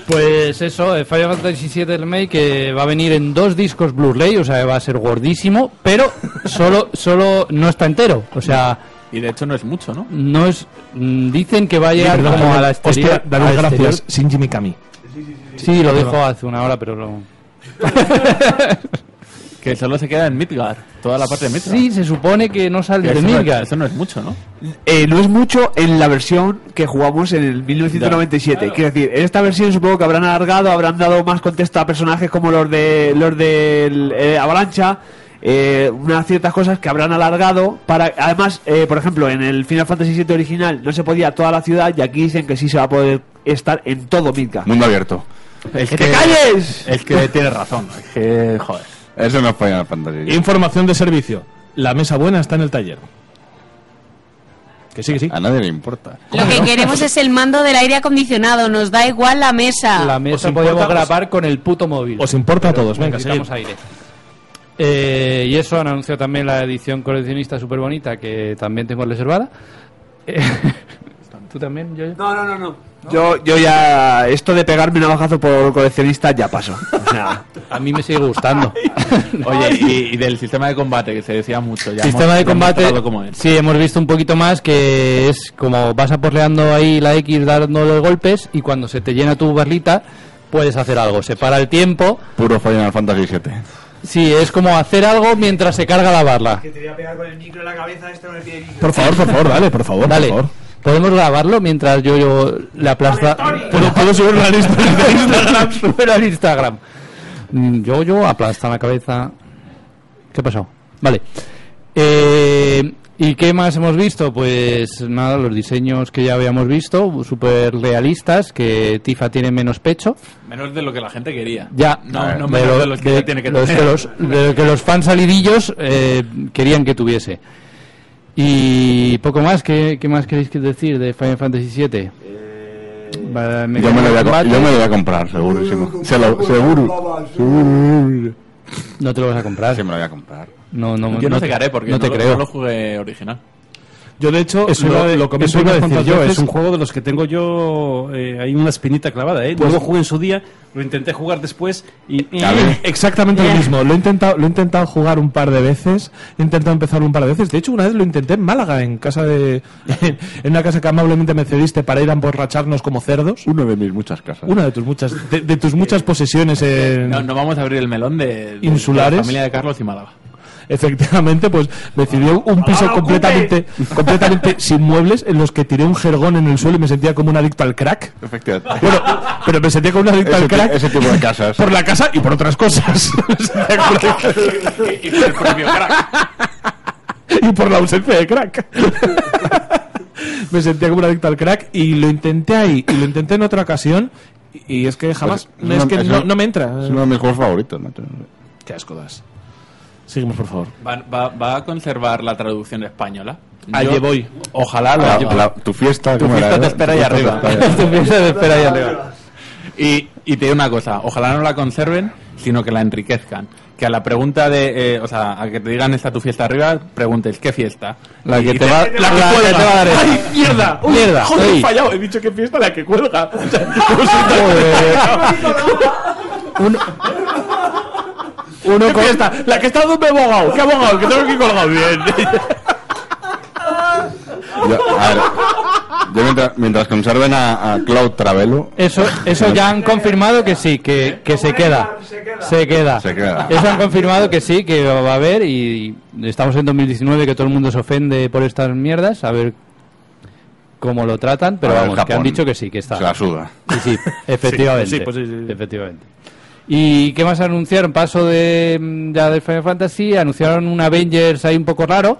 Pues eso, el Final Fantasy VII Remake que va a venir en dos discos Blu-ray, o sea, va a ser gordísimo, pero solo, solo no está entero, o sea,
Y de hecho no es mucho, ¿no?
no es. mm, Dicen que va a llegar
Perdón,
como a la
hostia,
exterior.
dale
al
gracias,
exterior.
Shinji Mikami.
Sí, lo dejo
Perdón.
hace una hora, pero lo.
Que solo se queda en Midgar, toda la parte de Midgar.
Sí, se supone que no sale
Que
de
eso no-
Midgar.
eso no es mucho, ¿no?
Eh, no es mucho en la versión que jugamos en el 1997. Quiero decir, en esta versión supongo que habrán alargado, habrán dado más contexto a personajes como los de los del eh, Avalancha, eh, unas ciertas cosas que habrán alargado. Para además, eh, por ejemplo, en el Final Fantasy VII original no se podía toda la ciudad y aquí dicen que sí se va a poder estar en todo Midgar.
Mundo abierto.
Es
¡Que
Eh,
te calles!
Es que tienes razón, es que, joder.
Eso no es Final Fantasy.
Información de servicio. La mesa buena está en el taller. Que sí, que sí.
A nadie le importa.
Lo que queremos es el mando del aire acondicionado, nos da igual la mesa.
La mesa podemos grabar con el puto móvil.
Os importa a todos, venga,
necesitamos
seguid.
aire. Eh, y eso han anunciado también la edición coleccionista súper bonita que también tengo reservada. Eh, ¿Tú también, yo?
No, no, no, no. Yo, yo ya esto de pegarme navajazo por coleccionista ya pasó. O sea,
A mí me sigue gustando.
Oye, y, y del sistema de combate, que se decía mucho. Ya
Sistema de
hemos- lo hemos
combate.
tratado como es.
Sí, hemos visto un poquito más que es como vas aporreando ahí la X dándole golpes y cuando se te llena tu barrita puedes hacer algo. Se para el tiempo.
Puro Final Fantasy 7.
Sí, es como hacer algo mientras se carga la barra.
te voy a pegar con el micro en la cabeza, esto no tiene
Por favor, por favor, dale, por favor.
Dale.
Por favor.
¿Podemos grabarlo mientras yo, yo le aplasta?
¿Puedo, puedo subirlo a la lista de Instagram?
Súbelo al Instagram. Mm, Yo, yo, aplasta la cabeza. ¿Qué ha pasado? Vale. Eh, ¿Y qué más hemos visto? Pues nada, los diseños que ya habíamos visto, súper realistas, que Tifa tiene menos pecho.
Menos de lo que la gente quería.
Ya, eh,
No, no
de
menos
lo-
de los que
de-
tiene que
los
tener.
que los- de lo que los fans salidillos eh, querían que tuviese. Y poco más, ¿qué, qué más queréis que decir de Final Fantasy VII?
Eh,
Va-
Yo me, lo voy a, co-
combate.
yo me lo voy a comprar, segurísimo. Se lo- seguro. Seguro.
No te lo vas a comprar.
Sí, me lo voy a comprar.
No, no,
Yo no,
te-
sé qué haré porque
no te
lo-
creo.
lo jugué original.
Yo, de hecho,
Eso
lo,
iba-
lo comenté
eso
unas
iba a decir
cuantas
yo,
veces.
es un juego de los que tengo yo, eh, hay una espinita clavada, ¿eh?
Pues
No lo jugué en su día, lo intenté jugar después y...
Exactamente lo mismo. Lo he intentado, lo he intentado jugar un par de veces. He intentado empezarlo un par de veces. De hecho, una vez lo intenté en Málaga, en casa de, en una casa que amablemente me cediste para ir a emborracharnos como cerdos.
Uno de mis muchas casas.
Una de tus muchas, de, de tus muchas posesiones en,
No, no vamos a abrir el melón de, de-
Insulares.
de la familia de Carlos y Málaga.
Efectivamente, pues me sirvió un piso completamente, completamente sin muebles en los que tiré un jergón en el suelo y me sentía como un adicto al crack.
Efectivamente.
Bueno, pero me sentía como un adicto
Ese
al
ti-
crack.
ese tipo de casas.
Por la casa y por otras cosas.
y, por el propio crack.
y por la ausencia de crack. me sentía como un adicto al crack y lo intenté ahí y lo intenté en otra ocasión Y es que jamás.
Pues,
no, es
una-
que
es
no,
una-
no me entra.
Es uno de mis juegos favoritos, macho.
Qué asco das. Seguimos, por favor.
¿Va, va, va a conservar la traducción española?
Al
Yo-
Llevoy.
Ah, Ojalá lo
La- la- tu fiesta,
Tu
¿cómo era,
fiesta te
eh? Tu
espera ahí
fiesta
arriba.
te espera ahí
Tu fiesta te espera ahí arriba. Y, y te digo una cosa, ojalá no la conserven, sino que la enriquezcan. Que a la pregunta de, eh, o sea, a que te digan está tu fiesta arriba, preguntes, ¿qué fiesta?
La
Y
que te
dices,
va-
la que cuelga.
te va a dar esa.
¡Ay, mierda!
Uy,
¡Mierda!
Joder, he
Ey.
fallado. He dicho que fiesta la que cuelga. O sea,
Uno-
uno con... fiesta? La que está donde he abogado. ¿Qué abogado? Que tengo que colgado bien.
Yo, a ver, yo mientras, mientras conserven a, a Cloud Travelo,
Eso, eso ya han confirmado que sí, que, que se queda. Se queda.
Se queda.
Eso han confirmado que sí, que va a haber y estamos en 2019 que todo el mundo se ofende por estas mierdas, a ver cómo lo tratan, pero
A ver,
vamos, que
Japón.
han dicho que sí, que está.
se la suda.
Sí, sí, efectivamente.
Sí, sí, pues
Efectivamente. ¿Y qué más anunciaron? Paso de mm, ya de Final Fantasy, anunciaron un Avengers ahí un poco raro.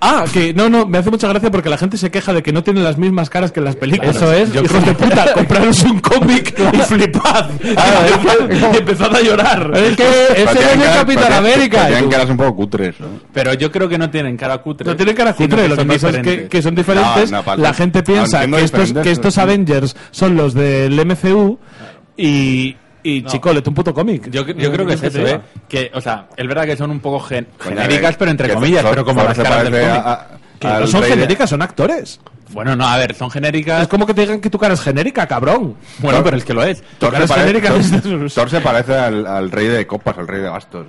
Ah, que no, no, me hace mucha gracia porque la gente se queja de que no tienen las mismas caras que en las películas.
Eso es.
Yo creo que puta, compraros un cómic y flipad. y empezad a llorar.
Es que ese
Pero tienen
es el
cara-
Capitán
pero tienen-
América.
pero Tienen caras un poco cutres, ¿no?
Pero yo creo que no tienen cara cutre.
No tienen cara
sino
cutre, lo que
son
pasa es que,
diferentes.
que son diferentes.
No, no, pal-
la gente
aunque
piensa
no
que estos,
diferentes,
que estos
pero-
Avengers son los del MCU y, y chico, le un puto cómic.
Yo, yo creo que es eso, ¿eh? Que, o sea, es verdad que son un poco gen- genéricas,
eh,
pero entre
que
comillas,
Thor-
pero como
Thor
las
se
caras del
parece
cómic.
a- a- Que no son genéricas, son actores.
Bueno, no, a ver, son genéricas.
Es como que te digan que tu cara es genérica, cabrón.
Bueno, pero es que lo es.
Thor
se
es
pare-
genérica.
Thor- Thor se parece al, al rey de copas, al rey de bastos.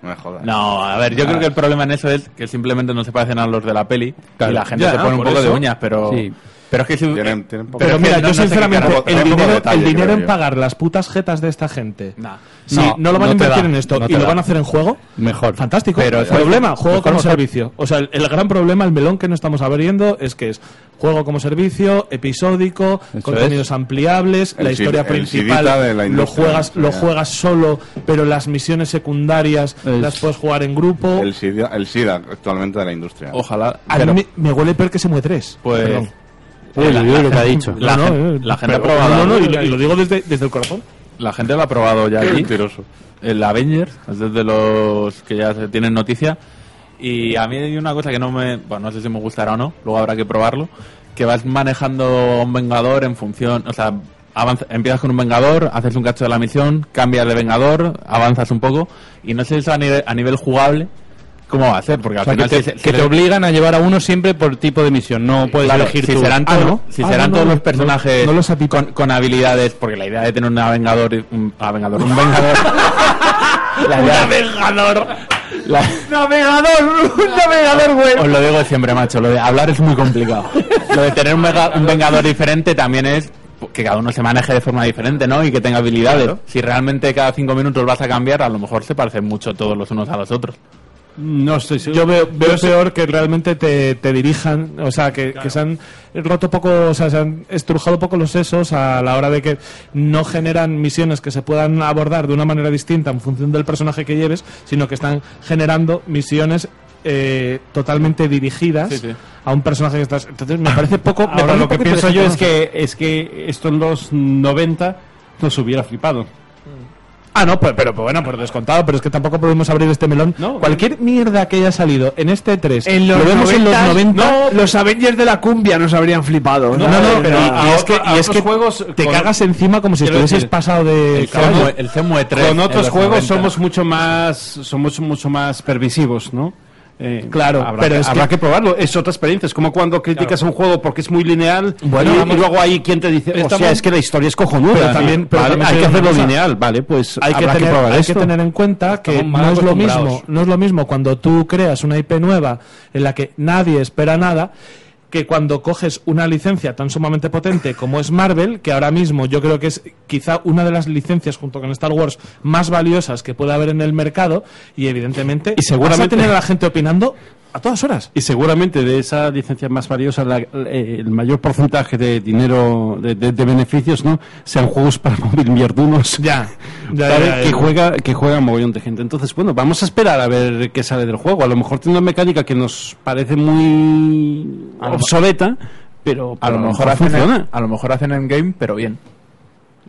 No me jodas.
No, a ver, yo
Ah.
creo que el problema en eso es que simplemente no se parecen a los de la peli
Claro.
y la gente
Ya,
se pone un
por
poco de
eso.
uñas, pero...
Sí.
Pero es que... si-
Tienen- tienen poco-
Pero
es que
mira,
no-
yo
no sé qué
sinceramente,
carajo-
el
tampoco
dinero,
detalle,
el dinero
creo
en
yo.
pagar las putas jetas de esta gente. Si
No,
no, lo van a
no te
invertir
da,
en esto
no te
y lo
da.
van a hacer en juego,
mejor.
Fantástico.
Pero
Pero
es- pues
problema, juego
mejor,
como
mejor.
servicio. O sea, el, el gran problema, el melón que no estamos abriendo es que es juego como servicio, episódico, contenidos ampliables,
El
la
Sid-
historia
el Sidita de
principal,
la
lo
industria,
juegas,
o
lo
sea.
juegas solo, pero las misiones secundarias
Es-
las puedes jugar en grupo.
El SIDA, el SIDA actualmente de la industria.
Ojalá.
A mí me, me huele peor que se mueve tres.
Pues-
Ah, Perdón.
Uy, uy, uy, lo que ha dicho.
No, no,
La
eh,
gen- la gente
pero-
ha probado.
No, no, y lo, y lo digo desde, desde el corazón.
La gente lo ha probado ya allí. El Avengers, es desde los que ya se tienen noticia. Y a mí hay una cosa que no me... Bueno, no sé si me gustará o no, luego habrá que probarlo. Que vas manejando a un Vengador en función... O sea, avanza- empiezas con un Vengador, haces un cacho de la misión, cambias de Vengador, avanzas un poco. Y no sé eso a nivel, a nivel jugable cómo va a ser, porque al
O sea, que
final...
te,
si se- si
que te
le-
obligan a llevar a uno siempre por tipo de misión, no puedes
Claro,
elegir
si
tú.
serán,
Ah,
todos-
¿no?
si
Ah,
serán
no,
todos
no,
los personajes
no, no
con, con habilidades, porque la idea de tener una vengador, y- un, a vengador, un vengador. la idea-
¡Vengador!
la-
¡Navegador! ¡Un navegador, güey!
os lo digo siempre, macho, lo de hablar es muy complicado. lo de tener un, vega- un vengador diferente también es que cada uno se maneje de forma diferente, ¿no? Y que tenga habilidades. Si realmente cada cinco minutos vas a cambiar, a lo mejor se parecen mucho todos los unos a los otros.
No estoy seguro. Yo veo, veo peor que realmente te, te dirijan, o sea, que, que se han roto poco, o sea, se han estrujado poco los sesos a la hora de que no generan misiones que se puedan abordar de una manera distinta en función del personaje que lleves, sino que están generando misiones eh, totalmente dirigidas
Sí, sí.
a un personaje que estás. Entonces me parece poco. me
Ahora
parece
lo que
poco
pienso yo es
inteligente, ¿no?
que, es que esto en los 90 nos hubiera flipado.
Ah, no, pues, pero pues, bueno, por descontado, pero es que tampoco podemos abrir este melón.
eh.
Cualquier mierda que haya salido en este 3,
En los
lo vemos en los
90,
90,
no, los Avengers de la cumbia nos habrían flipado. Ah,
No, no, pero y- y es que, y es que te cagas encima como si
quiero
estuvieses
decir,
pasado de
el CMU
caballo.
el CMUE 3
Con
en
otros
los
juegos
90.
somos mucho más somos mucho más permisivos, ¿no? Eh,
Claro,
habrá,
pero
que,
es
habrá
que-
que probarlo. Es otra experiencia. Es como cuando criticas un juego porque es muy lineal
Bueno,
y, y
vamos-
luego hay quien te dice, o
Estamos-
sea, es que la historia es cojonuda.
Pero también- pero
Vale,
también
hay
te
que
digo una
hacerlo
cosa.
lineal, ¿vale? Pues
hay que,
habrá
tener,
probar
hay
esto.
que tener en cuenta que
Estamos mal
no es lo mismo
acostumbrados.
no es lo mismo cuando tú creas una IP nueva en la que nadie espera nada que cuando coges una licencia tan sumamente potente como es Marvel, que ahora mismo yo creo que es quizá una de las licencias junto con Star Wars más valiosas que pueda haber en el mercado, y evidentemente
Y seguramente-
vas a tener a la gente opinando a todas horas.
Y seguramente de esa licencia más valiosa, la- eh, el mayor porcentaje de dinero, de, de- de beneficios, ¿no? Sean juegos para móvil mierdunos.
Ya. ya,
¿vale?
ya, ya.
Que juega, que juega mogollón de gente. Entonces, bueno, vamos a esperar a ver qué sale del juego. A lo mejor tiene una mecánica que nos parece muy
Ah,
obsoleta, pero,
A lo
pero
mejor hacen,
funciona.
a lo mejor hacen en game, pero bien.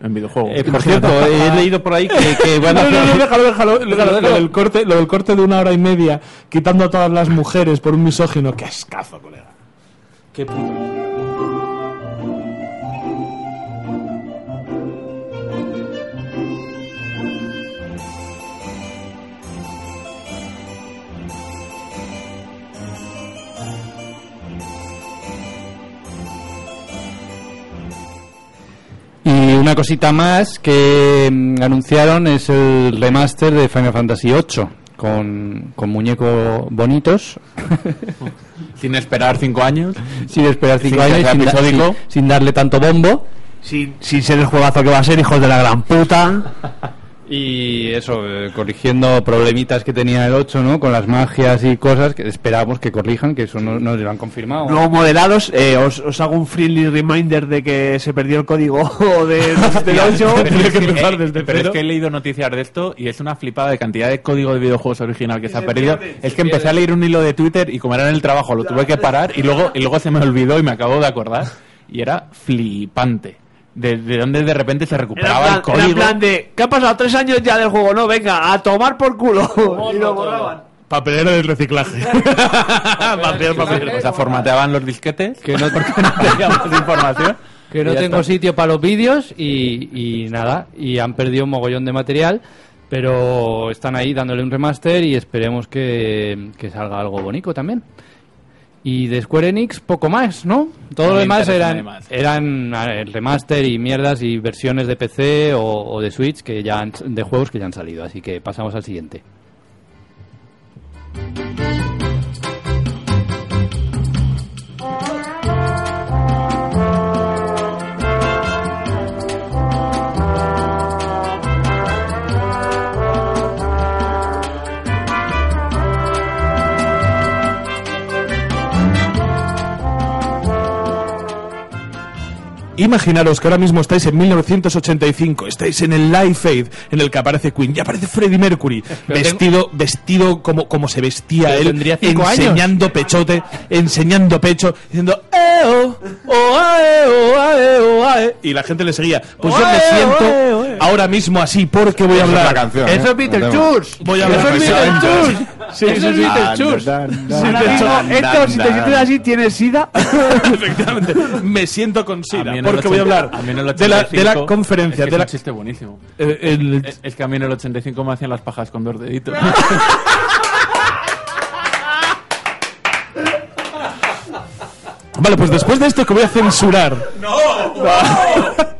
en videojuego.
Eh, por cierto, he leído por ahí que, que van a
No, no, no,
hacer-
déjalo, déjalo. Lo, lo- lo del corte, lo del corte de una hora y media, quitando a todas las mujeres por un misógino, qué ascazo, colega.
Qué puto.
Y una cosita más que mm, anunciaron es el remaster de Final Fantasy VIII con, con muñecos bonitos.
Sin esperar cinco años.
sin esperar cinco
Sin que
años,
sea
sin, da-
episódico.
sin- sin darle tanto bombo.
Sin, sin ser el juegazo que va a ser, hijos de la gran puta.
Y eso, eh, corrigiendo problemitas que tenía el 8, ¿no? Con las magias y cosas que esperamos que corrijan, que eso no, no lo han confirmado.
No modelados, eh, os, os hago un friendly reminder de que se perdió el código de, del 8.
Eh, pero es que he leído noticias de esto y es una flipada de cantidad de código de videojuegos original que se, ha perdido. es que empecé a leer un hilo de Twitter y como era en el trabajo lo tuve que parar y luego, y luego se me olvidó y me acabo de acordar y era flipante. De, de donde de repente se recuperaba
Era
el
en plan- era en
código
plan de, ¿qué ha pasado? Tres años ya del juego, no, venga, a tomar por culo. y lo borraban.
Papelero del reciclaje.
papel, papel. O sea, formateaban los disquetes
que no,
porque no teníamos información.
Que no
Y ya
tengo
está.
sitio para los vídeos y, y nada, y han perdido un mogollón de material, pero están ahí dándole un remaster y esperemos que, que salga algo bonito también. Y de Square Enix poco más, ¿no? Todo
No
lo
me
demás
interesa
eran,
nada más.
eran a ver, remaster y mierdas y versiones de PC o, o de Switch que ya han- de juegos que ya han salido, así que pasamos al siguiente.
Imaginaros que ahora mismo estáis en 1985, estáis en el Live Aid en el que aparece Queen, y aparece Freddie Mercury, vestido, vestido como, como se vestía
Pero
él,
tendría cinco años.
enseñando pechote, enseñando pecho, diciendo "Eh, oh, oh, ah, eh, oh, ah, eh, oh, ah, eh", y la gente le seguía. Pues yo
Oh,
me
eh,
siento
oh, eh, oh, eh.
ahora mismo así porque voy
Esa
a
es
hablar.
la canción, Eso ¿eh? es Beetlejuice.
Voy a hablar.
Eso es Beetlejuice.
Sí, sí,
Eso es
sí.
Beetlejuice.
Sí,
Ahora
de hecho,
mismo, esto, si te sientes así, tienes sida.
Efectivamente, me siento con
A
SIDA
mí en el
porque voy a
80
hablar
a mí en el
de la, de la
85,
conferencia.
es que
de
es
la,
un chiste buenísimo.
Eh, el-
es, es que a mí en el 85 me hacían las pajas con dos deditos.
Vale, pues después de esto que voy a censurar.
¡No!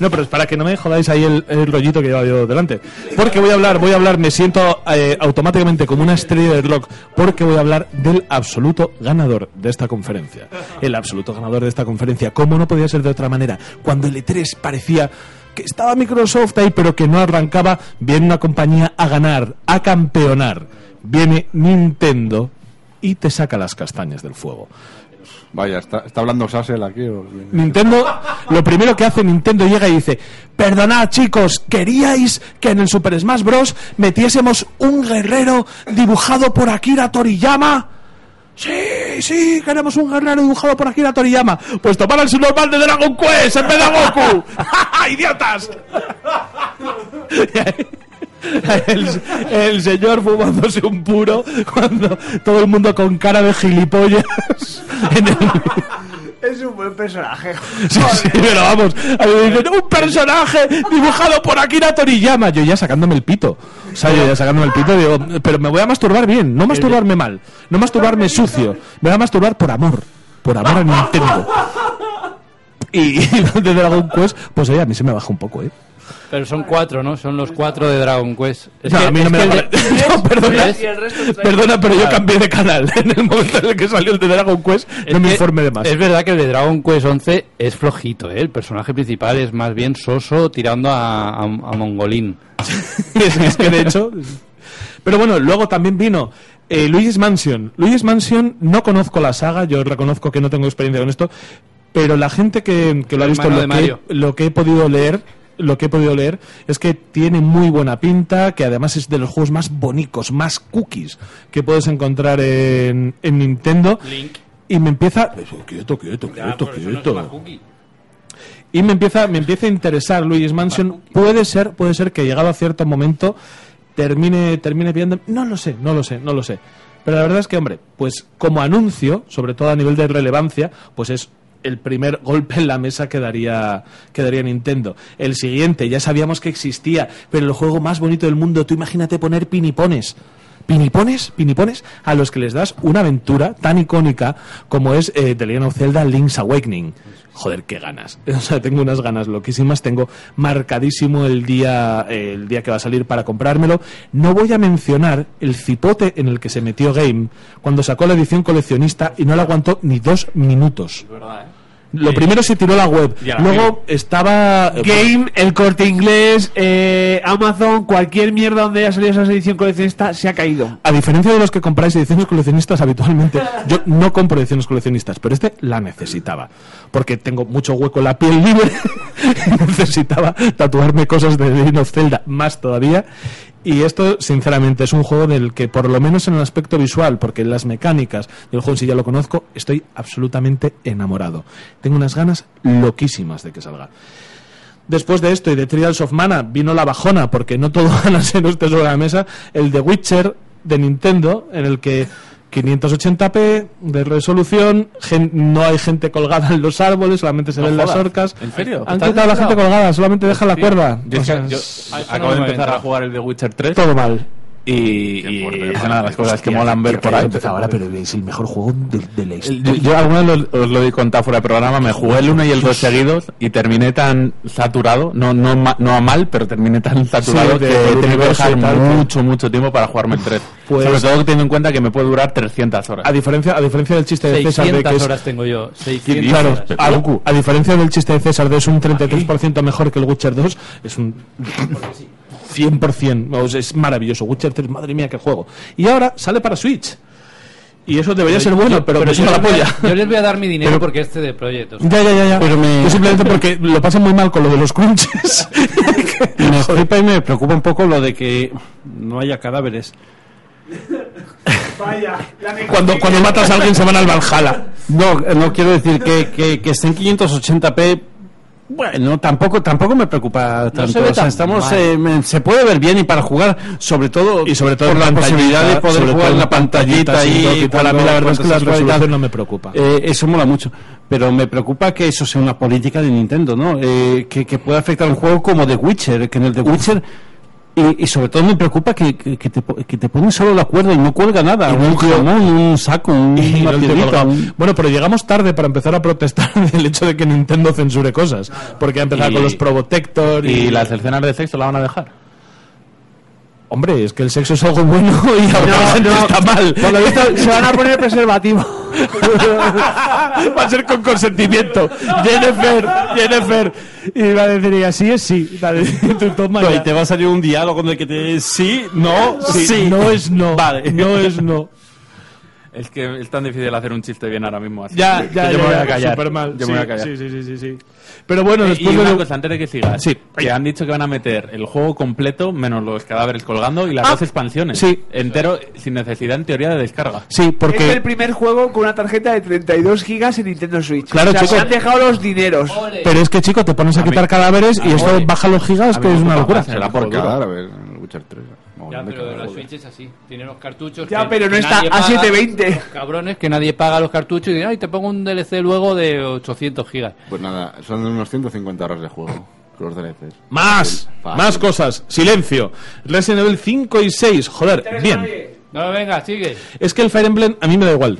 No, pero es para que no me jodáis ahí el, el rollito que llevo yo delante. Porque voy a hablar, voy a hablar, me siento eh, automáticamente como una estrella del rock, porque voy a hablar del absoluto ganador de esta conferencia. El absoluto ganador de esta conferencia, como no podía ser de otra manera, cuando el E3 parecía que estaba Microsoft ahí, pero que no arrancaba, viene una compañía a ganar, a campeonar. Viene Nintendo y te saca las castañas del fuego.
Vaya, ¿está, está hablando Sassel aquí? o qué?
Nintendo, lo primero que hace Nintendo llega y dice, perdonad chicos, queríais que en el Super Smash Bros. metiésemos un guerrero dibujado por Akira Toriyama. Sí, sí, queremos un guerrero dibujado por Akira Toriyama. Pues tomar el subnormal de Dragon Quest en vez de Goku. ¡Idiotas! el, el señor fumándose un puro cuando todo el mundo con cara de gilipollas en el,
Es un buen personaje.
Sí, sí, pero vamos. A mí me dicen, un personaje dibujado por Akira Toriyama. Yo ya sacándome el pito. O sea, yo ya sacándome el pito, digo, pero me voy a masturbar bien, no masturbarme mal, no masturbarme sucio. Me voy a masturbar por amor, por amor a Nintendo. Y, y los de Dragon Quest, pues oye, a mí se me baja un poco, ¿eh?
Pero son cuatro, ¿no? Son los cuatro de Dragon Quest. Es
No,
que-
a mí no
es
me
que el
da-
de-
No, perdona,
¿Ves?
perdona, pero yo
Claro.
cambié de canal. En el momento en el que salió el de Dragon Quest, no me
que
informé de más.
Eh, Es verdad que el de Dragon Quest 11 es flojito, ¿eh? El personaje principal es más bien soso tirando a, a- a mongolín.
es, es que de hecho. Pero bueno, luego también vino eh, Luigi's Mansion. Luigi's Mansion, no conozco la saga, yo reconozco que no tengo experiencia con esto, pero la gente que, que lo ha
El
visto, lo
hermano de
que,
Mario.
lo que he podido leer, lo que he podido leer es que tiene muy buena pinta, que además es de los juegos más bonicos, más cookies que puedes encontrar en, en Nintendo. Y me empieza. Quieto, quieto, quieto, quieto. Y me empieza, me empieza a interesar Luis Mansion. Puede ser, puede ser que llegado a cierto momento termine, termine pidiendo. No lo sé, no lo sé, no lo sé. Pero la verdad es que, hombre, pues como anuncio, sobre todo a nivel de relevancia, pues es el primer golpe en la mesa que daría, que daría Nintendo. El siguiente, ya sabíamos que existía, pero el juego más bonito del mundo, tú imagínate poner pinipones. Pinipones, pinipones, a los que les das una aventura tan icónica como es eh, The Legend of Zelda Link's Awakening. Joder, qué ganas. O sea, tengo unas ganas loquísimas. Tengo marcadísimo el día, eh, el día que va a salir para comprármelo. No voy a mencionar el cipote en el que se metió Game cuando sacó la edición coleccionista y no la aguantó ni dos minutos. Lo
Eh,
primero se tiró la web.
y a la
Luego estaba.
pues, Game, el corte inglés, eh, Amazon, cualquier mierda donde haya salido esa edición coleccionista se ha caído.
A diferencia de los que compráis ediciones coleccionistas habitualmente, yo no compro ediciones coleccionistas, pero este la necesitaba. Porque tengo mucho hueco en la piel libre. necesitaba tatuarme cosas de Legend of Zelda, más todavía. Y esto, sinceramente, es un juego del que, por lo menos en el aspecto visual, porque en las mecánicas del juego, si ya lo conozco, estoy absolutamente enamorado. Tengo unas ganas loquísimas de que salga. Después de esto y de Trials of Mana vino la bajona, porque no todo van a ser ustedes sobre la mesa, el de Witcher de Nintendo, en el que 580p de resolución, gen- no hay gente colgada en los árboles, solamente se
No
ven las
jodas.
orcas.
¿En serio?
Han
¿Estás
quitado a la
desesperado?
gente colgada, solamente dejan la
Hostia.
cuerda.
Yo,
O sea,
yo
es-
acabo de empezar a jugar el de Witcher 3.
Todo mal.
Y, y es una de las cosas que
Hostia,
molan ver
tío,
por
que
ahí.
empezaba ahora, pero es el mejor juego de, de la historia.
Yo, yo alguna vez lo- os lo he contado fuera de programa, me jugué el 1 y el 2 seguidos y terminé tan saturado, no no ma- no a mal, pero terminé tan saturado
Sí, de-
que
del
he tenido que
universo y
dejar
tal, que-
mucho, mucho tiempo para jugarme el 3.
pues-
Sobre todo teniendo en cuenta que me puede durar 300 horas.
A diferencia, a diferencia del chiste de César de que
600
es- Ah,
horas tengo yo, 600
Claro,
horas.
a- a, diferencia del chiste de César de es un 33% mejor que el Witcher 2, es un 100%, vamos, es maravilloso. Witcher 3, madre mía, qué juego. Y ahora sale para Switch. Y eso debería ser bueno,
Yo-
pero, me
yo,
suda la
les voy a-
polla.
yo les voy a dar mi dinero
Pero-
porque este de proyecto.
Ya, ya, ya, ya. Yo simplemente porque lo pasan muy mal con lo de los crunches.
Me flipa y me preocupa un poco lo de que no haya cadáveres.
cuando, cuando matas a alguien se van al Valhalla.
No, no quiero decir que, que, que esté en 580p. Bueno, tampoco, tampoco me preocupa tanto.
se ve
O sea,
tan
estamos,
mal.
eh, me- se puede ver bien y para jugar, sobre todo, y sobre
todo
por
en
la
pantallita,
posibilidad de poder
sobre
jugar
todo
en la
en pantallita,
pantallita,
sin
ahí.
toque, tal. A mí la
cuando-
verdad es que
cuando
la
se juega y tal.
resolución no me preocupa.
Eh, eso mola mucho. Pero me preocupa que eso sea una política de Nintendo, ¿no? Eh, que, que pueda afectar a un juego como The Witcher, que en el The Witcher. Y, y sobre todo me preocupa que, que, que te, po- que te ponen solo la cuerda y no cuelga nada. un jamón, un saco, un,
Y
una
no te
piedrita,
colgaba.
un-
Bueno, pero llegamos tarde para empezar a protestar del hecho de que Nintendo censure cosas. Porque ha empezado
Y-
con los Probotector y,
Y las escenas de sexo la van a dejar.
Hombre, es que el sexo es algo bueno y ahora la gente está mal.
Por lo visto, se van a poner preservativo.
Va a ser con consentimiento. Jennifer, Jennifer. Y va a decir, y así es sí. Vale, tú toma
No,
ya.
y te va a salir un diálogo en el que te sí, no, sí.
Sí, No es no. No es no.
Es que es tan difícil hacer un chiste bien ahora mismo. Así
Ya,
que
ya, ya,
yo me voy a
ya,
callar.
supermal.
Yo me voy
Sí,
a callar.
sí, sí, sí, sí, sí. Pero bueno,
Eh,
después
y
de
una
lo-
cosa, antes de que sigas,
Sí.
que han dicho que van a meter el juego completo, menos los cadáveres colgando, y las
Ah,
dos expansiones.
sí.
Entero, sin necesidad en teoría de descarga.
Sí, porque
Es el primer juego con una tarjeta de 32 gigas en Nintendo Switch.
Claro,
o sea,
chico.
se han dejado los dineros.
Pero es que, chico, te pones a, quitar cadáveres y esto baja los gigas, que es una locura.
Será por cadáveres en el Witcher 3.
Ya,
Hombre,
pero
cadáveres.
la Switch es así. Tiene los cartuchos.
Ya,
que-
pero no
que
está
nadie
a
paga,
720.
los Cabrones, que nadie paga los cartuchos y dicen, ay, te pongo un DLC luego de 800 gigas.
Pues nada, son unos 150 horas de juego con los DLCs.
Más,
Fácil.
más cosas. Silencio. Resident Evil 5 y 6. Joder, bien.
No, venga, sigue.
Es que el Fire Emblem a mí me da igual.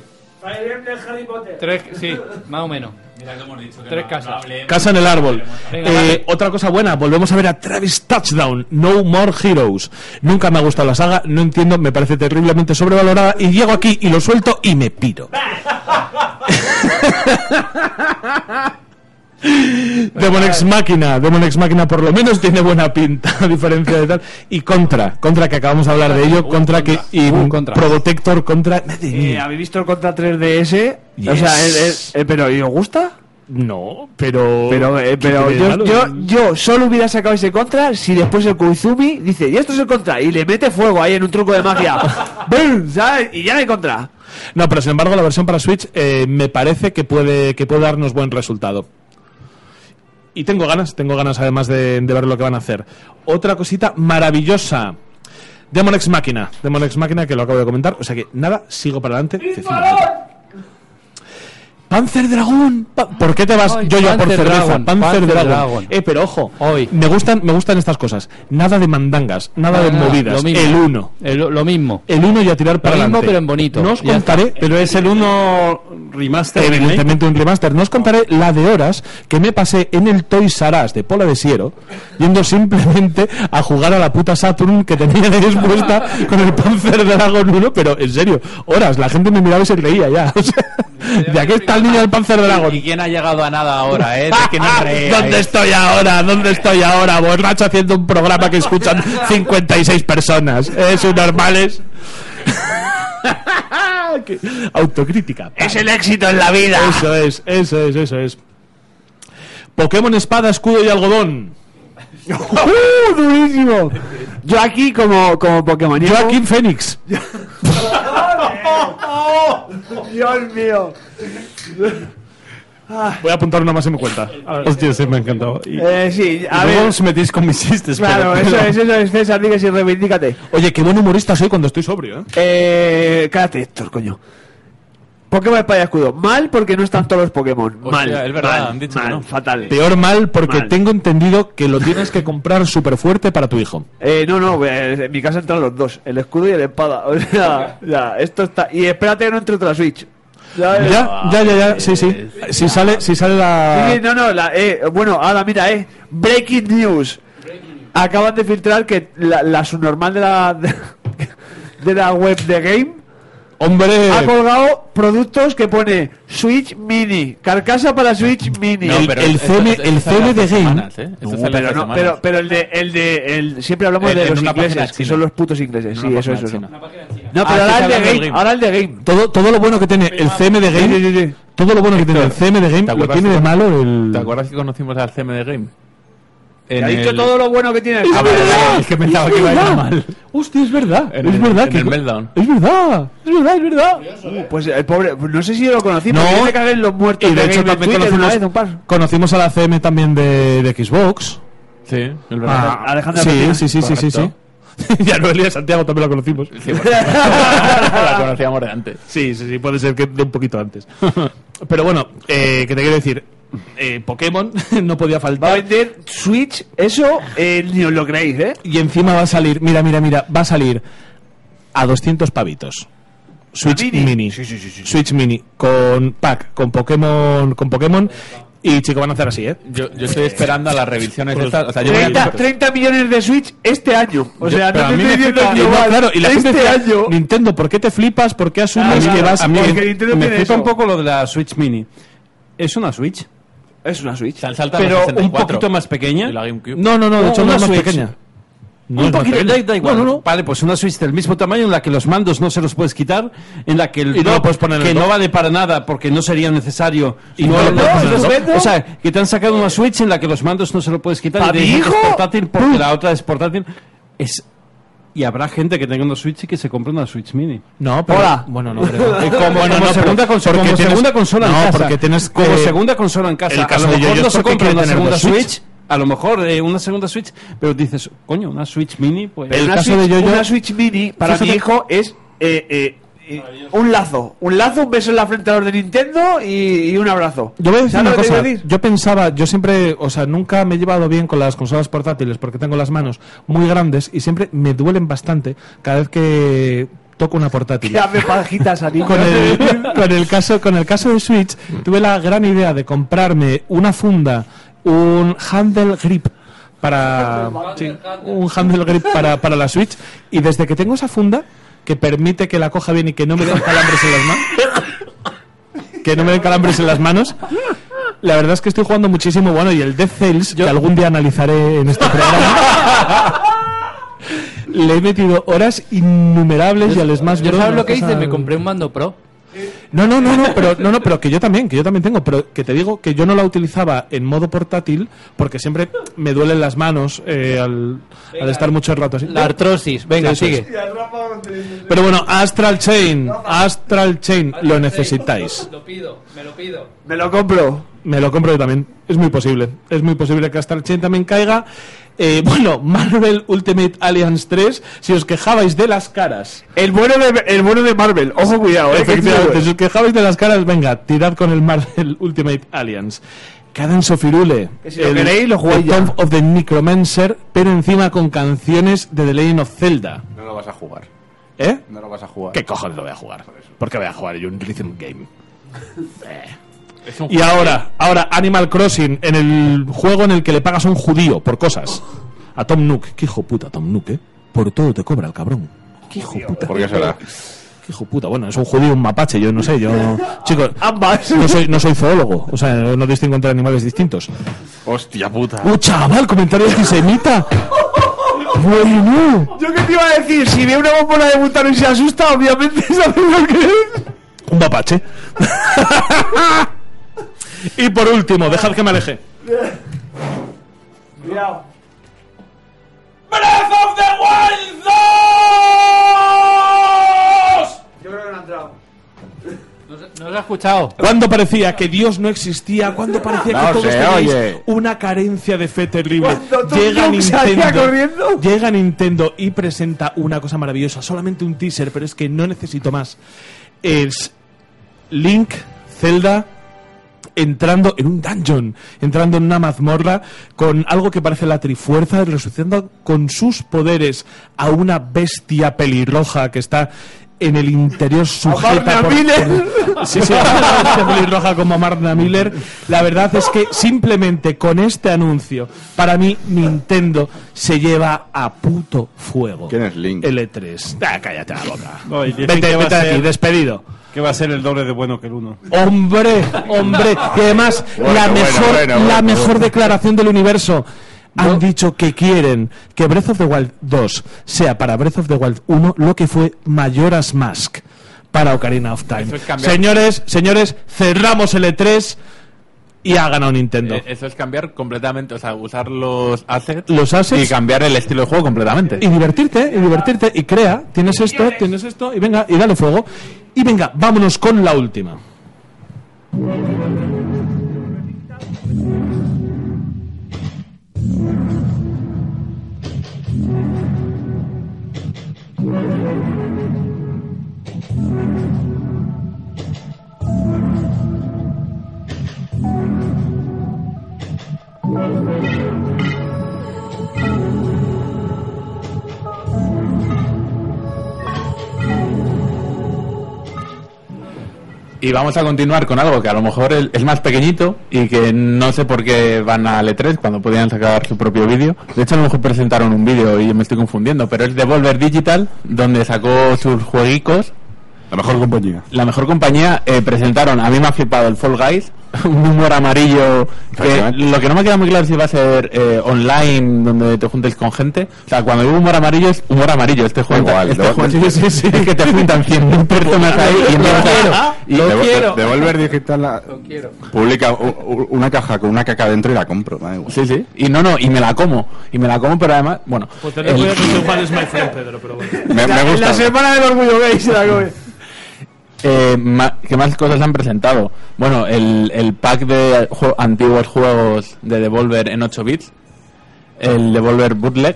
Tres, sí, más o menos. Mira que hemos dicho. Tres casas.
Casa en el árbol.
Venga,
Eh,
vale.
Otra cosa buena, volvemos a ver a Travis Touchdown, No More Heroes. Nunca me ha gustado la saga, no entiendo, me parece terriblemente sobrevalorada y llego aquí y lo suelto y me piro. Demon Ex Máquina, Demon Ex Máquina por lo menos tiene buena pinta, a diferencia de tal. Y contra, contra que acabamos de hablar de ello, contra que. Y
Contra.
Protector contra.
Eh, ¿Habéis visto el Contra 3DS? O
Mm. Yes.
sea, el- el- el- pero ¿y os gusta?
No, pero.
Pero, eh,
Oh, ¿qué
pero
tiene de
yo,
malo?
yo, yo solo hubiera sacado ese contra si después el Koizumi dice, y esto es el contra, y le mete fuego ahí en un truco de magia. ¡Bum! ¿Sabes? Y ya no hay contra.
No, pero sin embargo la versión para Switch eh, me parece que puede, que puede darnos buen resultado. Y tengo ganas, tengo ganas además de, de ver lo que van a hacer. Otra cosita maravillosa. Demon Ex Máquina. Demon Ex Máquina, que lo acabo de comentar. O sea que nada, sigo para adelante. Cecina, Panzer Dragón. pa- ¿Por qué te vas
Ay,
yo yo por
Panzer
cerveza?
Dragon,
Panzer,
Panzer
Dragon.
Dragon.
Eh, pero ojo, me gustan me gustan estas cosas. Nada de mandangas, nada
Nada,
de
nada,
movidas.
lo mismo.
El uno.
El- lo mismo.
El uno ya tirar para
Lo mismo,
adelante.
pero en bonito.
No os
Ya está.
contaré,
Pero es el 1 remaster. ¿eh? remake.
Evidentemente un remaster. No os contaré la de horas que me pasé en el Toys R Us de Pola de Siero, yendo simplemente a jugar a la puta Saturn que tenía dispuesta con el Panzer Dragon 1, pero en serio, horas, la gente me miraba y se reía ya. O sea, de aquí está el niño del Panzer Dragon.
¿Y quién ha llegado a nada ahora, eh? ¿De qué nos reíais?
¿Dónde estoy ahora? ¿Dónde estoy ahora? Borracho haciendo un programa que escuchan 56 personas. Es un normales. Que- Autocrítica. Es el éxito en la vida. Eso es, eso es, eso es. Pokémon Espada, Escudo y Algodón.
¡Uh, durísimo! Yo aquí como, como Pokémon.
Joaquín Fénix.
¡Oh! Dios mío.
Voy a apuntar una más en mi cuenta.
Hostia, sí, me ha encantado. Y,
Eh, sí, a
y luego
ver.
os metéis con mis chistes.
Claro,
pero-
eso es, eso es, César, digas y reivindícate.
Oye, qué buen humorista soy cuando estoy sobrio, ¿eh?
Eh, cállate, Héctor, coño. Pokémon Espada y Escudo. Mal porque no están todos los Pokémon. mal.
es verdad,
mal,
han dicho que
mal,
no.
Fatal.
Peor mal porque
Mal.
tengo entendido que lo tienes que comprar súper fuerte para tu hijo.
Eh, no, no, eh, en mi casa entran los dos, el escudo y el espada. O sea, ya, esto está. Y espérate que no entre otra Switch. Eh, ¿Sabes?
Ya, ya, ya, ya, sí, sí. Si sale, si sale
Ah, Sí, sí,
la...
no, no, la, eh, bueno, ahora mira, eh, breaking news. Acaban de filtrar que la, la subnormal de la, de la web de Game
¡Hombre!
ha colgado productos que pone Switch Mini, carcasa para Switch Mini.
No, pero El- el esto- CM esto
el sale CM de hace Game. semanas,
¿eh? Esto
No,
sale hace
pero, no,
semanas.
pero, pero el de, el de el, siempre hablamos
En-
de
en
los
una página
ingleses, que
china.
son los putos ingleses.
En
Sí,
una
eso, eso, eso.
página china.
No,
Ah,
pero ahora
sí,
el de
sale
Game,
del Game.
ahora el de Game.
Todo, todo lo bueno que tiene el CM de Game... Todo lo bueno que tiene el CM de Game lo
acuerdas
tiene de
que-
malo el...
¿Te acuerdas que conocimos al CM de Game? En
Ha dicho
el-
todo lo bueno que tiene el
Ah, vale, vale, es que pensaba que iba a ir mal.
Hostia, es verdad.
En
es
el-
verdad
en
que
el Meltdown.
Es verdad. Es verdad, es verdad.
Pues el pobre, no sé si yo lo conocí,
No,
no, me cagué en los muertos.
y de hecho
Game en
también
Twitter una
conocimos-
vez, un par.
Conocimos a la CM también de, de Xbox.
Sí, el
Ah,
Alejandra
sí,
Martínez.
sí, sí, sí, sí, sí. Y a Noelia y Santiago también la conocimos.
Sí, bueno, la conocíamos de antes.
Sí, sí, sí, puede ser que de un poquito antes. Pero bueno, eh, que te quiero decir, eh, Pokémon no podía
Va a
faltar.
vender Switch, eso eh, ni os lo creéis, ¿eh?
Y encima va a salir, mira, mira, mira, va a salir a 200 pavitos. Switch
La
Mini.
mini.
Switch Mini con pack, con Pokémon, con Pokémon. Y chico, van a hacer así, ¿eh?
Yo, yo estoy esperando a las revisiones
Pues-
estas. O sea, yo voy a-
30, 30 millones de Switch este año. O
Yo-
sea,
pero
no
a
te
mí me
estoy diciendo
flipa-
en
y no,
global,
claro, y la gente
este
decía,
año.
Nintendo, ¿por qué te flipas? ¿Por qué asumes
Claro,
que vas
a mí
porque Nintendo
me
tiene
flipa
eso.
un poco lo de la Switch Mini. ¿Es una Switch?
Es una Switch.
sal- salta a los
Pero un
64.
poquito más pequeña.
Y la GameCube.
No, no, no, de hecho no
una
es más
Switch.
pequeña. No
un
es más
poquito,
pequeña.
da, da igual.
No, no, no.
Vale, pues una Switch del mismo tamaño en la que los mandos no se los puedes quitar, en la que el
Y no lo
dock,
puedes poner en el
que
dock.
no vale para nada porque no sería necesario y
no
no,
lo
lo
puedes
puedes
poner en el
poner en el
dock.
dock. O sea, que te han sacado una Switch en la que los mandos no se lo puedes quitar
¿Pa
y te
mi
dicen que
hijo?
es portátil porque la otra es portátil. Es y habrá gente que tenga una Switch y que se compre una Switch Mini.
No, pero.
Hola.
Bueno, no, pero.
Eh, Como,
Bueno,
como
no,
segunda,
pero-
consola,
porque tienes-
como segunda consola en
no,
casa.
porque tienes
como
que-
segunda consola en
el
casa.
caso
a lo
de
mejor
Yoyos
no se
porque
compra
quiere
una
tener
segunda
dos
Switch.
Switch.
A lo mejor eh, una segunda Switch, pero dices, coño, una Switch Mini, pues.
El
una,
caso
Switch,
de Yoyo-
una Switch Mini para
Fíjate-
mi hijo es eh, eh, eh, un lazo. Un lazo, un beso en la frente a los de Nintendo y, y un abrazo.
Yo voy a decir
¿Sabes
una
lo que te
cosa.
quiero decir?
Yo pensaba, yo siempre, o sea, nunca me he llevado bien con las consolas portátiles porque tengo las manos muy grandes y siempre me duelen bastante cada vez que toco una portátil.
Ya me pajitas a
Con el, con el caso, con el caso de Switch, tuve la gran idea de comprarme una funda, un handle grip para sí, un handle grip para, para la Switch y desde que tengo esa funda que permite que la coja bien y que no me den calambres en las manos que no me den calambres en las manos la verdad es que estoy jugando muchísimo bueno y el Death Cells que algún día analizaré en este programa le he metido horas innumerables y al Smash
Yo
Bros,
sabes
una
lo que hice,
cosa-
me compré un mando pro.
no, no, no, no, pero no, no, pero que yo también, que yo también tengo, pero que te digo que yo no la utilizaba en modo portátil porque siempre me duelen las manos eh, al, al estar mucho rato así.
La artrosis, venga,
Eso es.
sigue.
Pero bueno, Astral Chain, Astral Chain, lo necesitáis.
Lo pido, me lo pido.
Me lo compro.
Me lo compro yo también. Es muy posible. Es muy posible que hasta el Chain también caiga. Eh, bueno, Marvel Ultimate Alliance 3, si os quejabais de las caras.
El bueno de, el bueno de Marvel, ojo cuidado, eh,
Efectivamente, si os quejabais de las caras, venga, tirad con el Marvel Ultimate Alliance. Cadence of Irule.
Que si lo queréis, lo jugáis
el
ya.
Tomb of the Necromancer, pero encima con canciones de The Legend of Zelda.
No lo vas a jugar.
¿Eh?
No lo vas a jugar.
¿Qué cojones lo voy a jugar? ¿Por qué voy a jugar yo un rhythm game? Eh.
Es un
Y
juego
ahora, ahora Animal Crossing, en el juego en el que le pagas a un judío por cosas. A Tom Nook. Qué hijo puta Tom Nook, ¿eh? Por todo te cobra el cabrón. Qué hijo puta.
¿Por qué será?
Qué hijo puta. Bueno, es un judío, un mapache, yo no sé, yo... Chicos, No soy, no soy zoólogo, o sea, no distingo entre animales distintos.
Hostia puta.
¡Uh, chaval! ¡Comentario antisemita! ¡Bueno!
Yo que te iba a decir, si ve una bombona de butano y se asusta, obviamente sabes lo que es.
Un mapache. y por último, dejad que me aleje.
Cuidado.
¡Breath of the Wild 2!
Yo creo que no ha entrado.
¿No lo has escuchado? ¿Cuándo parecía que Dios no existía? ¿Cuándo parecía
No
que todos
se
tenéis
oye.
una carencia de fe terrible?
Cuando Tom
Llega
Nook salía
Nintendo, llega Nintendo y presenta una cosa maravillosa. Solamente un teaser, pero es que no necesito más. Es Link, Zelda, entrando en un dungeon, entrando en una mazmorra con algo que parece la trifuerza, resucitando con sus poderes a una bestia pelirroja que está en el interior sujeta
Marna Miller.
Sí, sí, una bestia pelirroja como Marna Miller. La verdad es que simplemente con este anuncio, para mí Nintendo se lleva a puto fuego.
¿Quién es Link?
L3. Ah, cállate la boca.
No, y dicen
vete,
que va
vete
a
de aquí,
ser-
despedido.
Que va a ser el doble de bueno que el uno.
Hombre, hombre. Y además,
Bueno,
la
bueno,
mejor,
bueno, bueno.
la mejor declaración del universo. Han dicho que quieren que Breath of the Wild 2 sea para Breath of the Wild 1 lo que fue Mayoras Mask para Ocarina of Time.
Eso es cambiar-
señores, señores, cerramos el E3 y ha ganado Nintendo.
Eh, Eso es cambiar completamente, o sea, usar los assets,
Los assets.
y cambiar el estilo de juego completamente.
y divertirte, y divertirte, y crea, tienes esto, tienes esto, y venga, y dale fuego. Y venga, vámonos con la última.
Y vamos a continuar con algo que a lo mejor es es más pequeñito y que no sé por qué van a E3 cuando podían sacar su propio vídeo. De hecho, a lo mejor presentaron un vídeo y yo me estoy confundiendo, pero es Devolver Digital, donde sacó sus jueguicos.
La mejor compañía.
La mejor compañía eh, presentaron, a mí me ha flipado el Fall Guys, un humor amarillo. Que
Efectivamente.
lo que no me queda muy claro es si va a ser eh, online, donde te juntes con gente. O sea, cuando digo humor amarillo, es humor amarillo. Este juego.
igual,
este
lo-
juego- Es que te juntan 100.000 personas ahí y empiezas a- y-
Devo- de- Devolver Digital la-
quiero.
publica u- u- una caja con una caca dentro y la compro. me da igual.
Sí, sí. Y no, no, y me la como. Y me la como, pero además, bueno. eh,
Pues
el-
tener cuidado que soy Juan es my friend, Pedro, pero bueno.
Me, me
En la
gusta.
semana del orgullo gay se la come.
eh, ma- ¿Qué más cosas han presentado? Bueno, el, el pack de jue- antiguos juegos de Devolver en 8 bits. El Devolver Bootleg.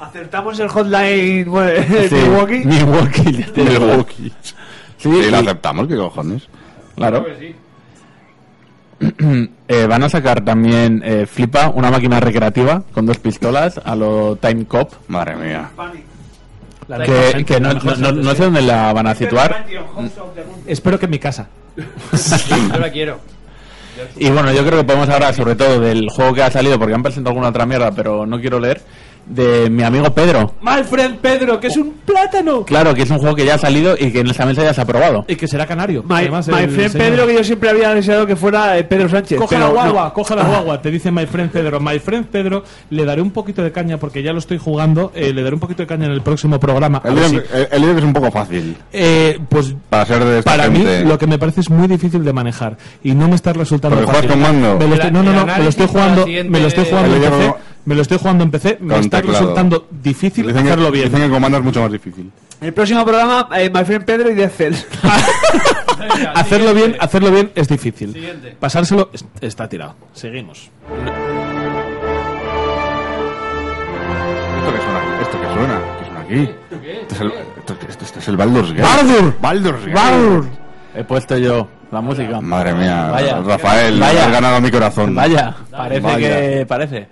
Acertamos el hotline bueno,
Sí,
Milwaukee.
Milwaukee. ya te digo.
Milwaukee.
Sí,
Sí,
y-
la aceptamos, ¿qué cojones?
claro.
Pues
Eh, van a sacar también eh, Flipa, una máquina recreativa con dos pistolas a lo Time Cop.
Madre mía.
Que, que no, no- no- no sé dónde la van a situar.
Espero que en mi casa.
Yo la quiero.
Y bueno, yo creo que podemos hablar sobre todo del juego que ha salido, porque han presentado alguna otra mierda, pero no quiero leer, de mi amigo Pedro.
My friend Pedro, que es un plátano.
Claro, que es un juego que ya ha salido y que en esa mesa ya se ha aprobado.
Y que será canario.
My,
Además,
my
el
friend
señor-
Eh, Pedro, que yo siempre había deseado que fuera eh, Pedro Sánchez.
Coja
pero
la guagua,
no.
coja la guagua, te dice My Friend Pedro. My Friend Pedro, le daré un poquito de caña porque ya lo estoy jugando. eh, le daré un poquito de caña en el próximo programa. a
El
ver
lío,
si-
el- el lío que es un poco fácil.
Eh, pues
Para ser de esta
para
gente.
mí lo que me parece es muy difícil de manejar y no me está resultando
Pero juegas con
fácil.
mando.
Me lo estoy- no, no, no, me
El
lo estoy
análisis para
jugando,
la siguiente-
me lo estoy jugando en
El
PC,
lío-
me lo estoy jugando en PC, me
Con
está
teclado.
resultando difícil
Dicen que-
hacerlo bien.
Dicen que el comando es mucho más difícil.
El próximo programa, eh, My Friend Pedro y Death Cell.
hacerlo bien, hacerlo bien es difícil. Pasárselo es- está tirado. Seguimos.
¿Esto que suena? ¿Esto que suena? ¿Qué suena aquí? Este es el, esto, esto- esto es el Baldur's Gate.
¡Baldur!
¡Baldur's Gate!
Baldur. He puesto yo la música.
Madre mía,
Vaya.
Rafael,
Vaya.
has ganado mi corazón.
Ah,
Vaya, parece
Vaya.
que parece.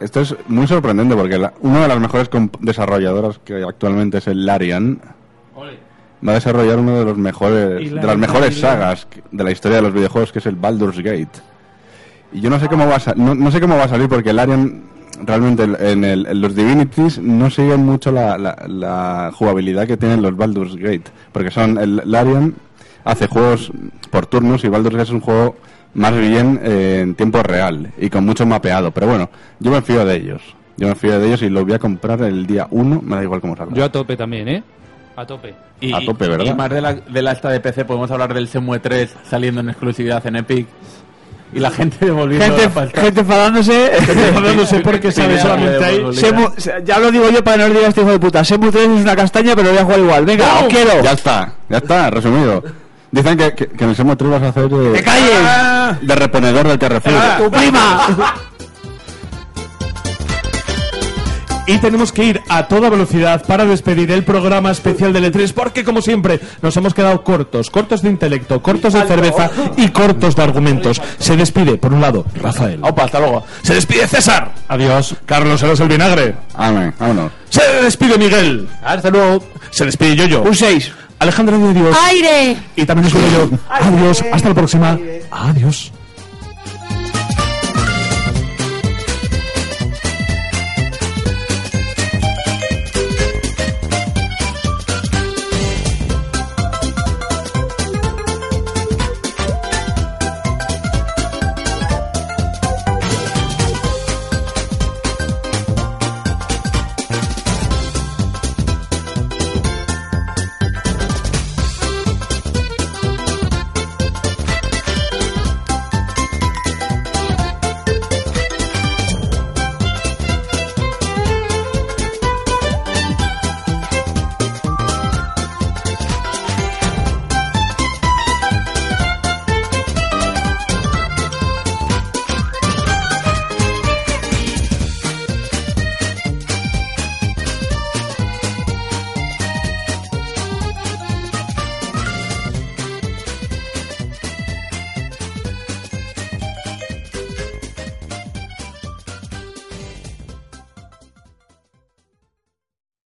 Esto es muy sorprendente porque la- una de las mejores comp- desarrolladoras que actualmente es el Larian va a desarrollar uno de los mejores de las
Hilarion,
mejores
Hilarion.
sagas que- de la historia de los videojuegos que es el Baldur's Gate. Y yo no sé cómo va a sa- no, no sé cómo va a salir porque Larian realmente el- en, el- en los Divinities no siguen mucho la, la- la jugabilidad que tienen los Baldur's Gate porque son el Larian hace juegos por turnos y Baldur's Gate es un juego más bien eh, en tiempo real y con mucho mapeado. Pero bueno, yo me fío de ellos. Yo me fío de ellos y los voy a comprar el día 1, me da igual cómo salga.
Yo a tope también, ¿eh? A tope.
Y,
A tope, ¿verdad?
Y más de la, de la esta de PC, podemos hablar del Semue 3 saliendo en exclusividad en Epic. Y la gente devolviendo.
Gente-
la pasta.
gente enfadándose.
Gente enfadándose porque sabe
Sí,
solamente
ya,
ahí.
ya, Semu- se- ya lo digo yo para no le digas este hijo de puta. Semu 3 es una castaña, pero lo voy a jugar igual. Venga,
Oh.
os quiero.
Ya está, ya está, resumido. Dicen que, que, que en el Semo 3 vas a hacer eh, de reponedor del Carrefour.
¡Tu prima!
Y tenemos que ir a toda velocidad para despedir el programa especial de E3, porque como siempre nos hemos quedado cortos, cortos de intelecto, cortos de cerveza y cortos de argumentos. Se despide, por un lado, Rafael.
Opa, hasta luego.
Se despide César. Adiós. Carlos Eros el vinagre.
Amén, vámonos.
Se despide Miguel. Hasta luego. Se despide Yoyo. Un 6.
Ah.
Alejandro de Dios.
¡Aire!
Y también os digo yo. Adiós. Hasta la próxima. Adiós.